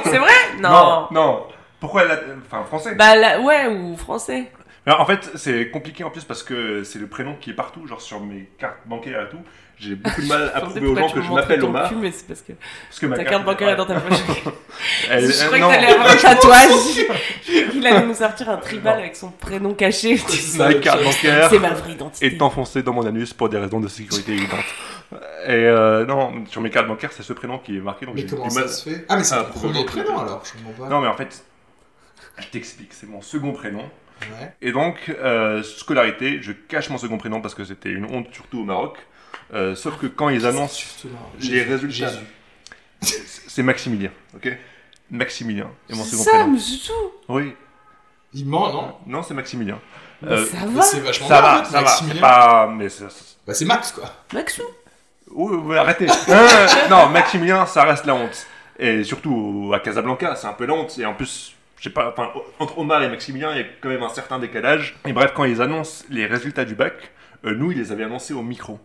Speaker 2: C'est vrai Non.
Speaker 3: Non, non. Pourquoi la... enfin français
Speaker 2: Bah la- ouais, ou français.
Speaker 3: Alors, En fait, c'est compliqué en plus parce que c'est le prénom qui est partout, genre sur mes cartes bancaires et tout. J'ai beaucoup de mal à
Speaker 2: Je pensais
Speaker 3: prouver Ah, aux
Speaker 2: pourquoi
Speaker 3: gens
Speaker 2: tu
Speaker 3: que
Speaker 2: me
Speaker 3: je
Speaker 2: montrais
Speaker 3: m'appelle
Speaker 2: ton
Speaker 3: Omar.
Speaker 2: cul, mais c'est parce que
Speaker 3: Parce que ma
Speaker 2: ta carte bancaire est dans ta *laughs* poche.
Speaker 3: Elle- euh,
Speaker 2: je croyais
Speaker 3: non.
Speaker 2: que t'allais avoir un *laughs* tatouage. *laughs* Il allait nous sortir un tribal avec son prénom caché.
Speaker 3: Ma carte bancaire
Speaker 2: C'est ma vraie identité.
Speaker 3: est enfoncée dans mon anus pour des raisons de sécurité évidentes. Et euh, non, sur mes cartes bancaires, c'est ce prénom qui est marqué. Donc
Speaker 1: Mais
Speaker 3: j'ai
Speaker 1: comment
Speaker 3: du
Speaker 1: ça
Speaker 3: mal.
Speaker 1: se fait Ah mais c'est
Speaker 3: Ah,
Speaker 1: ton premier
Speaker 3: premier
Speaker 1: prénom
Speaker 3: prénom.
Speaker 1: alors, je comprends pas.
Speaker 3: Non, mais en fait, je t'explique. C'est mon second prénom.
Speaker 1: Ouais.
Speaker 3: Et donc, euh, scolarité, je cache mon second prénom parce que c'était une honte, surtout au Maroc. Euh, sauf que quand ils annoncent,
Speaker 1: Surtout, non.
Speaker 3: Les
Speaker 1: Jésus.
Speaker 3: résultats.
Speaker 1: Jésus.
Speaker 3: c'est Maximilien, ok Maximilien et mon
Speaker 2: C'est
Speaker 3: second
Speaker 2: ça,
Speaker 3: prénom.
Speaker 2: mais c'est tout.
Speaker 3: Oui,
Speaker 1: Il ment, non
Speaker 3: non, c'est Maximilien.
Speaker 2: Mais
Speaker 3: Euh,
Speaker 2: ça
Speaker 1: Mais
Speaker 2: va.
Speaker 1: C'est vachement
Speaker 3: ça
Speaker 1: bien,
Speaker 3: va,
Speaker 1: en fait,
Speaker 3: ça va. C'est
Speaker 1: Maximilien.
Speaker 3: pas, mais c'est- c'est-
Speaker 1: Bah c'est Max quoi.
Speaker 2: Maxou.
Speaker 3: Oh, vous *laughs* arrêtez Hein Non, Maximilien, ça reste la honte. Et surtout à Casablanca, c'est un peu la honte. Et en plus, je sais pas, enfin, entre Omar et Maximilien, il y a quand même un certain décalage. Et bref, quand ils annoncent les résultats du bac, euh, nous, ils les avaient annoncés au micro.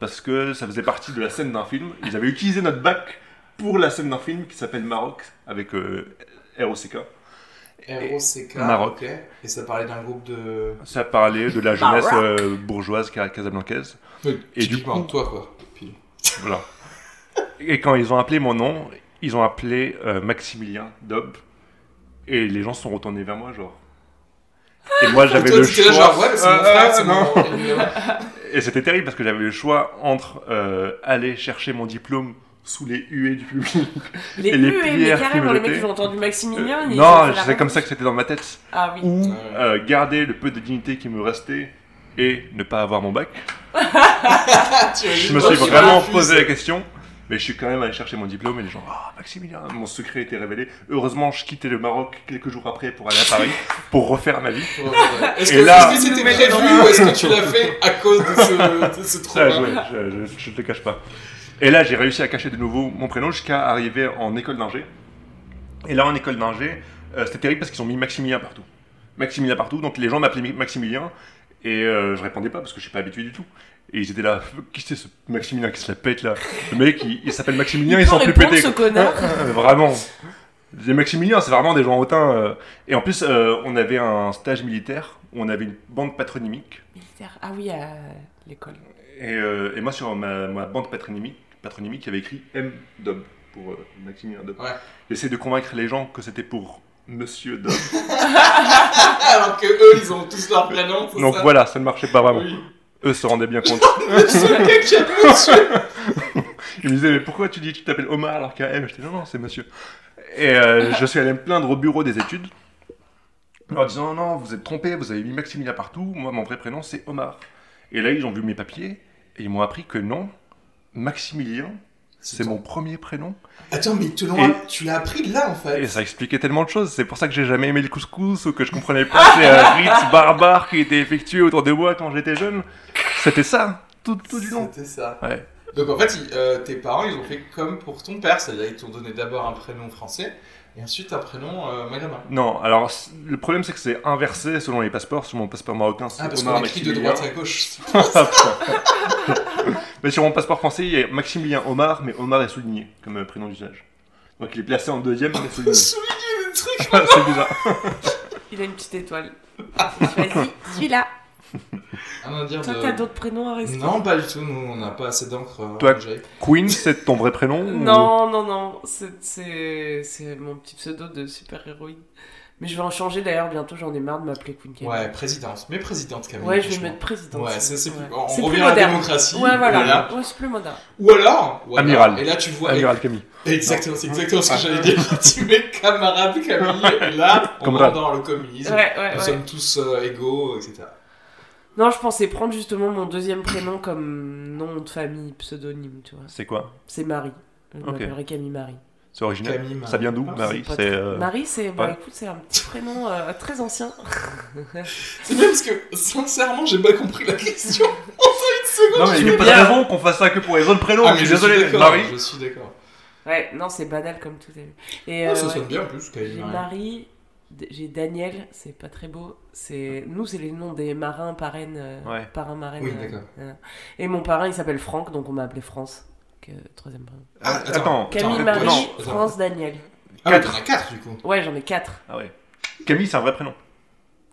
Speaker 3: Parce que ça faisait partie de la scène d'un film. Ils avaient utilisé notre bac pour la scène d'un film qui s'appelle Maroc, avec euh, ROCK.
Speaker 1: ROCK.
Speaker 3: Maroc.
Speaker 1: ok. Et ça parlait d'un groupe de.
Speaker 3: Ça parlait de la jeunesse
Speaker 2: Maroc.
Speaker 3: euh, bourgeoise ca- casablancaise.
Speaker 1: Et
Speaker 3: Et du
Speaker 1: du coup, toi quoi. Puis-
Speaker 3: Voilà. Et quand ils ont appelé mon nom, ils ont appelé euh, Maximilien Dob. Et les gens se sont retournés vers moi, genre. Et moi, j'avais
Speaker 1: Toi,
Speaker 3: le
Speaker 1: t'étais
Speaker 3: choix.
Speaker 1: là, genre, ouais, mais c'est mon
Speaker 3: Euh,
Speaker 1: frère,
Speaker 3: euh,
Speaker 1: c'est
Speaker 3: non.
Speaker 1: mon numéro.
Speaker 3: *laughs* Et c'était terrible parce que j'avais le choix entre euh, aller chercher mon diplôme sous les huées du public.
Speaker 2: Les
Speaker 3: Et les
Speaker 2: U et les
Speaker 3: prières qui
Speaker 2: carrément,
Speaker 3: me
Speaker 2: les mecs
Speaker 3: jetaient.
Speaker 2: qui ont entendu Maximilien.
Speaker 3: Euh,
Speaker 2: ils-
Speaker 3: non,
Speaker 2: ça
Speaker 3: c'est
Speaker 2: l'a
Speaker 3: comme
Speaker 2: rendu.
Speaker 3: ça que c'était dans ma tête.
Speaker 2: Ah oui.
Speaker 3: Ou
Speaker 1: Ouais.
Speaker 3: euh, garder le peu de dignité qui me restait et ne pas avoir mon bac. Je me suis
Speaker 2: tu
Speaker 3: vraiment posé la question, mais je suis quand même allé chercher mon diplôme et les gens, ah Maximilien, mon secret était révélé. Heureusement, je quittais le Maroc quelques jours après pour aller à Paris pour refaire ma vie.
Speaker 1: Est-ce
Speaker 3: Et
Speaker 1: que,
Speaker 3: là-
Speaker 1: est-ce que c'était prévu ou est-ce que tu l'as fait à cause de ce, de ce
Speaker 3: Ça,
Speaker 1: trauma
Speaker 3: je, je- je- je te le cache pas. Et là, j'ai réussi à cacher de nouveau mon prénom jusqu'à arriver en école d'ingé. Et là, en école d'ingé, euh, c'était terrible parce qu'ils ont mis Maximilien partout. Maximilien partout, donc les gens m'appelaient Mi- Maximilien et euh, je répondais pas parce que je suis pas habitué du tout. Et ils étaient là, qui c'est ce Maximilien qui se la pète là Le mec, il, il s'appelle Maximilien,
Speaker 2: Il
Speaker 3: il,
Speaker 2: peut
Speaker 3: s'en plus
Speaker 2: répondre,
Speaker 3: péter.
Speaker 2: ce *laughs*
Speaker 3: quoi.
Speaker 2: connard.
Speaker 3: Ah, mais vraiment. Les Maximiliens, c'est vraiment des gens hautains. euh. Et en plus, euh, on avait un stage militaire, où on avait une bande patronymique.
Speaker 2: Militaire. Ah oui, à l'école.
Speaker 3: Et, euh, et moi, sur ma, ma bande patronymique, patronymique, il y avait écrit M. Dob pour euh, Maximilien Dob.
Speaker 1: Ouais.
Speaker 3: J'essaie de convaincre les gens que c'était pour Monsieur Dob.
Speaker 1: Ah, Alors que eux, ils ont tous leur prénom. c'est
Speaker 3: Donc
Speaker 1: ça
Speaker 3: voilà, ça ne marchait pas vraiment.
Speaker 1: Oui. *laughs*
Speaker 3: Eux se rendaient bien compte.
Speaker 1: C'est le qui a monsieur.
Speaker 3: Ils me disaient, mais pourquoi tu dis que tu t'appelles Omar alors qu'il y a M Je dis, non, non, c'est monsieur. Et euh, je suis allé me plaindre au bureau des études en leur disant, non, non, vous êtes trompé, vous avez mis Maximilien partout, moi, mon vrai prénom, c'est Omar. Et là, ils ont vu mes papiers et ils m'ont appris que non, Maximilien, c'est mon premier prénom.
Speaker 1: Attends, mais ils te l'ont
Speaker 3: Et-
Speaker 1: app- tu l'as appris là en fait.
Speaker 3: Et ça expliquait tellement de choses. C'est pour ça que j'ai jamais aimé le couscous ou que je comprenais pas ces euh, rites barbares qui étaient effectués autour des bois quand j'étais jeune. C'était ça, tout, tout du long.
Speaker 1: C'était ça.
Speaker 3: Ouais.
Speaker 1: Donc en fait, ils- euh, tes parents, ils ont fait comme pour ton père, c'est-à-dire ils t'ont donné d'abord un prénom français et ensuite un prénom euh, maghrébin.
Speaker 3: Non, alors c- le problème c'est que c'est inversé selon les passeports. Sur mon passeport marocain, c'est
Speaker 1: Ah, parce
Speaker 3: Omar
Speaker 1: qu'on écrit de
Speaker 3: Maximilien.
Speaker 1: droite à gauche.
Speaker 3: mais sur mon passeport français, il y a Maximilien Omar, mais Omar est souligné comme euh, prénom d'usage. Donc il est placé en deuxième, mais
Speaker 2: *laughs*
Speaker 3: souligné.
Speaker 1: Souligner le truc.
Speaker 3: c'est bizarre.
Speaker 2: Il a une petite étoile. Ah, Vas-y, celui-là.
Speaker 1: Un indien
Speaker 2: Toi,
Speaker 1: Ah, de-
Speaker 2: t'as d'autres prénoms à risque
Speaker 1: Non, pas du tout, nous on n'a pas assez d'encre. euh,
Speaker 3: Toi-
Speaker 1: Jay.
Speaker 3: Queen, c'est ton vrai prénom ou-
Speaker 2: Non, non, non. C'est- C'est c'est mon petit pseudo de super-héroïne. Mais je vais en changer d'ailleurs bientôt, j'en ai marre de m'appeler Queen Camille.
Speaker 1: Ouais, présidente, mais présidente Camille.
Speaker 2: Ouais, je vais
Speaker 1: franchement.
Speaker 2: mettre présidente.
Speaker 1: Ouais, ça, c'est
Speaker 2: Ouais.
Speaker 1: plus... on
Speaker 2: C'est
Speaker 1: revient
Speaker 2: plus
Speaker 1: à la
Speaker 2: moderne.
Speaker 1: démocratie.
Speaker 2: Ouais, voilà. Ouais, c'est plus moderne.
Speaker 1: Ou alors, ou alors-
Speaker 3: Amiral.
Speaker 1: Et là, tu vois.
Speaker 3: Amiral Ah. Camille.
Speaker 1: *laughs* Exactement, c'est exactement ce que j'allais
Speaker 3: *laughs*
Speaker 1: dire. tu mets camarade Camille, et là, on
Speaker 3: Camarade.
Speaker 1: rentre dans le communisme.
Speaker 2: Ouais, ouais,
Speaker 1: Nous
Speaker 2: ouais.
Speaker 1: sommes tous euh, égaux, etc.
Speaker 2: Non, je pensais prendre justement mon deuxième prénom comme nom de famille, pseudonyme, tu vois.
Speaker 3: C'est quoi
Speaker 2: C'est Marie. Euh, Je
Speaker 3: Ok.
Speaker 2: m'appellerai Camille Marie.
Speaker 3: C'est original.
Speaker 1: Camille, Marie.
Speaker 3: ça vient d'où,
Speaker 1: Ah,
Speaker 3: Marie
Speaker 2: c'est pas
Speaker 3: C'est
Speaker 2: très-
Speaker 3: euh,
Speaker 2: Marie, c'est bah,
Speaker 3: ouais.
Speaker 2: écoute, c'est un petit prénom euh, très ancien.
Speaker 1: C'est bien parce que, sincèrement, j'ai pas compris la question. *laughs* En une seconde,
Speaker 3: Non mais il n'y a pas de raison qu'on fasse ça que pour les autres prénoms.
Speaker 1: Ah,
Speaker 3: je
Speaker 1: mais
Speaker 3: suis
Speaker 1: je suis
Speaker 3: désolé,
Speaker 1: d'accord,
Speaker 3: Marie.
Speaker 1: Je suis d'accord.
Speaker 2: Ouais, non, c'est banal comme tout à l'heure. Et
Speaker 1: Ah,
Speaker 2: euh,
Speaker 1: ça
Speaker 2: ouais.
Speaker 1: sonne bien en plus, Camille,
Speaker 2: J'ai
Speaker 1: Marie.
Speaker 2: Marie, d- j'ai Daniel, c'est pas très beau. C'est nous, c'est les noms des marins, parraines, euh,
Speaker 3: Ouais.
Speaker 2: parrains, marraines.
Speaker 1: Oui,
Speaker 2: euh,
Speaker 1: d'accord.
Speaker 2: voilà. Et mon parrain, il s'appelle Franck, donc on m'a appelé France. que- troisième parrain.
Speaker 3: Ah, attends.
Speaker 2: Camille,
Speaker 3: attends,
Speaker 2: Marie,
Speaker 3: non.
Speaker 1: attends.
Speaker 2: France, Daniel.
Speaker 1: Ah, ouais,
Speaker 3: Quatre.
Speaker 1: t'en as 4 du coup.
Speaker 2: Ouais, j'en ai quatre.
Speaker 3: Ah ouais. Camille, c'est un vrai prénom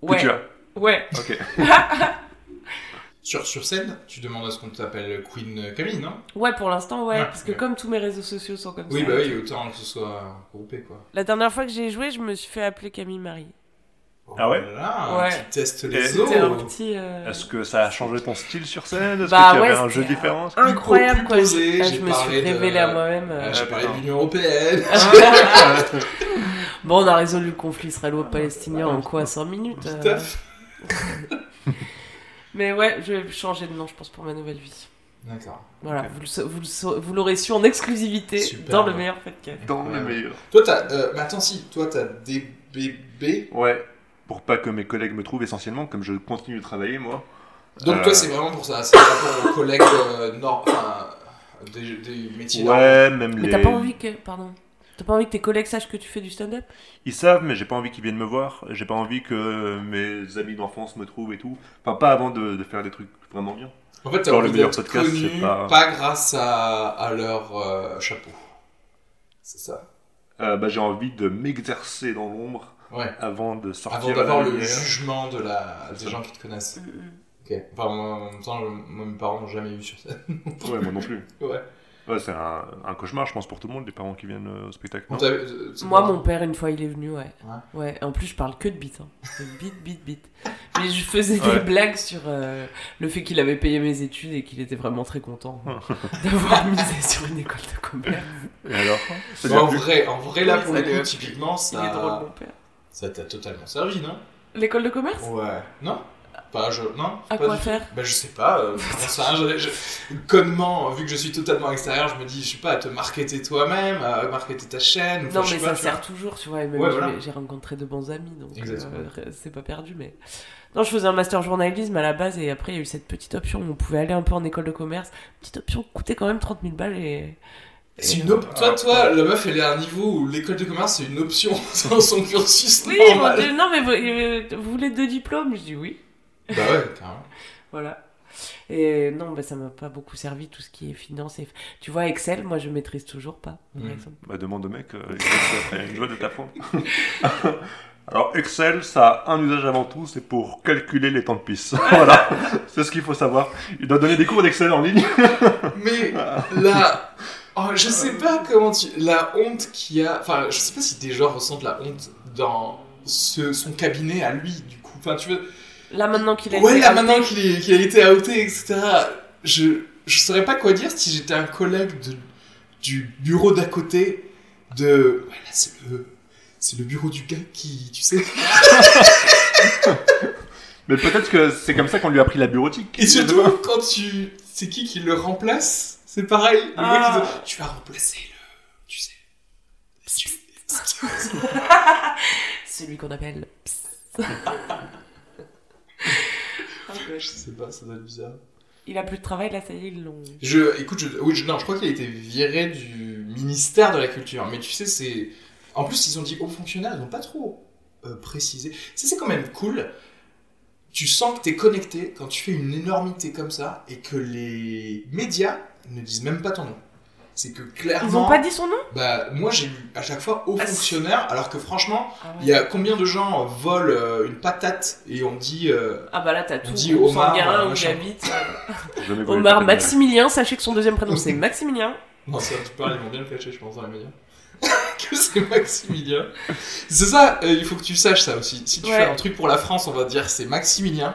Speaker 2: Ouais.
Speaker 3: que tu as.
Speaker 2: Ouais.
Speaker 3: Ok.
Speaker 1: Sur, sur scène, tu demandes à ce qu'on t'appelle Queen Camille, non
Speaker 2: Ouais, pour l'instant, ouais.
Speaker 1: Ouais,
Speaker 2: parce que
Speaker 1: ouais.
Speaker 2: comme tous mes réseaux sociaux sont comme
Speaker 1: Ah, Oui,
Speaker 2: ça.
Speaker 1: bah oui, autant que ce soit groupé quoi.
Speaker 2: La dernière fois que j'ai joué, je me suis fait appeler Camille Marie.
Speaker 3: Ah ouais
Speaker 1: Voilà,
Speaker 2: Ouais.
Speaker 1: Oh tu testes les
Speaker 3: Et-
Speaker 1: eaux.
Speaker 2: C'était un petit. euh,
Speaker 3: Est-ce que ça a changé ton style sur scène Est-ce
Speaker 2: Bah
Speaker 3: que tu
Speaker 2: ouais,
Speaker 3: avais un jeu
Speaker 2: c'était, euh, *laughs*
Speaker 3: différent
Speaker 2: Incroyable quoi.
Speaker 1: posé,
Speaker 2: Ah,
Speaker 1: j'ai
Speaker 2: je me suis
Speaker 1: parlé de-
Speaker 2: révélée à moi-même. euh.
Speaker 1: Euh, J'ai parlé de
Speaker 3: Attends.
Speaker 1: l'Union Européenne. *laughs*
Speaker 2: Bon, on a résolu le conflit israélo-palestinien en quoi 5 minutes euh.
Speaker 1: Tout à fait.
Speaker 2: *laughs* Mais ouais, je vais changer de nom, je pense, pour ma nouvelle vie.
Speaker 1: D'accord.
Speaker 2: Voilà,
Speaker 3: Ok.
Speaker 2: vous le sa- vous le sa- vous l'aurez su en exclusivité
Speaker 1: Super.
Speaker 2: dans le meilleur podcast.
Speaker 3: Dans le meilleur.
Speaker 1: Toi, t'as. Euh, mais attends, si, toi, t'as DBB.
Speaker 3: Ouais. Pour pas que mes collègues me trouvent essentiellement, comme je continue de travailler, moi.
Speaker 1: Donc,
Speaker 3: Euh.
Speaker 1: toi, c'est vraiment pour ça. C'est par rapport aux collègues euh, nord. Enfin, des, des métiers nord.
Speaker 3: Ouais, même
Speaker 2: Mais
Speaker 3: les.
Speaker 2: t'as pas envie que. Pardon. T'as pas envie que tes collègues sachent que tu fais du stand-up
Speaker 3: Ils savent, mais j'ai pas envie qu'ils viennent me voir. J'ai pas envie que mes amis d'enfance me trouvent et tout. Enfin, pas avant de, de faire des trucs vraiment bien.
Speaker 1: En fait, t'as
Speaker 3: Dans le
Speaker 1: envie
Speaker 3: meilleur
Speaker 1: d'être
Speaker 3: podcast,
Speaker 1: connu,
Speaker 3: c'est pas-
Speaker 1: grâce à, à leur euh, chapeau. C'est ça.
Speaker 3: Euh, bah, j'ai envie de m'exercer dans l'ombre
Speaker 1: Ouais.
Speaker 3: avant de sortir.
Speaker 1: Avant
Speaker 3: à la
Speaker 1: d'avoir le
Speaker 3: lumière.
Speaker 1: jugement de la, des
Speaker 3: ça.
Speaker 1: gens qui te connaissent. Ok. Enfin, moi, en même temps, moi, mes parents n'ont jamais eu sur scène.
Speaker 3: Ouais, moi non plus.
Speaker 1: *laughs* Ouais.
Speaker 3: Ouais, c'est un, un cauchemar, je pense, pour tout le monde, les parents qui viennent euh, au spectacle. non
Speaker 1: T'as- euh, c'est
Speaker 2: Moi,
Speaker 1: bon.
Speaker 2: mon père, une fois, il est venu, ouais. Ouais. En plus, je parle que de bite. Hein. De Bite, bite, bite. Mais je faisais
Speaker 3: Ouais.
Speaker 2: des blagues sur euh, le fait qu'il avait payé mes études et qu'il était vraiment très content hein,
Speaker 1: *laughs*
Speaker 2: d'avoir misé sur une école de commerce.
Speaker 3: Et alors Ça
Speaker 1: Bah, en,
Speaker 3: devient plus-
Speaker 1: vrai, en vrai, là,
Speaker 2: Oui,
Speaker 1: pour
Speaker 2: ça
Speaker 1: le
Speaker 2: lui
Speaker 1: coup,
Speaker 2: a-
Speaker 1: typiquement,
Speaker 2: Il est drôle, mon
Speaker 1: ça
Speaker 2: père.
Speaker 1: ça t'a totalement servi, non
Speaker 2: L'école de commerce
Speaker 1: Ouais. Non Pas je. Non
Speaker 2: À
Speaker 1: pas
Speaker 2: quoi
Speaker 1: du-
Speaker 2: faire
Speaker 1: Bah, je sais pas.
Speaker 2: *laughs*
Speaker 1: Euh, j'en sais rien, je- je- Connement, vu que je suis totalement extérieur, je me dis, je sais pas, à te marketer toi-même, à marketer ta chaîne. enfin,
Speaker 2: Non,
Speaker 1: je sais
Speaker 2: mais
Speaker 1: pas,
Speaker 2: ça
Speaker 1: tu
Speaker 2: sert toujours, tu vois. Et même,
Speaker 1: Ouais,
Speaker 2: je
Speaker 1: voilà.
Speaker 2: l'ai- j'ai rencontré de bons amis, donc
Speaker 1: Exactement.
Speaker 2: euh, c'est pas perdu. Mais non, je faisais un master journalisme à la base, et après, il y a eu cette petite option où on pouvait aller un peu en école de commerce. Petite option qui coûtait quand même 30 000 balles. Et...
Speaker 1: vois. C'est une op- Toi, toi, la meuf, elle est à un niveau où l'école de commerce, c'est une option *laughs* dans son cursus.
Speaker 2: Oui, ils m'ont
Speaker 1: normal.
Speaker 2: dit, non, mais vous, euh, vous voulez deux diplômes Je dis oui.
Speaker 1: Bah ouais, carrément.
Speaker 2: Voilà. Et non, bah, ça m'a pas beaucoup servi, tout ce qui est finance. Et... Tu vois, Excel, moi, je maîtrise toujours pas, par
Speaker 1: Mhm.
Speaker 2: exemple.
Speaker 3: Bah, demande au mec, euh, il a une joie de t'apprendre. *laughs* Alors, Excel, ça a un usage avant tout, c'est pour calculer les temps de piste. *laughs* voilà, c'est ce qu'il faut savoir. Il doit donner des cours d'Excel en ligne.
Speaker 1: Mais *laughs* la. oh, je sais pas comment tu. La honte qu'il y a. Enfin, je sais pas si des gens ressentent la honte dans ce- son cabinet à lui, du coup. Enfin, tu veux.
Speaker 2: Là, maintenant qu'il euh, a
Speaker 1: Ouais,
Speaker 2: été
Speaker 1: là
Speaker 2: outé-
Speaker 1: maintenant qu'il est- qu'il a été outé, etc. Je, je saurais pas quoi dire si j'étais un collègue de, du bureau d'à côté de. Ouais, là, c'est le. C'est le bureau du gars qui. Tu
Speaker 2: *laughs*
Speaker 1: sais.
Speaker 3: Mais peut-être que c'est comme ça qu'on lui a appris la bureautique.
Speaker 1: Et surtout, quand tu. C'est qui qui le remplace C'est pareil. Le
Speaker 2: Ah.
Speaker 1: mec, il te- tu vas remplacer le. Tu
Speaker 2: *laughs*
Speaker 1: sais. Tu-
Speaker 2: Celui qu'on appelle.
Speaker 1: Je sais pas, ça doit être bizarre.
Speaker 2: *laughs* il a plus de travail, là, ça y est, ils l'ont.
Speaker 1: Je, écoute, je, oui, je- non, je crois qu'il a été viré du ministère de la Culture. Mais tu sais, c'est. En plus, ils ont dit aux fonctionnaires, ils n'ont pas trop euh, précisé. Tu sais, c'est quand même cool. Tu sens que t'es connecté quand tu fais une énormité comme ça et que les médias ne disent même pas ton nom. C'est que clairement.
Speaker 2: Ils ont pas dit son nom
Speaker 1: Bah, moi, j'ai lu à chaque fois aux
Speaker 2: Ah,
Speaker 1: fonctionnaires, alors que franchement, il y a combien de gens euh, volent euh, une patate et on dit. euh,
Speaker 2: Ah bah là, t'as
Speaker 1: On
Speaker 2: tout.
Speaker 1: dit
Speaker 2: Son
Speaker 1: Omar,
Speaker 2: garin,
Speaker 1: euh,
Speaker 2: où il
Speaker 1: machin. *laughs*
Speaker 2: habite.
Speaker 3: Jamais qu'on lui
Speaker 2: Omar
Speaker 3: appelle-
Speaker 2: Maximilien, sachez que son deuxième prénom
Speaker 1: *laughs*
Speaker 2: c'est Maximilien.
Speaker 1: Non, c'est tu parles, ils m'ont bien le caché, je pense, dans les médias. *laughs* que c'est Maximilien. C'est ça, euh, il faut que tu saches ça aussi. Si tu
Speaker 2: Ouais.
Speaker 1: fais un truc pour la France, on va dire c'est Maximilien.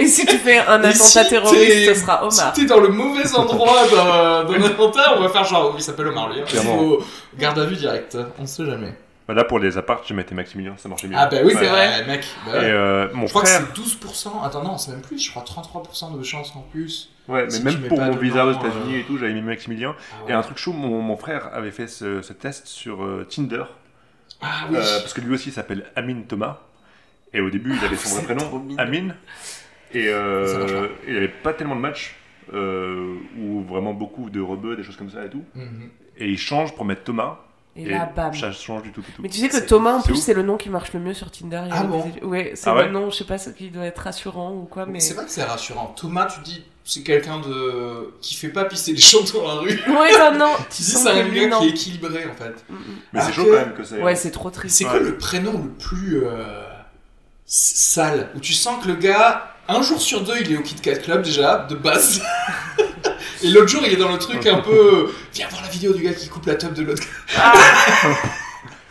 Speaker 2: Et si tu fais un
Speaker 1: Et
Speaker 2: attentat
Speaker 1: si
Speaker 2: terroriste,
Speaker 1: t'es-
Speaker 2: ce sera Omar.
Speaker 1: Si t'es dans le mauvais endroit d'un d'un attentat, on va faire genre, oui, il s'appelle Omar, lui. hein. Il
Speaker 3: Clairement.
Speaker 1: faut garde à vue direct, on sait jamais.
Speaker 3: Bah, là, pour les apparts, je mettais Maximilien, ça marchait mieux.
Speaker 1: Ah, bah oui,
Speaker 3: Ouais.
Speaker 1: c'est vrai, mec. Bah ouais.
Speaker 3: Et euh, mon
Speaker 1: je crois
Speaker 3: frère,
Speaker 1: que c'est 12%. Attends, non, c'est même plus. Je crois 33% de chance en plus.
Speaker 3: ouais, mais
Speaker 1: si tu
Speaker 3: même
Speaker 1: mets
Speaker 3: pour
Speaker 1: pas
Speaker 3: mon
Speaker 1: de
Speaker 3: visa aux
Speaker 1: nom,
Speaker 3: États-Unis
Speaker 1: euh,
Speaker 3: et tout, j'avais mis Maximilien.
Speaker 1: Ah,
Speaker 3: Et
Speaker 1: ouais.
Speaker 3: un truc chaud, mon, mon frère avait fait ce, ce test sur euh, Tinder,
Speaker 1: Ah oui.
Speaker 3: euh, parce que lui aussi s'appelle Amine Thomas. Et au
Speaker 2: Ah,
Speaker 3: début, il avait son
Speaker 1: c'est
Speaker 3: vrai
Speaker 1: trop
Speaker 3: prénom,
Speaker 1: mignon.
Speaker 3: Amine. Et euh,
Speaker 1: Ça marche pas.
Speaker 3: il n'y avait pas tellement de matchs, euh, ou vraiment beaucoup de rebeux, des choses comme ça et tout.
Speaker 1: Mhm.
Speaker 3: Et il change pour mettre Thomas.
Speaker 2: Et là, bam.
Speaker 3: Ça change du tout, du tout.
Speaker 2: Mais tu sais que
Speaker 1: C'est-
Speaker 2: Thomas, en
Speaker 3: c'est
Speaker 2: plus,
Speaker 3: ouf.
Speaker 2: c'est le nom qui marche le mieux sur Tinder. Il y a
Speaker 1: Ah
Speaker 2: des-
Speaker 1: bon
Speaker 2: Ouais, c'est
Speaker 3: Ah
Speaker 2: le
Speaker 3: ouais
Speaker 2: nom, je sais pas ce qui doit être rassurant ou quoi, Ah, mais.
Speaker 1: C'est vrai que c'est rassurant. Thomas, tu dis, c'est quelqu'un de qui fait pas pisser les gens dans la rue.
Speaker 2: *laughs* Ouais, non, non,
Speaker 1: Tu
Speaker 2: *laughs* tu
Speaker 1: dis,
Speaker 2: sens
Speaker 1: c'est
Speaker 2: que
Speaker 1: un
Speaker 2: lui,
Speaker 1: gars
Speaker 2: non.
Speaker 1: qui est équilibré en fait.
Speaker 2: Mm, mm.
Speaker 3: Mais c'est chaud
Speaker 1: Après-
Speaker 3: quand même que c'est. euh,
Speaker 2: Ouais, c'est trop triste.
Speaker 1: C'est quoi
Speaker 3: Ouais.
Speaker 1: le prénom le plus euh, s- sale Où tu sens que le gars, un jour sur deux, il est au Kit Kat Club déjà, de base. *laughs* Et l'autre jour, il est dans le truc un peu. euh, Viens voir la vidéo du gars qui coupe la top de l'autre.
Speaker 2: *laughs*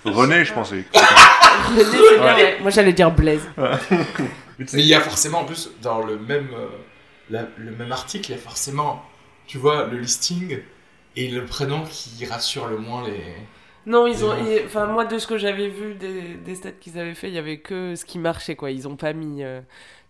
Speaker 2: Ah,
Speaker 3: René, je pensais.
Speaker 2: René, c'est bien, ouais. Moi, j'allais dire Blaise.
Speaker 1: Mais il y a forcément, en plus, dans le même, euh, la- le même article, il y a forcément, tu vois, le listing et le prénom qui rassure le moins les.
Speaker 2: Non, ils ont.
Speaker 1: Ouais.
Speaker 2: ils- Enfin, moi, de ce que j'avais vu des, des stats qu'ils avaient fait, il y avait que ce qui marchait, quoi. Ils ont pas mis. euh,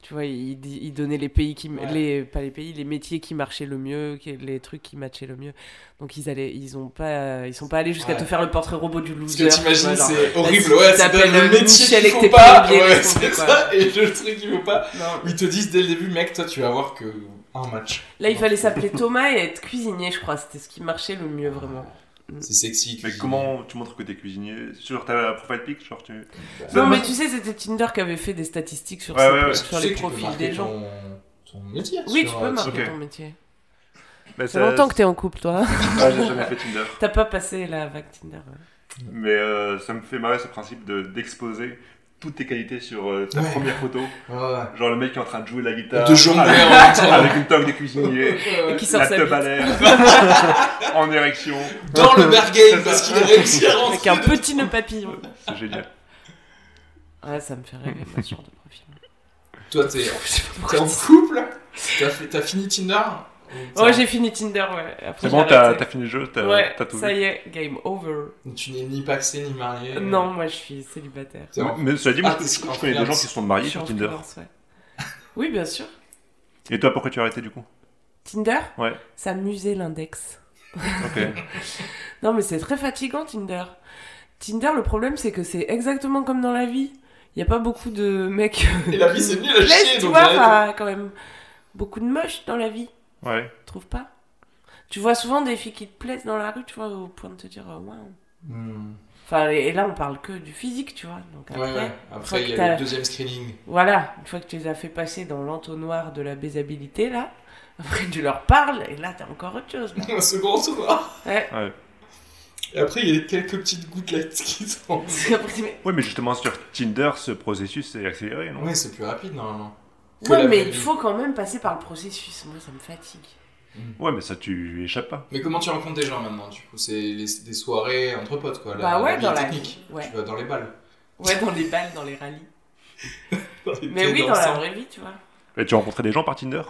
Speaker 2: tu vois, ils, di- ils donnaient les pays qui. m-
Speaker 1: Ouais.
Speaker 2: Les, pas les pays, les métiers qui marchaient le mieux, qui- les trucs qui matchaient le mieux. Donc, ils, allaient, ils, ont pas, ils sont pas allés jusqu'à
Speaker 1: Ouais.
Speaker 2: te faire le portrait robot du
Speaker 1: Ce que
Speaker 2: loser. tu vois,
Speaker 1: t'imagines,
Speaker 2: genre,
Speaker 1: c'est
Speaker 2: bah, si
Speaker 1: horrible.
Speaker 2: tu
Speaker 1: Ouais, ça
Speaker 2: t'appelles
Speaker 1: donne le métier
Speaker 2: Michel
Speaker 1: qu'il
Speaker 2: et que t'es
Speaker 1: faut pas.
Speaker 2: plombier,
Speaker 1: Ouais,
Speaker 2: laisse tomber,
Speaker 1: c'est
Speaker 2: quoi.
Speaker 1: ça. Et le truc qu'il faut pas.
Speaker 2: Non.
Speaker 1: Ils te disent dès le début, mec, toi, tu vas avoir que un match.
Speaker 2: Là, il fallait s'appeler Thomas et être cuisinier, je crois. C'était ce qui marchait le mieux, vraiment.
Speaker 1: C'est sexy.
Speaker 3: Mais
Speaker 1: cuisiner.
Speaker 3: comment tu montres que t'es cuisinier Genre, t'as un profile pic Genre, tu.
Speaker 2: Non,
Speaker 3: moi-
Speaker 2: mais tu sais, c'était Tinder qui avait fait des statistiques sur,
Speaker 3: Ouais,
Speaker 2: ses-
Speaker 3: ouais, ouais.
Speaker 1: Tu
Speaker 2: sur
Speaker 1: sais
Speaker 2: les
Speaker 1: que tu peux
Speaker 2: profils
Speaker 1: marquer
Speaker 2: des gens.
Speaker 1: ton- Ton métier.
Speaker 2: Oui,
Speaker 1: sur- euh,
Speaker 2: tu peux marquer
Speaker 3: ok.
Speaker 2: ton métier.
Speaker 3: Bah,
Speaker 2: Ça fait longtemps que t'es en couple, toi.
Speaker 3: Ah, j'ai jamais fait Tinder.
Speaker 2: T'as pas passé la vague Tinder. hein. ouais.
Speaker 3: Mais euh, ça me fait marrer ce principe de- d'exposer toutes tes qualités sur euh, ta
Speaker 1: Ouais.
Speaker 3: première photo.
Speaker 1: Ouais.
Speaker 3: Genre, le mec qui est en train de jouer de la guitare.
Speaker 1: De jongler
Speaker 2: *laughs*
Speaker 3: avec-
Speaker 1: en
Speaker 3: *laughs*
Speaker 1: même temps.
Speaker 3: Avec une toque de cuisinier.
Speaker 2: Et qui sort
Speaker 3: La
Speaker 2: sa
Speaker 3: teub à
Speaker 2: bite.
Speaker 3: l'air.
Speaker 2: *laughs*
Speaker 3: en érection.
Speaker 1: Dans le bar game, parce qu'il a réussi à rentrer.
Speaker 2: Avec un petit nœud papillon.
Speaker 3: C'est génial.
Speaker 2: Ouais, ça me fait rêver, ma genre de
Speaker 3: *laughs*
Speaker 2: profil.
Speaker 1: Toi, t'es t'es en couple T'as fait- t'as fini Tinder Ça va.
Speaker 2: Ouais, Oh, j'ai fini Tinder, ouais. Après,
Speaker 3: C'est bon,
Speaker 2: j'ai
Speaker 3: t'as
Speaker 2: arrêté.
Speaker 3: t'as fini le jeu, t'as
Speaker 2: Ouais,
Speaker 3: t'as tout
Speaker 2: ça
Speaker 3: vu. euh,
Speaker 2: y est, game over.
Speaker 1: Tu n'es ni paxé ni marié. euh,
Speaker 2: Non, moi, je suis célibataire.
Speaker 1: T'es en-
Speaker 3: Mais cela dit, moi,
Speaker 1: Ah,
Speaker 3: je-
Speaker 1: c'est-
Speaker 3: je je connais des gens qui se sont mariés
Speaker 2: Je suis
Speaker 3: sur
Speaker 2: en
Speaker 3: Tinder.
Speaker 2: freelance, ouais. Oui, bien sûr.
Speaker 3: Et toi, pourquoi tu as
Speaker 1: *laughs*
Speaker 3: arrêté du coup
Speaker 2: Tinder
Speaker 3: Ouais.
Speaker 2: Ça musait l'index.
Speaker 3: Ok.
Speaker 2: Non, mais c'est très fatigant, Tinder. Tinder, le problème, c'est que c'est exactement comme dans la vie. Il n'y a pas beaucoup de mecs.
Speaker 1: *laughs* Et la vie, c'est nul à
Speaker 2: Laisse,
Speaker 1: chier.
Speaker 2: tu
Speaker 1: donc
Speaker 2: vois,
Speaker 1: arrête.
Speaker 2: enfin, quand même. Beaucoup de moches dans la vie,
Speaker 3: Ouais.
Speaker 2: tu trouves pas Tu vois souvent des filles qui te plaisent dans la rue, tu vois, au point de te dire, oh, waouh.
Speaker 1: Hmm.
Speaker 2: Enfin, et et là, on parle que du physique, tu vois. Donc
Speaker 1: Ouais,
Speaker 2: après,
Speaker 1: ouais. Après, il y
Speaker 2: que
Speaker 1: a
Speaker 2: t'as-
Speaker 1: le deuxième screening. *laughs*
Speaker 2: voilà, une fois que tu les as fait passer dans l'entonnoir de la baisabilité, là, *laughs* après, tu leur parles, et là, t'as encore autre chose.
Speaker 1: *laughs*
Speaker 2: là.
Speaker 1: Un second tour.
Speaker 2: Ouais.
Speaker 3: Ouais.
Speaker 1: Et après, il y a quelques petites gouttelettes qui sont.
Speaker 2: Après, tu fais,
Speaker 3: Ouais, mais justement, sur Tinder, ce processus est accéléré, non
Speaker 1: Ouais, c'est plus rapide normalement. Que la
Speaker 2: Ouais, mais
Speaker 1: vraie
Speaker 2: il
Speaker 1: vie.
Speaker 2: faut quand même passer par le processus. Moi, ça me fatigue.
Speaker 3: Ouais, mais ça, tu y échappes pas.
Speaker 1: Mais comment tu rencontres des gens maintenant Du coup, c'est les- des soirées entre potes quoi.
Speaker 2: Bah ouais,
Speaker 1: vie
Speaker 2: dans la
Speaker 1: technique.
Speaker 2: vie, ouais.
Speaker 1: Tu vas dans les balles.
Speaker 2: Ouais, dans les balles, dans les rallyes. *laughs* Mais
Speaker 1: T'es
Speaker 2: oui, dans
Speaker 1: le
Speaker 2: la
Speaker 1: sang.
Speaker 2: vraie vie, tu vois.
Speaker 3: Et tu as rencontré des gens par Tinder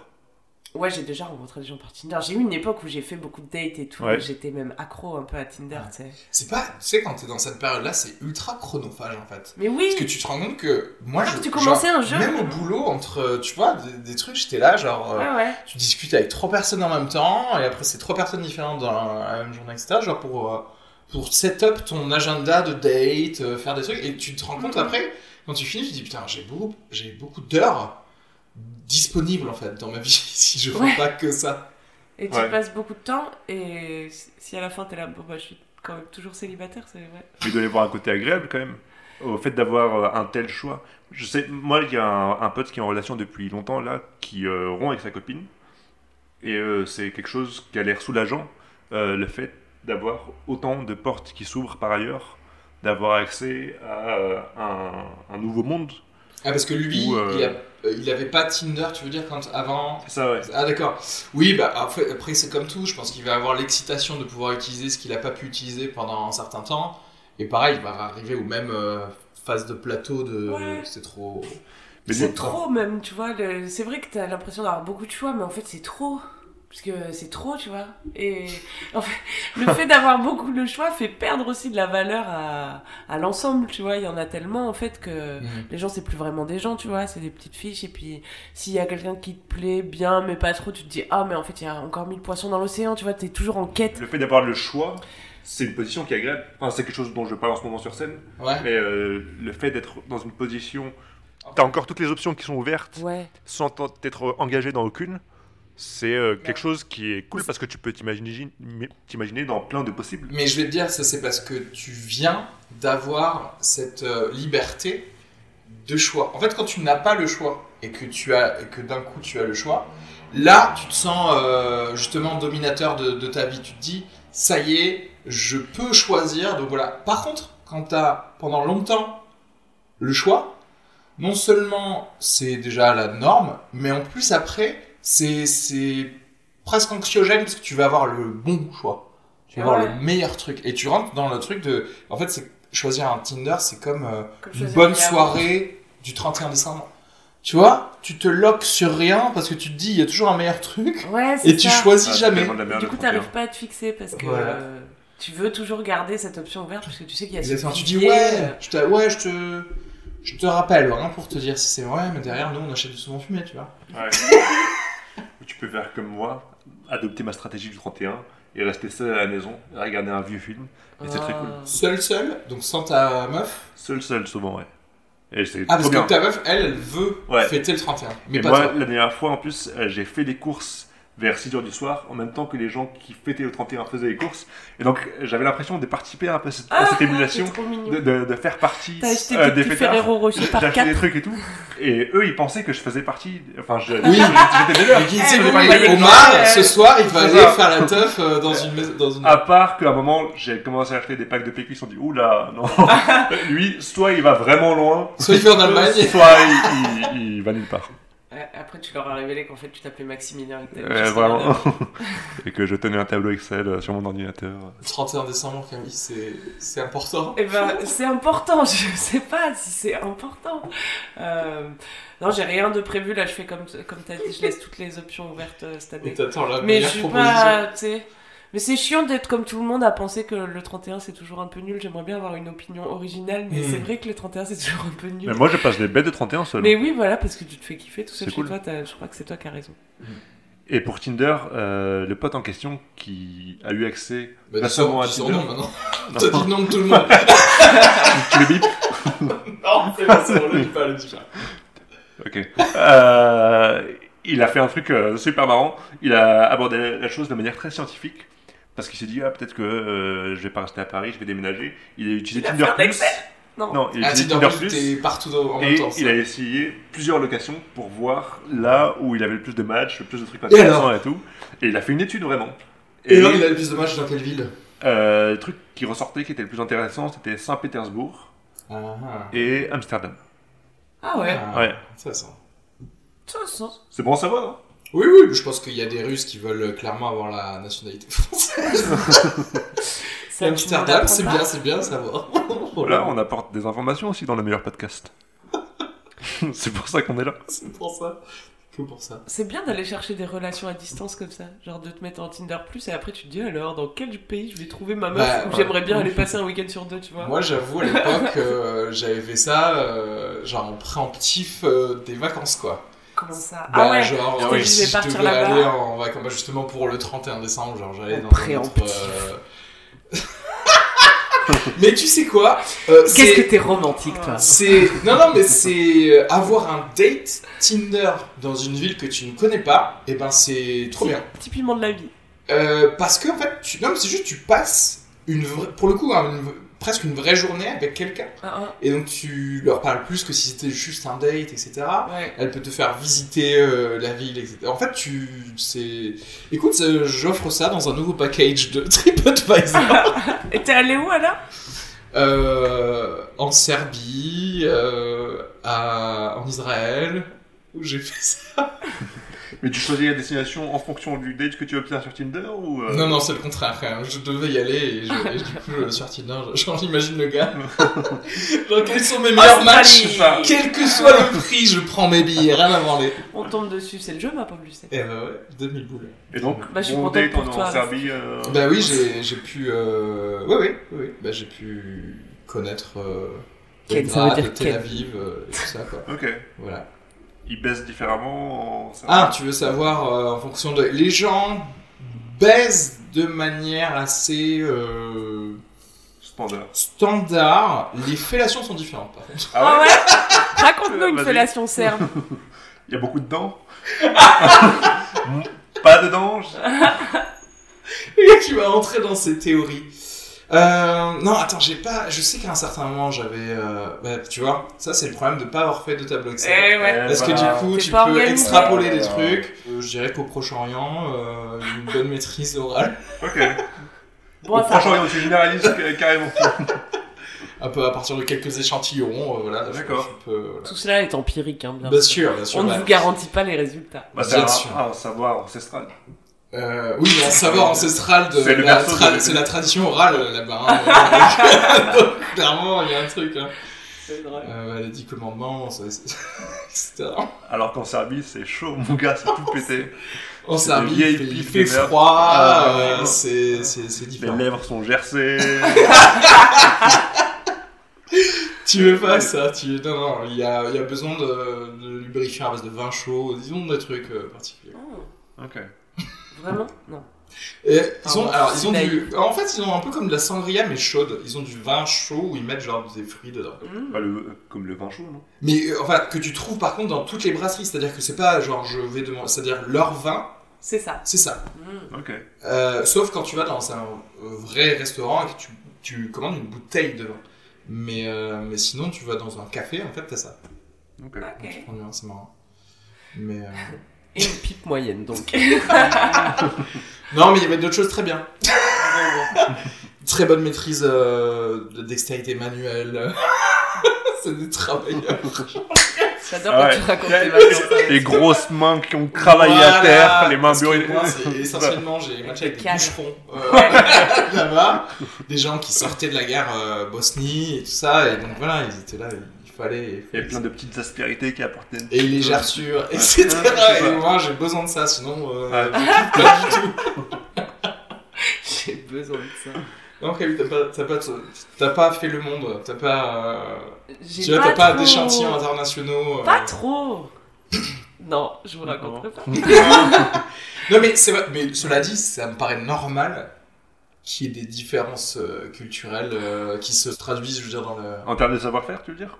Speaker 2: Ouais, j'ai déjà rencontré des gens par Tinder. J'ai eu une époque où j'ai fait beaucoup de dates et tout.
Speaker 3: Ouais.
Speaker 2: J'étais même accro un peu à Tinder, tu sais.
Speaker 1: C'est pas. Tu sais, quand t'es dans cette période-là, c'est ultra chronophage en fait.
Speaker 2: Mais oui,
Speaker 1: Parce que tu te rends compte que moi,
Speaker 2: Ah,
Speaker 1: je-
Speaker 2: tu commençais
Speaker 1: genre,
Speaker 2: un jeu.
Speaker 1: Même au boulot, entre, tu vois, des, des trucs, j'étais là, genre, euh,
Speaker 2: ouais, ouais.
Speaker 1: tu discutes avec trois personnes en même temps, et après c'est trois personnes différentes dans la, la même journée, etc. Genre pour euh, pour set up ton agenda de date, euh, faire des trucs, et tu te rends compte
Speaker 2: Mhm.
Speaker 1: après, quand tu finis, tu te dis putain, j'ai beaucoup, j'ai beaucoup d'heures disponibles en fait dans ma *laughs* vie si je fais
Speaker 2: Ouais.
Speaker 1: pas que ça.
Speaker 2: Et tu
Speaker 3: Ouais.
Speaker 2: passes beaucoup de temps. Et si à la fin, t'es là, bon, bah, je suis quand même toujours célibataire, c'est vrai.
Speaker 3: Mais il doit y avoir un côté agréable quand même. Au fait d'avoir euh, un tel choix. Je sais, moi, il y a un, un pote qui est en relation depuis longtemps, là, qui euh, rompt avec sa copine. Et euh, c'est quelque chose qui a l'air soulageant, euh, le fait d'avoir autant de portes qui s'ouvrent par ailleurs, d'avoir accès à euh, un, un nouveau monde.
Speaker 1: Ah parce que lui,
Speaker 3: Ou, euh,
Speaker 1: il, a- euh, il avait pas Tinder, tu veux dire quand avant.
Speaker 3: C'est ça, ouais.
Speaker 1: Ah d'accord. Oui, bah en fait, après c'est comme tout, je pense qu'il va avoir l'excitation de pouvoir utiliser ce qu'il n'a pas pu utiliser pendant un certain temps. Et pareil, il va arriver aux mêmes euh, phases de plateau de...
Speaker 2: Ouais.
Speaker 1: C'est trop...
Speaker 3: Mais
Speaker 2: C'est
Speaker 3: bon,
Speaker 2: trop, même, tu vois. le- C'est vrai que t'as l'impression d'avoir beaucoup de choix, mais en fait, c'est trop. Parce que c'est trop, tu vois. Et en fait, *laughs* le fait d'avoir beaucoup le choix fait perdre aussi de la valeur à, à l'ensemble, tu vois. Il y en a tellement, en fait, que
Speaker 1: Mhm.
Speaker 2: les gens, c'est plus vraiment des gens, tu vois. C'est des petites fiches. Et puis, s'il y a quelqu'un qui te plaît bien, mais pas trop, tu te dis, ah, mais en fait, il y a encore mille poissons dans l'océan, tu vois. T'es toujours en quête.
Speaker 3: Le fait d'avoir le choix, c'est une position qui est agréable. Enfin, c'est quelque chose dont je parle en ce moment sur scène.
Speaker 1: Ouais.
Speaker 3: Mais euh, le fait d'être dans une position. T'as encore toutes les options qui sont ouvertes
Speaker 2: Ouais.
Speaker 3: sans t'en- t'être engagé dans aucune. C'est euh, quelque chose qui est cool parce que tu peux t'imaginer t'imaginer dans plein de possibles.
Speaker 1: Mais je vais te dire, ça c'est parce que tu viens d'avoir cette euh, liberté de choix. En fait, quand tu n'as pas le choix et que tu as et que d'un coup tu as le choix, là tu te sens euh, justement dominateur de, de ta vie. Tu te dis, ça y est, je peux choisir. Donc voilà. Par contre, quand tu as pendant longtemps le choix, non seulement c'est déjà la norme, mais en plus après, c'est c'est presque anxiogène parce que tu vas avoir le bon choix. Tu vas
Speaker 2: Ah Ouais.
Speaker 1: avoir le meilleur truc. Et tu rentres dans le truc de. En fait, c'est choisir un Tinder, c'est comme euh,
Speaker 2: Comme je
Speaker 1: une
Speaker 2: faisais
Speaker 1: bonne
Speaker 2: hier.
Speaker 1: soirée du 31 décembre. Tu vois Tu te loques sur rien parce que tu te dis, il y a toujours un meilleur truc.
Speaker 2: Ouais, c'est
Speaker 1: Et tu
Speaker 2: ça.
Speaker 1: choisis
Speaker 3: Ah, c'est
Speaker 1: jamais.
Speaker 3: tellement de la merde
Speaker 2: Du
Speaker 3: à
Speaker 2: coup,
Speaker 3: tromper,
Speaker 2: t'arrives
Speaker 3: hein.
Speaker 2: pas à te fixer parce que
Speaker 1: Voilà.
Speaker 2: euh, tu veux toujours garder cette option ouverte parce que tu sais qu'il y a ce
Speaker 1: Exactement. Tu dis,
Speaker 2: biais,
Speaker 1: ouais,
Speaker 2: euh,
Speaker 1: je te, ouais, je te, je te rappelle, hein, pour te dire si c'est vrai, mais derrière, nous, on achète du saumon fumé, tu vois.
Speaker 3: Ouais.
Speaker 2: *laughs*
Speaker 3: Ou tu peux faire comme moi, adopter ma stratégie du 31 et rester seul à la maison, regarder un vieux film. Et c'est très cool.
Speaker 2: ah.
Speaker 1: Seul, seul, donc sans ta meuf.
Speaker 3: Seul, seul, souvent, ouais. Et c'est
Speaker 1: Ah, parce
Speaker 3: trop bien.
Speaker 1: que ta meuf, elle, elle veut
Speaker 3: Ouais.
Speaker 1: fêter le 31. Mais
Speaker 3: Et
Speaker 1: pas
Speaker 3: moi,
Speaker 1: toi.
Speaker 3: la dernière fois, en plus, euh, j'ai fait les courses vers 6h du soir, en même temps que les gens qui fêtaient le 31 faisaient les courses. Et donc, euh, j'avais l'impression de participer un peu à cette- à cette
Speaker 2: Ah, C'est
Speaker 3: émulation,
Speaker 2: trop mignon.
Speaker 3: de, de- de faire partie
Speaker 2: T'as acheté
Speaker 3: euh,
Speaker 2: des
Speaker 3: des
Speaker 2: petits
Speaker 3: fêtards,
Speaker 2: Ferrero Rocher par
Speaker 3: d'acheter des
Speaker 2: quatre.
Speaker 3: trucs et tout. Et eux, ils pensaient que je faisais partie... Enfin, je...
Speaker 1: Oui, j'étais *laughs*
Speaker 3: leurs.
Speaker 1: Mais qui sait,
Speaker 2: Eh
Speaker 1: mais
Speaker 2: oui,
Speaker 1: par
Speaker 2: mais
Speaker 1: exemple,
Speaker 2: les gens,
Speaker 1: Omar, ce
Speaker 2: euh,
Speaker 1: soir, il va
Speaker 3: c'est
Speaker 1: aller
Speaker 3: ça. Ah.
Speaker 1: faire la teuf euh, dans une maison. Dans une...
Speaker 3: À part qu'à un moment, j'ai commencé à acheter des packs de PQ, ils se sont dit, oula,
Speaker 2: *laughs*
Speaker 3: non, lui, soit il va vraiment loin,
Speaker 1: Soit il va
Speaker 3: *laughs*
Speaker 1: en Allemagne.
Speaker 3: soit il, il- il va nulle part.
Speaker 2: Euh, Après, tu leur as révélé qu'en fait, tu t'appelais Maximilien. et que t'avais
Speaker 3: Euh,
Speaker 2: juste un
Speaker 3: vraiment.
Speaker 2: adepte.
Speaker 3: *laughs* et que je tenais un tableau Excel euh, sur mon ordinateur.
Speaker 1: Le 31 décembre, Camille, c'est c'est important.
Speaker 2: Eh ben, c'est important. Je sais pas si c'est important. Euh, Non, j'ai rien de prévu. Là, je fais comme, comme t'as dit. Je laisse toutes les options ouvertes euh, cette
Speaker 1: Et
Speaker 2: année.
Speaker 1: t'attends la
Speaker 2: Mais je
Speaker 1: meilleure
Speaker 2: suis
Speaker 1: proposition.
Speaker 2: pas, tu sais. Mais c'est chiant d'être comme tout le monde à penser que le 31 c'est toujours un peu nul. J'aimerais bien avoir une opinion originale, mais
Speaker 1: Mm.
Speaker 2: c'est vrai que le 31 c'est toujours un peu nul.
Speaker 3: Mais moi, je passe les bêtes de 31 seul.
Speaker 2: Mais oui, voilà, parce que tu te fais kiffer tout seul
Speaker 3: C'est
Speaker 2: chez
Speaker 3: cool.
Speaker 2: toi. t'as- Je crois que c'est toi qui as raison.
Speaker 3: Et pour Tinder, euh, le pote en question qui a eu
Speaker 1: *laughs*
Speaker 3: accès.
Speaker 1: Bah,
Speaker 3: Pas
Speaker 1: dis
Speaker 3: seulement
Speaker 1: son-
Speaker 3: à
Speaker 1: dis son
Speaker 3: Tinder.
Speaker 1: nom maintenant.
Speaker 3: Non,
Speaker 1: T'as dit le nom de tout le monde.
Speaker 3: tu le bip
Speaker 1: non, c'est pas ça, on le dit pas, on le dit pas.
Speaker 3: Ok. Euh, il a fait un truc euh, super marrant. Il a abordé la chose de manière très scientifique. Parce qu'il s'est dit, ah, peut-être que euh, je vais pas rester à Paris, je vais déménager. Il a utilisé
Speaker 2: a
Speaker 3: Tinder
Speaker 2: fait un
Speaker 3: Plus.
Speaker 2: Excel Non.
Speaker 3: Non, il a
Speaker 1: Ah,
Speaker 3: utilisé
Speaker 1: Tinder
Speaker 3: Tinder
Speaker 1: Plus,
Speaker 3: Plus.
Speaker 1: t'es partout dans- en
Speaker 3: Et
Speaker 1: même temps.
Speaker 3: il a essayé plusieurs locations pour voir là où il avait le plus de matchs, le plus de trucs
Speaker 1: alors
Speaker 3: intéressants et tout. Et il a fait une étude vraiment.
Speaker 1: Et alors, il a le plus de matchs dans quelle ville
Speaker 3: Euh, le truc qui ressortait, qui était le plus intéressant, c'était Saint-Pétersbourg
Speaker 1: Ah,
Speaker 3: et Amsterdam.
Speaker 2: Ah ouais.
Speaker 1: ah,
Speaker 3: Ouais.
Speaker 1: intéressant.
Speaker 2: Ça, ça.
Speaker 3: C'est bon à savoir, hein
Speaker 1: Oui, oui, mais je pense qu'il y a des Russes qui veulent euh, clairement avoir la nationalité française.
Speaker 2: Ça, tu me
Speaker 1: Amsterdam,
Speaker 2: l'apprends
Speaker 1: c'est
Speaker 2: pas.
Speaker 1: bien, c'est bien, ça *laughs* va.
Speaker 3: Voilà, Oh on apporte des informations aussi dans le meilleur podcast. *laughs* c'est pour ça qu'on est là.
Speaker 1: C'est pour ça. Que pour ça.
Speaker 2: C'est bien d'aller chercher des relations à distance comme ça, genre de te mettre en Tinder plus et après tu te dis alors dans quel pays je vais trouver ma meuf
Speaker 1: Bah,
Speaker 2: où
Speaker 1: ouais.
Speaker 2: j'aimerais bien aller passer un week-end sur deux, tu vois.
Speaker 1: Moi, j'avoue, à l'époque, euh, j'avais fait ça, euh, genre en préemptif euh, des vacances, quoi.
Speaker 2: Comment ça
Speaker 1: Bah,
Speaker 2: Ah ouais.
Speaker 1: genre,
Speaker 2: Ah oui.
Speaker 1: si
Speaker 2: Je vais
Speaker 1: je
Speaker 2: partir
Speaker 1: devais
Speaker 2: là-bas.
Speaker 1: aller en vacances, bah, justement pour le 31 décembre, genre j'allais
Speaker 2: En
Speaker 1: dans un autre...
Speaker 2: préemptif.
Speaker 1: euh, *laughs* Mais tu sais quoi Euh, c'est-
Speaker 2: Qu'est-ce que t'es romantique
Speaker 1: *laughs*
Speaker 2: toi
Speaker 1: c'est non non mais c'est euh, avoir un date Tinder dans une ville que tu ne connais pas et ben c'est trop bien
Speaker 2: Typiquement de la vie.
Speaker 1: Euh, parce que en fait tu... non mais c'est juste tu passes une vraie- pour le coup hein, une- presque une vraie journée avec quelqu'un
Speaker 2: Ah,
Speaker 1: et donc tu leur parles plus que si c'était juste un date etc
Speaker 2: ah, ouais.
Speaker 1: elle peut te faire visiter euh, la ville, etc. En fait, tu. C'est. Écoute, euh, j'offre ça dans un nouveau package de *laughs* TripAdvisor.
Speaker 2: Et t'es allé où alors
Speaker 1: Euh, en Serbie, euh, à- en Israël, où j'ai fait ça.
Speaker 3: Mais tu choisis la destination en fonction du date que tu obtiens sur Tinder ou euh,
Speaker 1: Non,
Speaker 3: *laughs*
Speaker 1: non, c'est le contraire. hein. Je devais y aller et, je, et du coup, je, sur Tinder, je- genre, j'imagine le
Speaker 2: *laughs*
Speaker 1: gars. genre, quels sont
Speaker 2: Ah,
Speaker 1: mes meilleurs matchs
Speaker 3: ça.
Speaker 1: Quel que soit le prix, je prends mes billets, rien à branler.
Speaker 2: On tombe dessus, c'est le jeu, ma pauvre Lucette.
Speaker 1: Et bah ouais, 2000 boules.
Speaker 3: Et donc,
Speaker 2: Bah, je suis
Speaker 3: bon
Speaker 2: contente
Speaker 3: date
Speaker 2: pour
Speaker 3: en- en
Speaker 2: toi.
Speaker 3: Serbie. euh,
Speaker 1: Bah oui, j'ai j'ai pu. Euh... Oui, oui, oui, oui. Bah, j'ai pu connaître. Euh...
Speaker 2: Quel, ça
Speaker 1: Belgrade,
Speaker 2: veut dire
Speaker 1: Tel
Speaker 2: quel.
Speaker 1: Aviv, euh, et tout ça quoi.
Speaker 3: Ok.
Speaker 1: Voilà.
Speaker 3: Ils baissent différemment en Serbie.
Speaker 1: Ah, tu veux savoir euh, en fonction de. Les gens baissent de manière assez euh,
Speaker 3: Standard.
Speaker 1: standard. Les fellations sont différentes par contre.
Speaker 2: Ah ouais *laughs* Raconte-nous une
Speaker 3: Vas-y.
Speaker 2: fellation serbe.
Speaker 3: Il y a beaucoup de dents. *laughs* Pas de dents. je-
Speaker 1: Le gars qui va rentrer dans ces théories. Euh, non, attends, j'ai pas. Je sais qu'à un certain moment j'avais. euh, bah, tu vois, ça c'est le problème de pas avoir fait de tableau
Speaker 2: *laughs* Eh
Speaker 1: Excel.
Speaker 2: ouais.
Speaker 1: Parce que
Speaker 3: Voilà.
Speaker 1: du coup,
Speaker 2: T'es
Speaker 1: tu peux
Speaker 2: pas organisé.
Speaker 1: extrapoler des
Speaker 3: Voilà.
Speaker 1: trucs. Euh, je dirais qu'au Proche-Orient, euh, une bonne maîtrise orale.
Speaker 3: Ok.
Speaker 2: Bon, ça-
Speaker 3: Franchement, tu généralises euh, carrément.
Speaker 1: Un peu à partir de quelques échantillons, euh, voilà. je-
Speaker 3: D'accord.
Speaker 1: je peux- voilà.
Speaker 2: tout cela est empirique, hein, bien
Speaker 1: Bien
Speaker 2: sûr.
Speaker 1: sûr, bien sûr.
Speaker 2: On
Speaker 1: bah,
Speaker 2: ne vous garantit pas les résultats.
Speaker 3: Bah, c'est
Speaker 1: Bien
Speaker 3: un,
Speaker 1: sûr.
Speaker 3: un savoir ancestral.
Speaker 1: Euh, oui, mais un savoir ancestral de
Speaker 3: C'est le
Speaker 1: la,
Speaker 3: perso
Speaker 1: tra-
Speaker 3: de-
Speaker 1: c'est la tradition orale euh, là-bas. hein. *laughs* Donc, clairement, il y a un truc. Hein. Euh, les dix commandements, ça, c'est- *laughs* etc.
Speaker 3: Alors qu'en Serbie, c'est chaud, mon gars, c'est tout pété.
Speaker 1: En
Speaker 3: C'est
Speaker 1: Serbie,
Speaker 3: des vieilles
Speaker 1: il fait- il
Speaker 3: pipes
Speaker 1: fait
Speaker 3: de merde.
Speaker 1: froid,
Speaker 3: Ah,
Speaker 1: euh,
Speaker 3: vraiment.
Speaker 1: c'est c'est- c'est
Speaker 3: Les
Speaker 1: différent.
Speaker 3: lèvres sont gercées.
Speaker 1: *laughs* Tu veux pas ça tu... Non, non, il y a, il y a besoin de, de lubrifier à base de vin chaud, disons des trucs euh, particuliers.
Speaker 2: Oh,
Speaker 3: ok.
Speaker 2: vraiment Non.
Speaker 1: Et ils ont,
Speaker 2: Pardon,
Speaker 1: alors, ils ont
Speaker 2: c'est
Speaker 1: du... En fait, ils ont un peu comme de la sangria, mais chaude. Ils ont du vin chaud où ils mettent genre des fruits dedans.
Speaker 2: Hmm.
Speaker 3: Bah, le- comme le vin chaud, non
Speaker 1: Mais euh, enfin, que tu trouves par contre dans toutes les brasseries, c'est-à-dire que c'est pas genre je vais demander, c'est-à-dire leur vin,
Speaker 2: C'est ça.
Speaker 1: c'est ça.
Speaker 2: Hmm.
Speaker 3: Ok.
Speaker 1: Euh, sauf quand tu vas dans un euh, vrai restaurant et que tu, tu commandes une bouteille de vin. Mais, euh, mais sinon, tu vas dans un café, en fait, t'as ça.
Speaker 3: Ok.
Speaker 1: Donc, tu
Speaker 2: Ok.
Speaker 1: prends du vin, c'est marrant. Mais, euh,
Speaker 2: Et une pipe moyenne, donc.
Speaker 1: Non, mais il y avait d'autres choses très bien. *laughs* Très bonne maîtrise euh, de dextérité manuelle. *laughs* c'est des travailleurs.
Speaker 2: *laughs* J'adore
Speaker 3: Ah
Speaker 2: quand
Speaker 3: ouais.
Speaker 2: tu racontes tes
Speaker 3: Les
Speaker 2: vacances.
Speaker 3: grosses mains qui ont travaillé à
Speaker 1: Voilà,
Speaker 3: terre, les mains
Speaker 1: parce que
Speaker 3: bureaux.
Speaker 1: moi, c'est- Essentiellement, j'ai matché avec des
Speaker 2: Calme.
Speaker 1: bûcherons euh, *laughs* là-bas, des gens qui sortaient de la guerre euh, Bosnie et tout ça, et donc voilà, ils étaient là, il fallait. il
Speaker 3: Il y
Speaker 1: fallait-
Speaker 3: a plein de petites aspérités qui apportaient.
Speaker 1: Et les gerçures, etc.
Speaker 3: Ouais, c'est
Speaker 1: Et
Speaker 3: ça.
Speaker 1: moi, j'ai besoin de ça, sinon. euh,
Speaker 3: Ouais.
Speaker 1: Pas du tout.
Speaker 2: *laughs* J'ai besoin de ça.
Speaker 1: Non, Camille, t'as pas, t'as pas, t'as pas fait le monde, t'as pas. euh,
Speaker 2: J'ai
Speaker 1: Tu vois, t'as pas
Speaker 2: trop-
Speaker 1: d'échantillons internationaux. euh.
Speaker 2: Pas trop *laughs* Non, je vous raconterai pas.
Speaker 1: Non, mais, c'est vrai- mais cela dit, ça me paraît normal qu'il y ait des différences euh, culturelles euh, qui se traduisent, je veux dire, dans le.
Speaker 3: En termes de savoir-faire, tu veux dire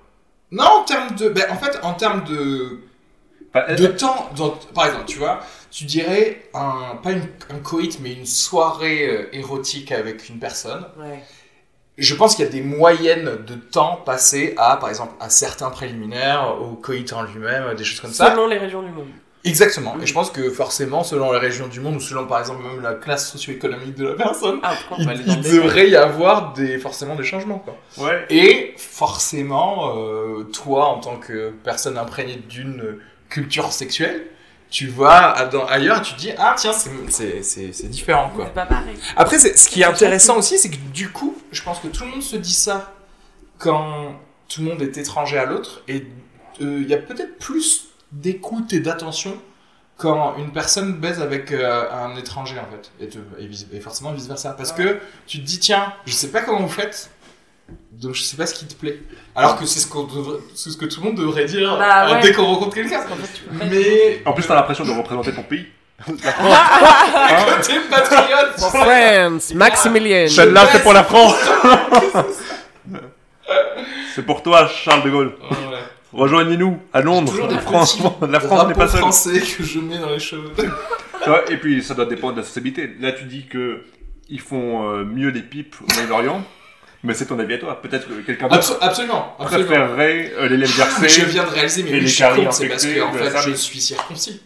Speaker 1: Non, en termes de. ben, en fait, en termes de,
Speaker 3: Enfin, elle-
Speaker 1: de temps. dans- par exemple, tu vois, tu dirais un. Pas une- un coït, mais une soirée euh, érotique avec une personne.
Speaker 2: *laughs* Ouais.
Speaker 1: Je pense qu'il y a des moyennes de temps passé à, par exemple, à certains préliminaires, au coït en lui-même, des choses comme ça.
Speaker 2: Selon les régions du monde.
Speaker 1: Exactement. Et je pense que forcément, selon les régions du monde ou selon, par exemple, même la classe socio-économique de la personne,
Speaker 2: Ah, pourquoi on
Speaker 1: il,
Speaker 2: va aller dans
Speaker 1: il
Speaker 2: le détail
Speaker 1: devrait y avoir des, forcément des changements. Quoi.
Speaker 3: euh, Ouais.
Speaker 1: Et forcément, euh, toi, en tant que personne imprégnée d'une culture sexuelle, tu vas à- dans- ailleurs, tu te dis ah tiens c'est c'est- c'est- c'est différent quoi.
Speaker 2: C'est pas pareil.
Speaker 1: Après, c'est- ce qui est intéressant aussi, c'est que du coup, je pense que tout le monde se dit ça quand tout le monde est étranger à l'autre, et euh, il y a peut-être plus d'écoute et d'attention quand une personne baise avec euh, un étranger, en fait, et, te- et vice- et forcément vice-versa. Parce que tu te dis, tiens, je sais pas comment vous faites, donc je sais pas ce qui te plaît. Alors que c'est ce, qu'on devrait- c'est ce que tout le monde devrait dire
Speaker 2: Bah
Speaker 1: euh,
Speaker 2: ouais.
Speaker 1: dès qu'on rencontre quelqu'un.
Speaker 2: Parce qu'en fait, tu peux pas être-
Speaker 1: Mais *laughs*
Speaker 3: En plus, t'as l'impression de représenter ton pays. La France. Hein
Speaker 1: côté patriote,
Speaker 2: For France, Maximilien.
Speaker 3: Celle-là,
Speaker 1: Je
Speaker 3: c'est pour la France
Speaker 1: *laughs*
Speaker 3: C'est pour toi, Charles de Gaulle.
Speaker 1: Oh, ouais.
Speaker 3: Rejoignez-nous à Londres.
Speaker 1: Toujours des
Speaker 3: Franchement, la France
Speaker 1: drapeau
Speaker 3: n'est pas seule.
Speaker 1: français que je mets dans les cheveux.
Speaker 3: Tu vois, et puis ça doit dépendre de la sensibilité. Là, tu dis que ils font euh, mieux les pipes au Moyen-Orient, mais c'est ton avis à toi. Peut-être que quelqu'un d'autre
Speaker 1: Absol- absolument, absolument.
Speaker 3: préférerait euh, les lèvres
Speaker 1: Ah, Je
Speaker 3: gercées.
Speaker 1: viens de réaliser, mais
Speaker 3: Et
Speaker 1: oui,
Speaker 3: les
Speaker 1: je suis
Speaker 3: caries
Speaker 1: con, c'est parce que
Speaker 3: infectées,
Speaker 1: en
Speaker 3: de la
Speaker 1: fait, je
Speaker 3: sardine.
Speaker 1: suis circoncis.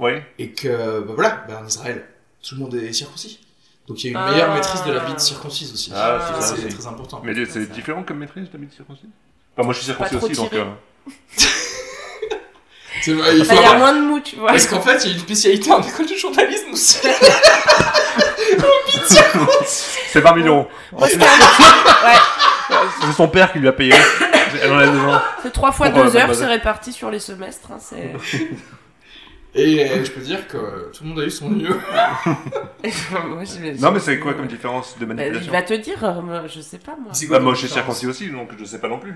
Speaker 3: Ouais.
Speaker 1: Et que, bah voilà, bah, en Israël, tout le monde est circoncis. Donc il y a une
Speaker 2: Ah.
Speaker 1: meilleure maîtrise de la vie de circoncise aussi.
Speaker 3: Ah,
Speaker 2: c'est
Speaker 1: Ça,
Speaker 2: ça
Speaker 1: c'est
Speaker 3: aussi.
Speaker 1: très important.
Speaker 3: Mais les- c'est
Speaker 2: Ça.
Speaker 3: différent comme maîtrise, t'as mis de circoncis euh, Enfin, moi je suis
Speaker 2: Pas
Speaker 3: circoncis
Speaker 2: trop
Speaker 3: aussi, donc.
Speaker 2: tiré.
Speaker 3: euh,
Speaker 1: C'est vrai, il faut
Speaker 2: Bah, il y a
Speaker 1: avoir-
Speaker 2: moins de mou, tu *laughs* vois.
Speaker 1: Parce qu'en fait, il y a une spécialité en école de journalisme.
Speaker 2: *laughs*
Speaker 1: c'est-
Speaker 3: C'est 20 millions.
Speaker 2: Moi, c'était un- Ouais.
Speaker 3: C'est son père qui lui a payé. Elle en a deux ans.
Speaker 2: C'est 3 fois
Speaker 3: Pourquoi
Speaker 2: 2
Speaker 3: la
Speaker 2: heures,
Speaker 3: bonne
Speaker 2: c'est réparti sur les semestres. hein, c'est- *laughs*
Speaker 1: Et euh, je peux dire que euh, tout le monde a eu son mieux.
Speaker 2: Moi, je-
Speaker 3: Non, mais c'est quoi comme différence de
Speaker 2: Bah, Il
Speaker 3: manipulation
Speaker 2: va te dire, euh, moi, je sais pas moi.
Speaker 3: Bah, moi, je suis circoncis aussi, donc je sais pas non plus.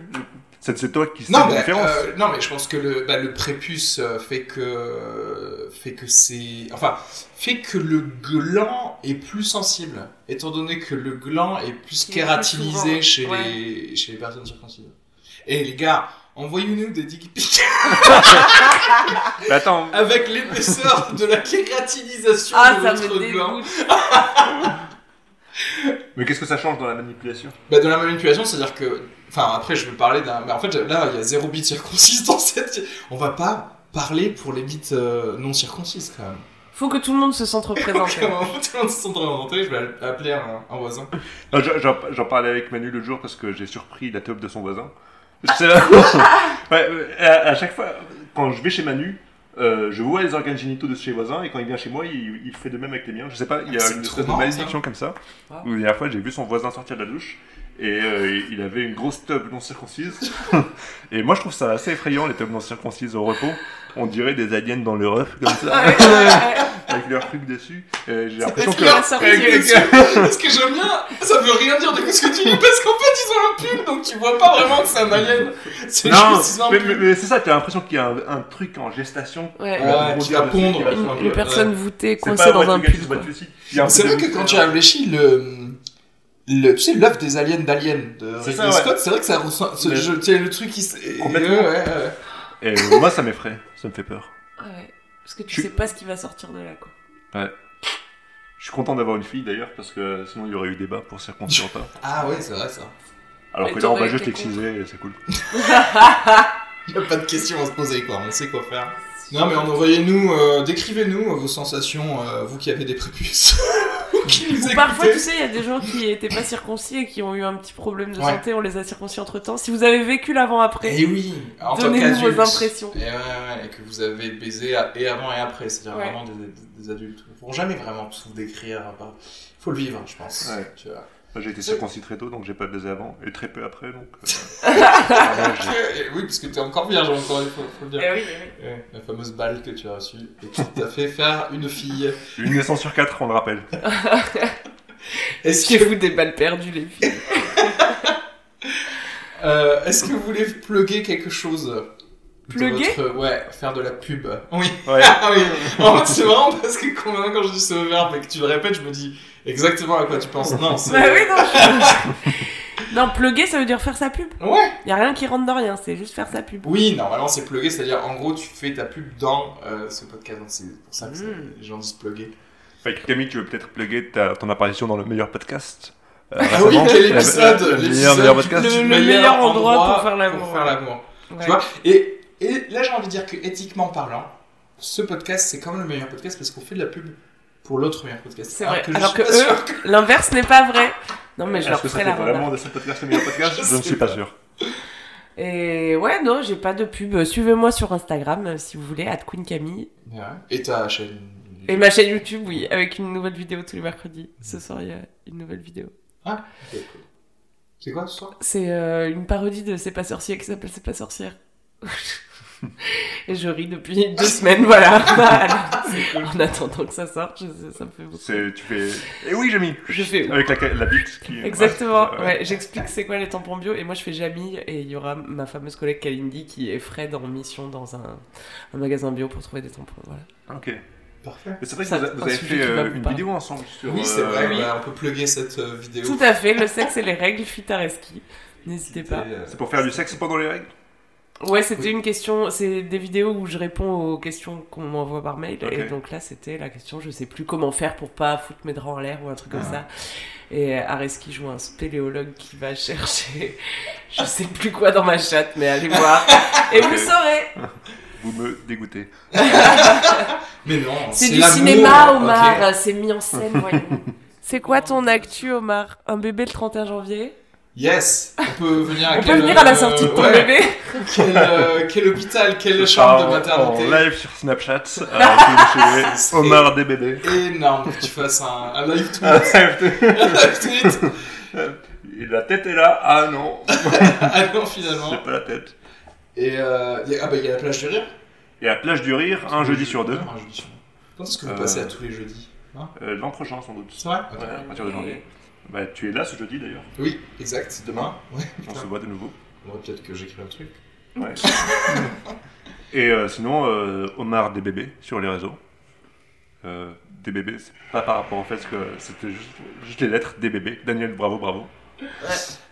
Speaker 3: C'est c'est toi qui sais
Speaker 1: Non
Speaker 3: la
Speaker 1: mais,
Speaker 3: différence.
Speaker 1: euh, non mais je pense que le, bah, le prépuce euh, fait que fait que c'est enfin fait que le gland est plus sensible étant donné que le gland est plus
Speaker 2: Il est plus
Speaker 1: kératinisé
Speaker 2: souvent,
Speaker 1: chez
Speaker 2: ouais.
Speaker 1: les chez les personnes circoncises. Et les gars, envoyez-nous des dick pics
Speaker 3: Mais attends,
Speaker 1: *laughs* avec l'épaisseur de la kératinisation
Speaker 2: Ah,
Speaker 1: de
Speaker 2: ça me
Speaker 1: votre gland.
Speaker 2: dégoûte.
Speaker 3: mais qu'est-ce que ça change dans la manipulation
Speaker 1: Bah, de la manipulation, c'est-à-dire que. Enfin, après, je vais parler d'un. Mais en fait, là, il y a zéro bite circoncis dans cette. On va pas parler pour les bites euh, non circoncises, quand même.
Speaker 2: Faut que tout le monde se sente
Speaker 1: Donc, à *laughs*
Speaker 2: représenté.
Speaker 1: un moment, tout le monde se sent représenté, je vais appeler un, un voisin.
Speaker 3: Non, je- J'en j'en parlais avec Manu le jour parce que j'ai surpris la top de son voisin. C'est- Ouais, ouais, à, à chaque fois, quand je vais chez Manu, euh, je vois les organes génitaux de ses voisins et quand il vient chez moi, il, il fait de même avec les miens. Je sais pas, il y a
Speaker 1: C'est
Speaker 3: une
Speaker 1: trop
Speaker 3: espèce de
Speaker 1: marrant,
Speaker 3: malédiction comme ça.
Speaker 2: Ah.
Speaker 3: Où la dernière fois, j'ai vu son voisin sortir de la douche et euh, il avait une grosse tub non circoncise. et moi, je trouve ça assez effrayant les tubs non circoncises au repos. On dirait des aliens dans le ref comme
Speaker 2: *laughs*
Speaker 3: ça,
Speaker 2: Ouais, ouais, ouais.
Speaker 3: avec leur truc dessus. Euh, J'ai
Speaker 2: Parce
Speaker 3: l'impression que
Speaker 2: qu'il va sortir.
Speaker 1: Avec les gars, *laughs* parce que j'aime bien, ça veut rien dire de ce que tu dis, parce qu'en fait, ils ont un pull, donc tu vois pas vraiment que c'est un alien. C'est
Speaker 3: Non,
Speaker 1: juste, ils ont un
Speaker 3: mais, mais-
Speaker 1: pull.
Speaker 3: mais c'est ça, t'as l'impression qu'il y a un, un truc en gestation.
Speaker 2: Ouais.
Speaker 1: Ouais, qui va pondre.
Speaker 2: Une une personne voûtée,
Speaker 3: C'est
Speaker 2: coincée
Speaker 3: vrai
Speaker 2: dans un
Speaker 3: truc à
Speaker 2: pull.
Speaker 3: se
Speaker 2: quoi.
Speaker 3: battre aussi. Il y a un
Speaker 1: C'est
Speaker 3: peu
Speaker 1: vrai
Speaker 3: de-
Speaker 1: que quand tu réfléchis, le, le, tu sais, l'œuf des aliens d'Alien de
Speaker 3: C'est
Speaker 1: Ridley
Speaker 3: ça, ouais.
Speaker 1: Scott, c'est vrai que ça ressemble. ce
Speaker 3: Mais-
Speaker 1: jeu- Tu sais, le truc qui. s- et-
Speaker 3: Complètement.
Speaker 1: ouais, ouais, ouais.
Speaker 3: Et euh, moi, ça m'effraie, ça me fait peur.
Speaker 2: Ouais. Parce que tu
Speaker 3: Je-
Speaker 2: sais pas ce qui va sortir de là, quoi.
Speaker 3: Je suis content d'avoir une fille d'ailleurs, parce que sinon il y aurait eu débat pour circoncire ou pas.
Speaker 1: Ah ouais, c'est vrai ça.
Speaker 3: Alors
Speaker 2: Mais
Speaker 3: que là, on va
Speaker 2: t'aurais
Speaker 3: juste
Speaker 2: été
Speaker 3: exciser et c'est cool.
Speaker 1: *laughs* Il a pas de questions à se poser quoi, on sait quoi faire. Non mais envoyez-nous, euh, décrivez-nous euh, vos sensations, euh, vous qui avez des prépuces. *laughs* Vous qui nous
Speaker 2: Ou parfois,
Speaker 1: écoutez.
Speaker 2: tu sais, il y a des gens qui étaient pas circoncis et qui ont eu un petit problème de
Speaker 1: Ouais.
Speaker 2: santé, on les a circoncis entre temps. Si vous avez vécu l'avant-après,
Speaker 1: Eh oui, en tant
Speaker 2: donnez-nous
Speaker 1: qu'adulte.
Speaker 2: vos impressions.
Speaker 1: Et, ouais, ouais, et que vous avez baisé à- et avant et après, c'est-à-dire
Speaker 2: Ouais.
Speaker 1: vraiment des, des- des adultes. Ils pourront jamais vraiment tout décrire. bah, faut le vivre, je pense.
Speaker 3: Ouais.
Speaker 1: Tu vois. *laughs*
Speaker 3: Moi, j'ai été
Speaker 1: C'est-
Speaker 3: circoncis très tôt, donc j'ai pas baisé avant, et très peu après, donc.
Speaker 1: *laughs*
Speaker 3: euh, voilà, j'ai-
Speaker 1: Et oui, parce que t'es encore vierge, encore il faut, faut le dire.
Speaker 2: Eh oui, eh oui.
Speaker 1: Ouais, la fameuse balle que tu as reçue et qui t'a fait faire une fille.
Speaker 3: Une naissance sur quatre, on le rappelle.
Speaker 1: Est-ce que,
Speaker 2: Chez vous des balles perdues, les filles.
Speaker 1: euh, est-ce que vous voulez plugger quelque chose de
Speaker 2: Plugger
Speaker 1: votre- Ouais, faire de la pub. Oui, *laughs*
Speaker 3: Ouais.
Speaker 1: ah oui. En fait, c'est marrant parce que quand maintenant, quand je dis ce verbe et que tu le répètes, je me dis exactement à quoi tu penses. Non,
Speaker 2: Bah
Speaker 1: c'est.
Speaker 2: oui, non. je- non, plugger, ça veut dire faire sa pub.
Speaker 1: Ouais
Speaker 2: Y a rien qui rentre dans rien, c'est juste faire sa pub.
Speaker 1: Oui, normalement, c'est plugger, c'est-à-dire en gros, tu fais ta pub dans euh, ce podcast. donc C'est pour ça que ça-
Speaker 2: Mm.
Speaker 1: les gens disent plugger.
Speaker 3: Fait que Camille, tu veux peut-être plugger ta- ton apparition dans le meilleur podcast. euh,
Speaker 1: Ah oui,
Speaker 3: récemment.
Speaker 1: quel
Speaker 3: Le-
Speaker 1: épisode
Speaker 3: Le meilleur,
Speaker 1: l'épisode
Speaker 3: meilleur
Speaker 1: du-
Speaker 3: podcast
Speaker 2: Le- meilleur endroit pour faire l'amour.
Speaker 1: Pour faire l'amour.
Speaker 2: Ouais.
Speaker 1: Tu vois et, et là, j'ai envie de dire que éthiquement parlant, ce podcast, c'est quand même le meilleur podcast parce qu'on fait de la pub pour l'autre meilleur podcast.
Speaker 2: C'est vrai.
Speaker 1: je
Speaker 2: Alors
Speaker 1: suis
Speaker 2: que
Speaker 1: pas
Speaker 2: eux-
Speaker 1: sûr Ah, que-
Speaker 2: L'inverse n'est pas vrai. Non, mais je
Speaker 3: Est-ce
Speaker 2: leur
Speaker 3: que ça
Speaker 2: ferai
Speaker 3: fait
Speaker 2: la remarque.
Speaker 3: vraiment de ce
Speaker 2: *laughs*
Speaker 3: podcast le meilleur podcast
Speaker 1: Je
Speaker 3: Je ne
Speaker 1: sais
Speaker 3: suis pas
Speaker 1: pas.
Speaker 3: sûr.
Speaker 2: Et ouais, non, j'ai pas de pub. Suivez-moi sur Instagram euh, si vous voulez, at Queen Camille.
Speaker 1: Ouais. Et ta chaîne.
Speaker 2: Et ma chaîne YouTube, oui, avec une nouvelle vidéo tous les mercredis. Ce soir, il y a une nouvelle vidéo.
Speaker 1: Ok, cool. C'est quoi ce soir
Speaker 2: C'est euh, une parodie de C'est pas sorcier qui s'appelle C'est pas sorcière. Et je ris depuis deux semaines, voilà. *laughs* Alors, en attendant que ça sorte, je- ça me fait beaucoup.
Speaker 3: C'est, tu fais. Eh oui, Jamie
Speaker 2: Je fais.
Speaker 3: Avec la, la bite qui.
Speaker 2: Exactement,
Speaker 3: Ouais.
Speaker 2: ouais, j'explique c'est quoi les tampons bio et moi je fais Jamie et il y aura ma fameuse collègue Kalindi qui est Fred en mission dans un, un magasin bio pour trouver des tampons. Voilà.
Speaker 3: Ok.
Speaker 1: Parfait.
Speaker 3: Mais c'est vrai que
Speaker 2: Ça,
Speaker 3: vous, a-
Speaker 2: c'est
Speaker 3: vous
Speaker 2: un
Speaker 3: avez
Speaker 2: sujet
Speaker 3: fait
Speaker 2: qui va
Speaker 3: euh,
Speaker 2: vous
Speaker 3: une
Speaker 2: parler.
Speaker 3: vidéo ensemble sur.
Speaker 1: oui, c'est vrai,
Speaker 3: euh,
Speaker 1: bah, on peut plugger cette euh, vidéo.
Speaker 2: Tout à fait, le sexe et les règles fit à rescue. N'hésitez pas.
Speaker 1: C'était, euh,
Speaker 3: C'est pour faire du sexe pendant les règles
Speaker 2: Ouais, c'était
Speaker 1: Oui.
Speaker 2: une question, c'est des vidéos où je réponds aux questions qu'on m'envoie par mail.
Speaker 3: Ok.
Speaker 2: Et donc là, c'était la question, je sais plus comment faire pour pas foutre mes draps en l'air ou un truc comme
Speaker 1: Ah.
Speaker 2: ça. Et euh, Areski joue un spéléologue qui va chercher, je sais plus quoi dans ma chatte, mais allez
Speaker 1: *laughs*
Speaker 2: voir. Et
Speaker 3: Ok.
Speaker 2: vous saurez.
Speaker 3: Vous me dégoûtez.
Speaker 1: Mais non,
Speaker 2: C'est du
Speaker 1: l'amour.
Speaker 2: cinéma,
Speaker 1: Ok. *laughs*
Speaker 2: Omar. C'est mis en scène, voyons. C'est quoi ton actu, Omar Un bébé le 31 janvier
Speaker 1: Yes On peut venir à
Speaker 2: On
Speaker 1: quel,
Speaker 2: peut venir à la
Speaker 1: euh,
Speaker 2: sortie de ton
Speaker 1: ouais,
Speaker 2: bébé
Speaker 1: Quel, euh, quel hôpital, quelle
Speaker 3: Ah,
Speaker 1: chambre de
Speaker 3: en- En
Speaker 1: maternité
Speaker 3: live sur Snapchat, euh, que vous
Speaker 1: C'est-
Speaker 3: chez Omar des bébés.
Speaker 1: Énorme que tu fasses un, un live tweet. *laughs*
Speaker 3: *laughs* Ah, live.
Speaker 1: un live tweet
Speaker 3: Et La tête est là, ah non,
Speaker 1: Ah non, finalement.
Speaker 3: c'est pas la tête.
Speaker 1: Et euh, y a- ah bah il y a la plage du rire.
Speaker 3: Et la plage du rire, un jeudi sur deux,
Speaker 1: Un jeudi sur deux. Quand est-ce que vous
Speaker 3: Euh,
Speaker 1: passez à tous les jeudis
Speaker 3: euh, l'an prochain sans doute.
Speaker 1: C'est vrai
Speaker 3: Ouais, à partir de janvier. Bah, tu es là ce jeudi d'ailleurs,
Speaker 1: Oui, exact. Demain. Ouais.
Speaker 3: on se voit de nouveau.
Speaker 1: Bon, peut-être que j'écris un truc.
Speaker 3: Ouais. Et euh, sinon, euh, Omar des bébés sur les réseaux. Euh, des bébés, c'est pas par rapport au fait que c'était juste, juste les lettres des bébés. Daniel, bravo, bravo.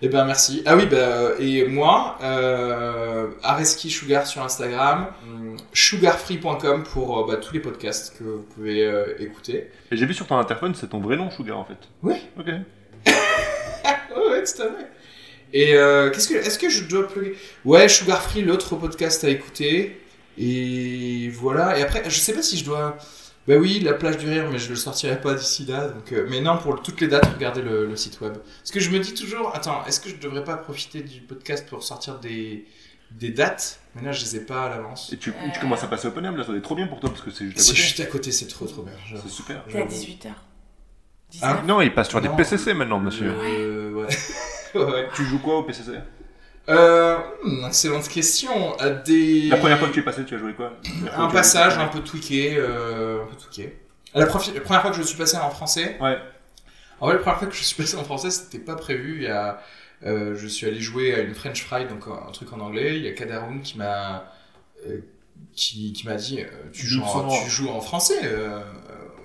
Speaker 1: Eh ben merci. Ah oui, bah, euh, et moi, euh, Areski Sugar sur Instagram,
Speaker 3: Mm.
Speaker 1: hum, sugarfree.com pour euh, bah, tous les podcasts que vous pouvez euh, écouter.
Speaker 3: Et j'ai vu sur ton interphone, c'est ton vrai nom, Sugar en fait.
Speaker 1: Oui.
Speaker 3: Ok.
Speaker 1: Ah ouais, ouais, tout à fait. Et euh, qu'est-ce que, est-ce que je dois plugger Ouais, Sugar Free, l'autre podcast à écouter. Et voilà. Et après, je sais pas si je dois. Bah oui, la plage du rire, mais je le sortirai pas d'ici là. Donc, euh, mais non, pour le- toutes les dates, regardez le, le site web. Parce que je me dis toujours, attends, est-ce que je devrais pas profiter du podcast pour sortir des, des dates Mais là, je les ai pas à l'avance.
Speaker 3: Et tu, tu commences à passer au Ponham là, ça doit être trop bien pour toi parce que c'est juste à
Speaker 1: C'est
Speaker 3: côté.
Speaker 1: juste euh, à côté, c'est trop trop bien. j'avoue.
Speaker 3: C'est super. Ah.
Speaker 2: T'es à 18h.
Speaker 1: Hein
Speaker 3: Non, il passe sur
Speaker 1: Non.
Speaker 3: des PCC maintenant, monsieur.
Speaker 1: Euh, ouais. *laughs* ouais.
Speaker 3: Tu joues quoi au PCC
Speaker 1: Euh, hmm, excellente question. À Des...
Speaker 3: La première fois que tu es passé, tu as joué quoi
Speaker 1: un passage un peu tweaké, euh, un peu tweaké. La, profi- la première fois que je suis passé en français,
Speaker 3: Ouais.
Speaker 1: en vrai, la première fois que je suis passé en français, c'était pas prévu. Il y a, euh, je suis allé jouer à une French fry, donc un, un truc en anglais. Il y a Kadaroun qui m'a, euh, qui, qui m'a dit, euh, tu
Speaker 3: Il
Speaker 1: joues,
Speaker 3: joue
Speaker 1: en,
Speaker 3: sans
Speaker 1: tu joues en français euh, euh,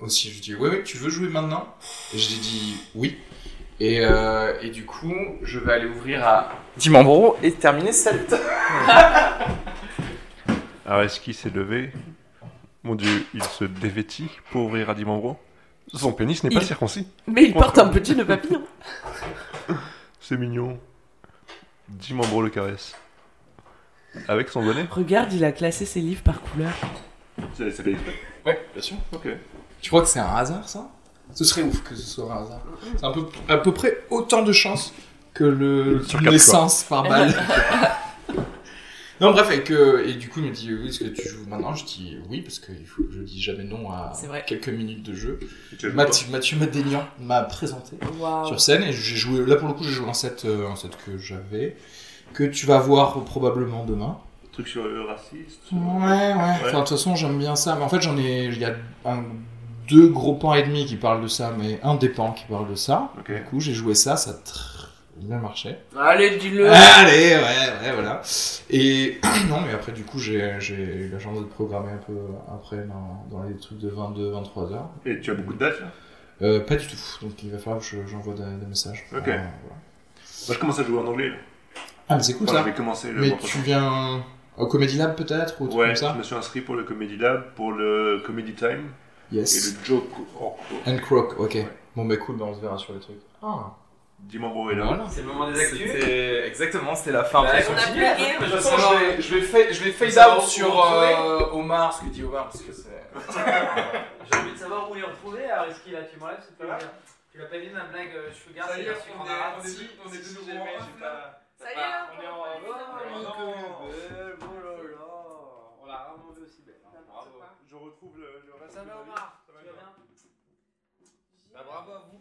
Speaker 1: aussi. Je lui dis, ouais, ouais, tu veux jouer maintenant Et je lui ai dit, oui. Et, euh, et du coup, je vais aller ouvrir à
Speaker 5: Dimambro est terminé 7.
Speaker 3: Alors, Ah, est-ce qu'il s'est levé Mon dieu, il se dévêtit pour ouvrir à Dimambro. Son pénis n'est pas
Speaker 2: Il-
Speaker 3: circoncis.
Speaker 2: Mais il porte un petit nœud papillon.
Speaker 3: C'est mignon. Dimambro le caresse. Avec son bonnet
Speaker 2: Regarde, il a classé ses livres par couleur.
Speaker 3: C'est fait exprès.
Speaker 1: Ouais, bien sûr.
Speaker 3: Ok.
Speaker 1: Tu crois que c'est un hasard, ça Ce serait ouf que ce soit un hasard. C'est un peu, à peu près autant de chances que le
Speaker 3: Sur
Speaker 1: une
Speaker 3: quatre,
Speaker 1: naissance par balle. *laughs* non, bref, et, que, et du coup, il me dit Oui, est-ce que tu joues maintenant Je dis Oui, parce que il faut, je dis jamais non à
Speaker 2: C'est vrai.
Speaker 1: quelques minutes de jeu.
Speaker 3: Et tu as joué quoi
Speaker 1: Mathieu, Mathieu Madénian m'a présenté
Speaker 2: Waouh.
Speaker 1: sur scène et j'ai joué. Là, pour le coup, j'ai joué en set, euh, un set que j'avais, que tu vas voir probablement demain.
Speaker 3: Truc sur le raciste.
Speaker 1: Ouais, ouais. Enfin, de toute façon, j'aime bien ça. Mais en fait, j'en ai. Il y a un- deux gros pans et demi qui parlent de ça, mais un des pans qui parle de ça.
Speaker 3: Ok.
Speaker 1: Du coup, j'ai joué ça, ça a tr- bien marché.
Speaker 2: Allez, dis-le.
Speaker 4: Ah.
Speaker 1: Allez, ouais, ouais, voilà. Et *clears throat* non, mais après, du coup, j'ai j'ai eu la chance de programmer un peu après dans, dans les trucs de 22, 23 heures.
Speaker 3: Et tu as beaucoup de dates là
Speaker 1: Euh, pas du tout. Donc, il va falloir que je- j'envoie des, des messages.
Speaker 3: Ok.
Speaker 1: Euh, voilà.
Speaker 3: Moi Bah, je commence à jouer en anglais là.
Speaker 1: Ah, mais c'est cool
Speaker 3: Enfin,
Speaker 1: ça.
Speaker 3: je vais commencer le
Speaker 1: Mais
Speaker 3: mois prochain.
Speaker 1: tu viens au Comedy Lab peut-être ou un truc
Speaker 3: Ouais,
Speaker 1: comme
Speaker 3: je
Speaker 1: ça
Speaker 3: me suis inscrit pour le Comedy Lab, pour le Comedy Time et
Speaker 1: Yes.
Speaker 3: le Joke en cours.
Speaker 1: And Croc, ok. Bon, bah cool, bah, on se verra sur les trucs. Ah.
Speaker 3: Dimambro est là.
Speaker 1: Voilà.
Speaker 5: C'est le moment des actus. Exactement, c'était la fin.
Speaker 4: Bah, on a plus
Speaker 5: De toute
Speaker 4: rien.
Speaker 5: façon, je vais, je vais, fa- je vais fade out sur euh, Omar, ce que dit Omar, parce que c'est.
Speaker 4: J'ai envie de savoir où les retrouver. Alors, est-ce qu'il a Tu m'enlèves, s'il te plaît Tu l'as pas vu ma blague euh, Sugar
Speaker 5: Ça y est,
Speaker 4: la sucre
Speaker 5: on
Speaker 4: en
Speaker 5: est-
Speaker 4: arabe
Speaker 5: on est-
Speaker 4: Si,
Speaker 5: on est de
Speaker 4: si,
Speaker 5: nouveau
Speaker 4: j'ai-
Speaker 5: en
Speaker 4: j'ai
Speaker 5: raf,
Speaker 4: pas-
Speaker 2: Ça y
Speaker 4: Ah,
Speaker 2: est,
Speaker 4: on est en
Speaker 2: on est en
Speaker 4: raf. Oh, belle, oh là là. On l'a rarement vu aussi belle. hein. Bravo.
Speaker 3: Je retrouve le, reste.
Speaker 4: Ça va, Omar Tu vas bien
Speaker 5: bravo à vous.